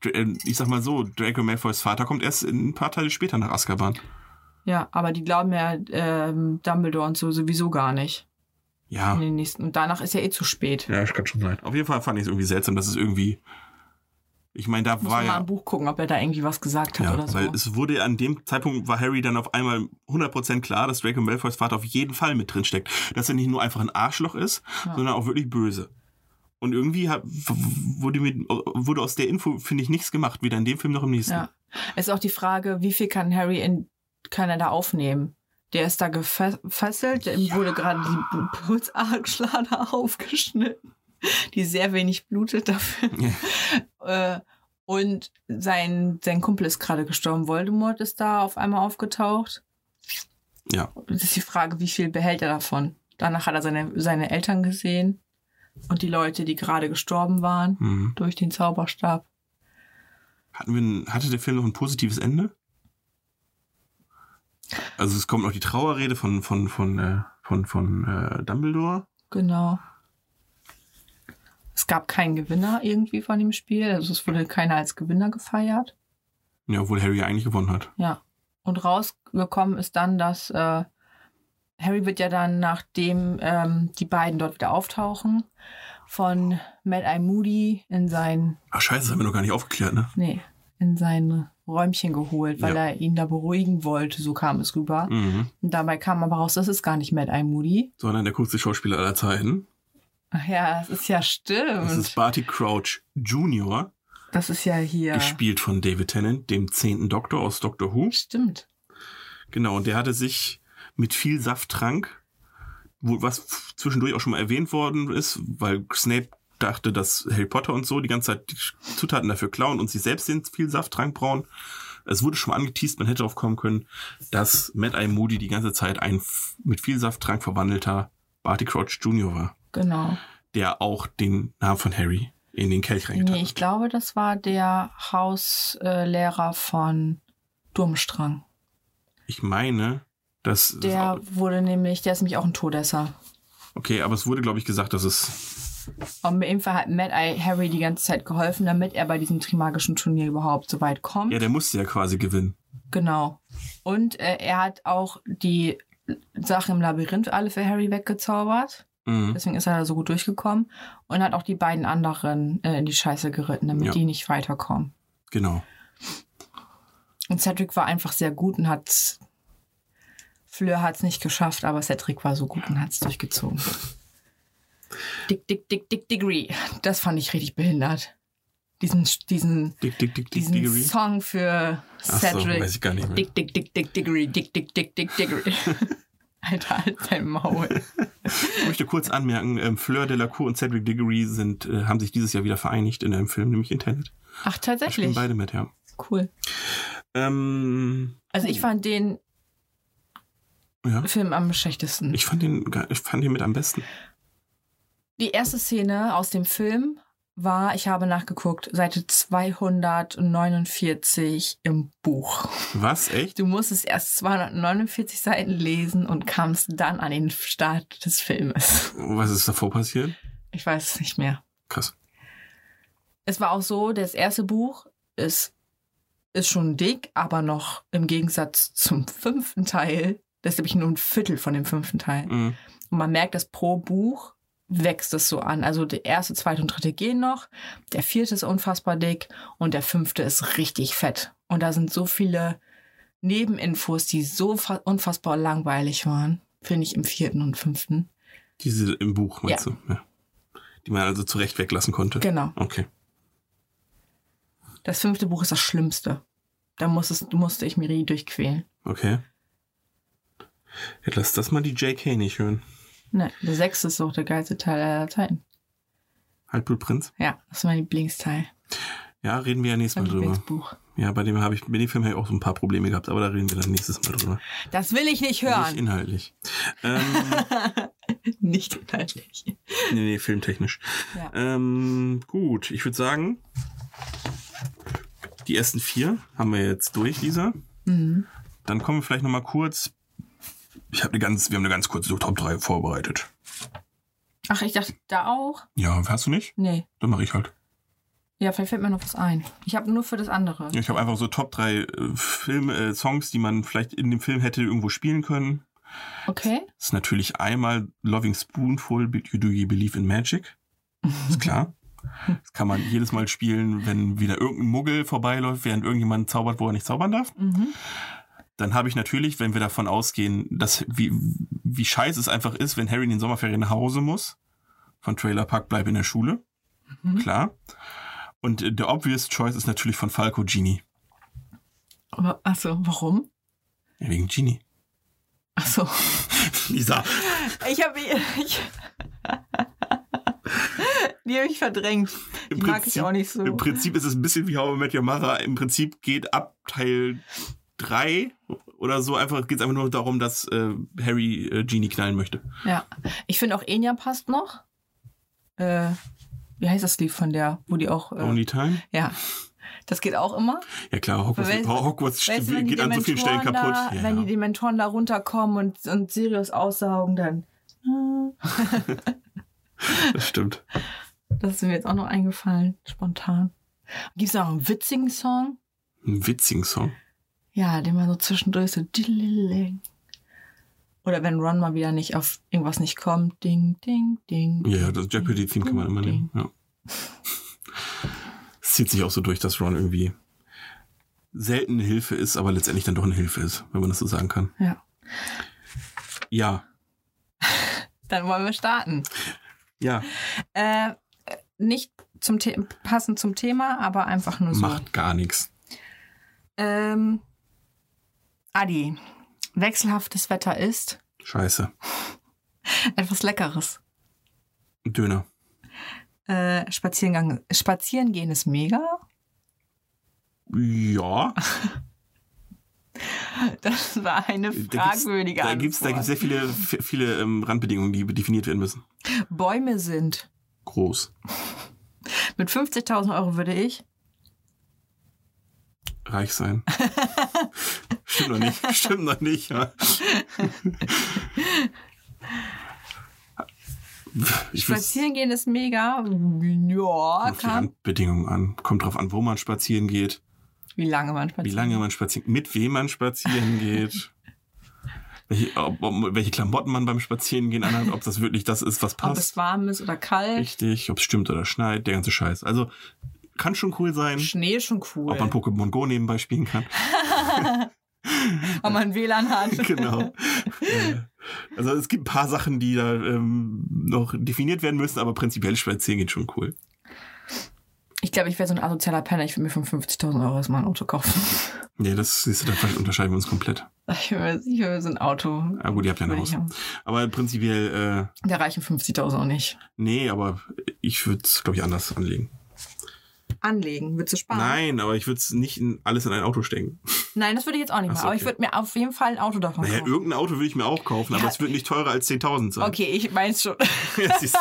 Dr- äh, ich sag mal so, Draco Malfoys Vater kommt erst ein paar Teile später nach Azkaban. Ja, aber die glauben ja ähm, Dumbledore und so sowieso gar nicht. Ja. In den nächsten. Und danach ist ja eh zu spät. Ja, das kann schon sein. Auf jeden Fall fand ich es irgendwie seltsam, dass es irgendwie. Ich meine, da Muss war man mal ja. im Buch gucken, ob er da irgendwie was gesagt hat Ja, oder so. weil es wurde ja an dem Zeitpunkt war Harry dann auf einmal 100% klar, dass Draco Malfoys Vater auf jeden Fall mit drin steckt. Dass er nicht nur einfach ein Arschloch ist, Ja. sondern auch wirklich böse. Und irgendwie hat, w- w- wurde, mit, wurde aus der Info, finde ich, nichts gemacht. Weder in dem Film noch im nächsten. ja. Es ist auch die Frage, wie viel kann Harry in kann er da aufnehmen? Der ist da gefe- gefesselt, ihm wurde gerade die Pulsadschlader [LAUGHS] aufgeschnitten, die sehr wenig blutet dafür. Ja. Äh, und sein, sein Kumpel ist gerade gestorben. Voldemort ist da auf einmal aufgetaucht. Ja. Es ist die Frage, wie viel behält er davon? Danach hat er seine, seine Eltern gesehen und die Leute, die gerade gestorben waren Hm. durch den Zauberstab. Hatten wir ein, hatte der Film noch ein positives Ende? Also es kommt noch die Trauerrede von, von, von, äh, von, von äh, Dumbledore. Genau. Es gab keinen Gewinner irgendwie von dem Spiel. Also es wurde keiner als Gewinner gefeiert. Ja, obwohl Harry ja eigentlich gewonnen hat. Ja. Und rausgekommen ist dann, dass äh, Harry wird ja dann, nachdem ähm, die beiden dort wieder auftauchen, von Mad Eye Moody in sein, Ach scheiße, das haben wir noch gar nicht aufgeklärt, ne? nee, in sein Räumchen geholt, weil Ja. er ihn da beruhigen wollte. So kam es rüber. Mhm. Und dabei kam aber raus, das ist gar nicht Mad Eye Moody. Sondern der coolste Schauspieler aller Zeiten. Ach ja, das ist ja stimmt. Das ist Barty Crouch Jr., ja hier. gespielt von David Tennant, dem zehnten Doktor aus Doctor Who. Stimmt. Genau, und der hatte sich mit viel Safttrank, wo, was f- zwischendurch auch schon mal erwähnt worden ist, weil Snape dachte, dass Harry Potter und so die ganze Zeit die Zutaten dafür klauen und sich selbst den viel Safttrank brauen. Es wurde schon mal angeteased, man hätte darauf kommen können, dass Mad Eye Moody die ganze Zeit ein f- mit viel Safttrank verwandelter Barty Crouch Jr. war, Genau. der auch den Namen von Harry in den Kelch reingetan Nee, ich hat. glaube, das war der Hauslehrer von Durmstrang. Ich meine, dass... das Der auch- wurde nämlich, der ist nämlich auch ein Todesser. okay, aber es wurde, glaube ich, gesagt, dass es... Und mit ihm hat Mad Eye Harry die ganze Zeit geholfen, damit er bei diesem trimagischen Turnier überhaupt so weit kommt. Ja, der musste ja quasi gewinnen. Genau. Und äh, er hat auch die Sachen im Labyrinth alle für Harry weggezaubert. Mhm. Deswegen ist er da so gut durchgekommen. Und hat auch die beiden anderen äh, in die Scheiße geritten, damit Ja. die nicht weiterkommen. Genau. Und Cedric war einfach sehr gut und hat's. Fleur hat's nicht geschafft, aber Cedric war so gut und hat's durchgezogen. Dick, dick, dick, dick, degree. Das fand ich richtig behindert. Diesen, diesen, Dick, dick, dick, dick, diesen Diggory. Song für Ach so, Cedric. weiß ich gar nicht mehr. Dick, dick, dick, dick, degree. Dick, dick, dick, dick, degree. [LAUGHS] Alter, halt dein Maul. Ich möchte kurz anmerken, ähm, Fleur Delacour und Cedric Diggory sind, äh, haben sich dieses Jahr wieder vereinigt in einem Film, nämlich Internet. Ach, Da spielen tatsächlich. beide mit, ja. Cool. Ähm, Also ich fand den ja. Film am schlechtesten. Ich fand, den, gar- ich fand den mit am besten. Die erste Szene aus dem Film war, ich habe nachgeguckt, Seite 249 im Buch. Was? Echt? Du musstest erst 249 Seiten lesen und kamst dann an den Start des Filmes. Was ist davor passiert? Ich weiß es nicht mehr. Krass. Es war auch so, das erste Buch ist, ist schon dick, aber noch im Gegensatz zum fünften Teil, das ist nämlich nur ein Viertel von dem fünften Teil. Mhm. Und man merkt, dass pro Buch wächst es so an. Also der erste, zweite und dritte gehen noch, der vierte ist unfassbar dick und der fünfte ist richtig fett. Und da sind so viele Nebeninfos, die so fa- unfassbar langweilig waren, finde ich im vierten und fünften. Diese im Buch, meinst du? Ja. Die man also zurecht weglassen konnte. Genau. Okay. Das fünfte Buch ist das Schlimmste. Da musstest, musste ich Miri durchquälen. Okay. Ja, lass das mal die JK nicht hören. Ne, der sechste ist auch der geilste Teil aller Zeiten. Halbblutprinz? Ja, das ist mein Lieblingsteil. Halt, Ja, reden wir ja nächstes Mein Mal drüber. Lieblingsbuch. Ja, bei dem habe ich, bei dem Film habe ich auch so ein paar Probleme gehabt, aber da reden wir dann nächstes Mal drüber. Das will ich Nicht nicht hören. inhaltlich. Ähm, [LAUGHS] nicht inhaltlich. nee, nee, filmtechnisch. Ja. Ähm, gut, ich würde sagen, die ersten vier haben wir jetzt durch, Lisa. Mhm. Dann kommen wir vielleicht nochmal kurz. Ich habe eine ganz, wir haben eine ganz kurze Top 3 vorbereitet. Ach, ich dachte, da auch? Ja, hast du nicht? Nee. Dann mache ich halt. Ja, vielleicht fällt mir noch was ein. Ich habe nur für das andere. Ja, ich habe einfach so Top 3 äh, Film, äh, Songs, die man vielleicht in dem Film hätte irgendwo spielen können. Okay? Das ist natürlich einmal Loving Spoonful, Be- Do You Believe in Magic? Ist klar. Das kann man jedes Mal spielen, wenn wieder irgendein Muggel vorbeiläuft, während irgendjemand zaubert, wo er nicht zaubern darf. Mhm. Dann habe ich natürlich, wenn wir davon ausgehen, dass wie, wie scheiße es einfach ist, wenn Harry in den Sommerferien nach Hause muss, von Trailer Park bleib in der Schule. Mhm. Klar. Und äh, der obvious choice ist natürlich von Falco Genie. Aber, achso, warum? Ja, wegen Genie. Achso. Lisa. Ich habe. Ich, [LAUGHS] die habe ich verdrängt. Die Im mag ich Prinzip- auch nicht so. Im Prinzip ist es ein bisschen wie How I Met Your Mother. Im Prinzip geht ab Teil 3 oder so einfach, geht es einfach nur darum, dass äh, Harry äh, Genie knallen möchte. Ja. Ich finde auch Enya passt noch. Äh, wie heißt das Lied von der, wo die auch. Äh, Only Time? ja. Das geht auch immer. Ja klar, Hogwarts, Weil- Hogwarts Weißt du, wenn die geht an so vielen Stellen Dementoren kaputt. Da, ja, wenn ja. die Dementoren da runterkommen und, und Sirius aussaugen, dann. das stimmt. Das ist mir jetzt auch noch eingefallen, spontan. Gibt es auch einen witzigen Song? Ein witzigen Song. Ja, den man so zwischendurch so. diddeliling. Oder wenn Ron mal wieder nicht auf irgendwas nicht kommt. Ding, ding, ding. Ja, ja, das Jeopardy-Theme kann man immer nehmen. Ja. Es zieht sich auch so durch, dass Ron irgendwie selten eine Hilfe ist, aber letztendlich dann doch eine Hilfe ist, wenn man das so sagen kann. Ja. Ja. Dann wollen wir starten. Ja, Äh, nicht zum The passend zum Thema, aber einfach nur so. macht gar nichts. Ähm, Adi, wechselhaftes Wetter ist Scheiße. etwas Leckeres. Döner. Äh, Spazierengang, Spazierengehen ist mega. Ja, Das war eine da fragwürdige gibt es da gibt's Antwort. sehr viele, f- viele ähm, Randbedingungen, die definiert werden müssen. Bäume sind. Groß, Mit 50.000 Euro würde ich. reich [LAUGHS] sein. Stimmt noch nicht, stimmt noch nicht. [LAUGHS] Ja. Ich weiß Spazierengehen ist mega. Ja, auf die kann. Randbedingungen an. Kommt drauf an, wo man spazieren geht, Wie lange man spaziert. wie lange man spazieren, mit wem man spazieren geht. Welche, ob, ob, welche Klamotten man beim Spazierengehen anhat, ob das wirklich das ist, was Ob passt. es warm ist oder kalt. Richtig, ob es stimmt oder schneit, der ganze Scheiß. Also kann schon cool sein, Schnee ist schon cool. ob man Pokémon Go nebenbei spielen [LAUGHS] kann. ob man WLAN hat. [LAUGHS] [LAUGHS] genau. Äh, also es gibt ein paar Sachen, die da ähm, noch definiert werden müssen, aber prinzipiell spazieren geht schon cool. Ich glaube, ich wäre so ein asozialer Penner. Ich würde mir von 50.000 Euro erstmal ein Auto [LAUGHS] kaufen. Nee, das siehst du, da unterscheiden wir uns komplett. Ich will, ich will so ein Auto. Ah, gut, ihr habt ja ein Würde ich Haus. haben. Aber prinzipiell, äh, Da reichen 50.000 auch nicht. nee, aber ich würde es, glaube ich, anders anlegen. Anlegen, willst du sparen? Nein, aber ich würde es nicht in, alles in ein Auto stecken. Nein, das würde ich jetzt auch nicht Ach machen. so, Aber ich okay. würde mir auf jeden Fall ein Auto davon Naja, kaufen. irgendein Auto würde ich mir auch kaufen, aber Oh. Ja. es wird nicht teurer als 10.000 sein. Okay, ich weiß schon. [LAUGHS] [LAUGHS] Das ist-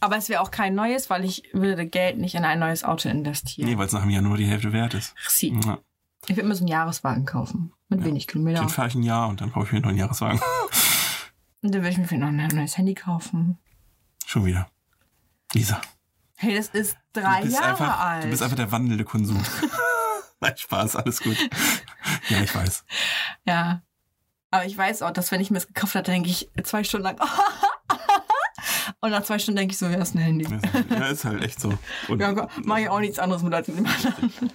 Aber es wäre auch kein neues, weil ich würde Geld nicht in ein neues Auto investieren. nee, weil es nach einem Jahr nur die Hälfte wert ist. Chrissy. Ja. Ich würde mir so einen Jahreswagen kaufen. Mit Mhm. Ja. wenig Kilometer. Dann fahre ich ein Jahr und dann kaufe ich mir noch einen Jahreswagen. [LAUGHS] Und dann würde ich mir vielleicht noch ein neues Handy kaufen. Schon wieder. Lisa. Hey, das ist drei du bist Jahre einfach, alt. Du bist einfach der wandelnde [LAUGHS] Konsum. Nein, Spaß, alles gut. Ja, ich weiß. ja. Aber ich weiß auch, dass wenn ich mir das gekauft habe, denke ich zwei Stunden lang, [LAUGHS] Und nach zwei Stunden denke ich so, ja, ist ein Handy. Ja, ist halt- Ja, ist halt echt so. Und Ja, Gott, mach ich auch nichts anderes mit als mit [LAUGHS] dem anderen.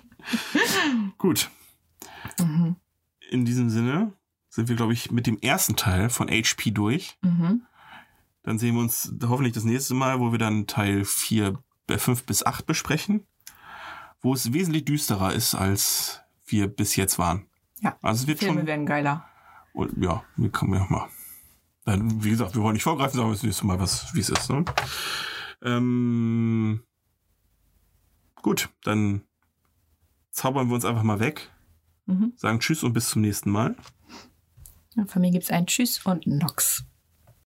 gut, Mhm. in diesem Sinne sind wir, glaube ich, mit dem ersten Teil von HP durch. Mhm. Dann sehen wir uns hoffentlich das nächste Mal, wo wir dann Teil 4, äh, 5 bis 8 besprechen, wo es wesentlich düsterer ist, als wir bis jetzt waren. Ja. Also es wird Filme schon. werden geiler. Und ja, wir kommen ja mal. Dann, wie gesagt, wir wollen nicht vorgreifen, sagen wir das nächste Mal, was, wie es ist. Ne? Ähm, gut, dann zaubern wir uns einfach mal weg, Mhm. sagen Tschüss und bis zum nächden Mal. Und von mir gibt es ein Tschüss und Nox.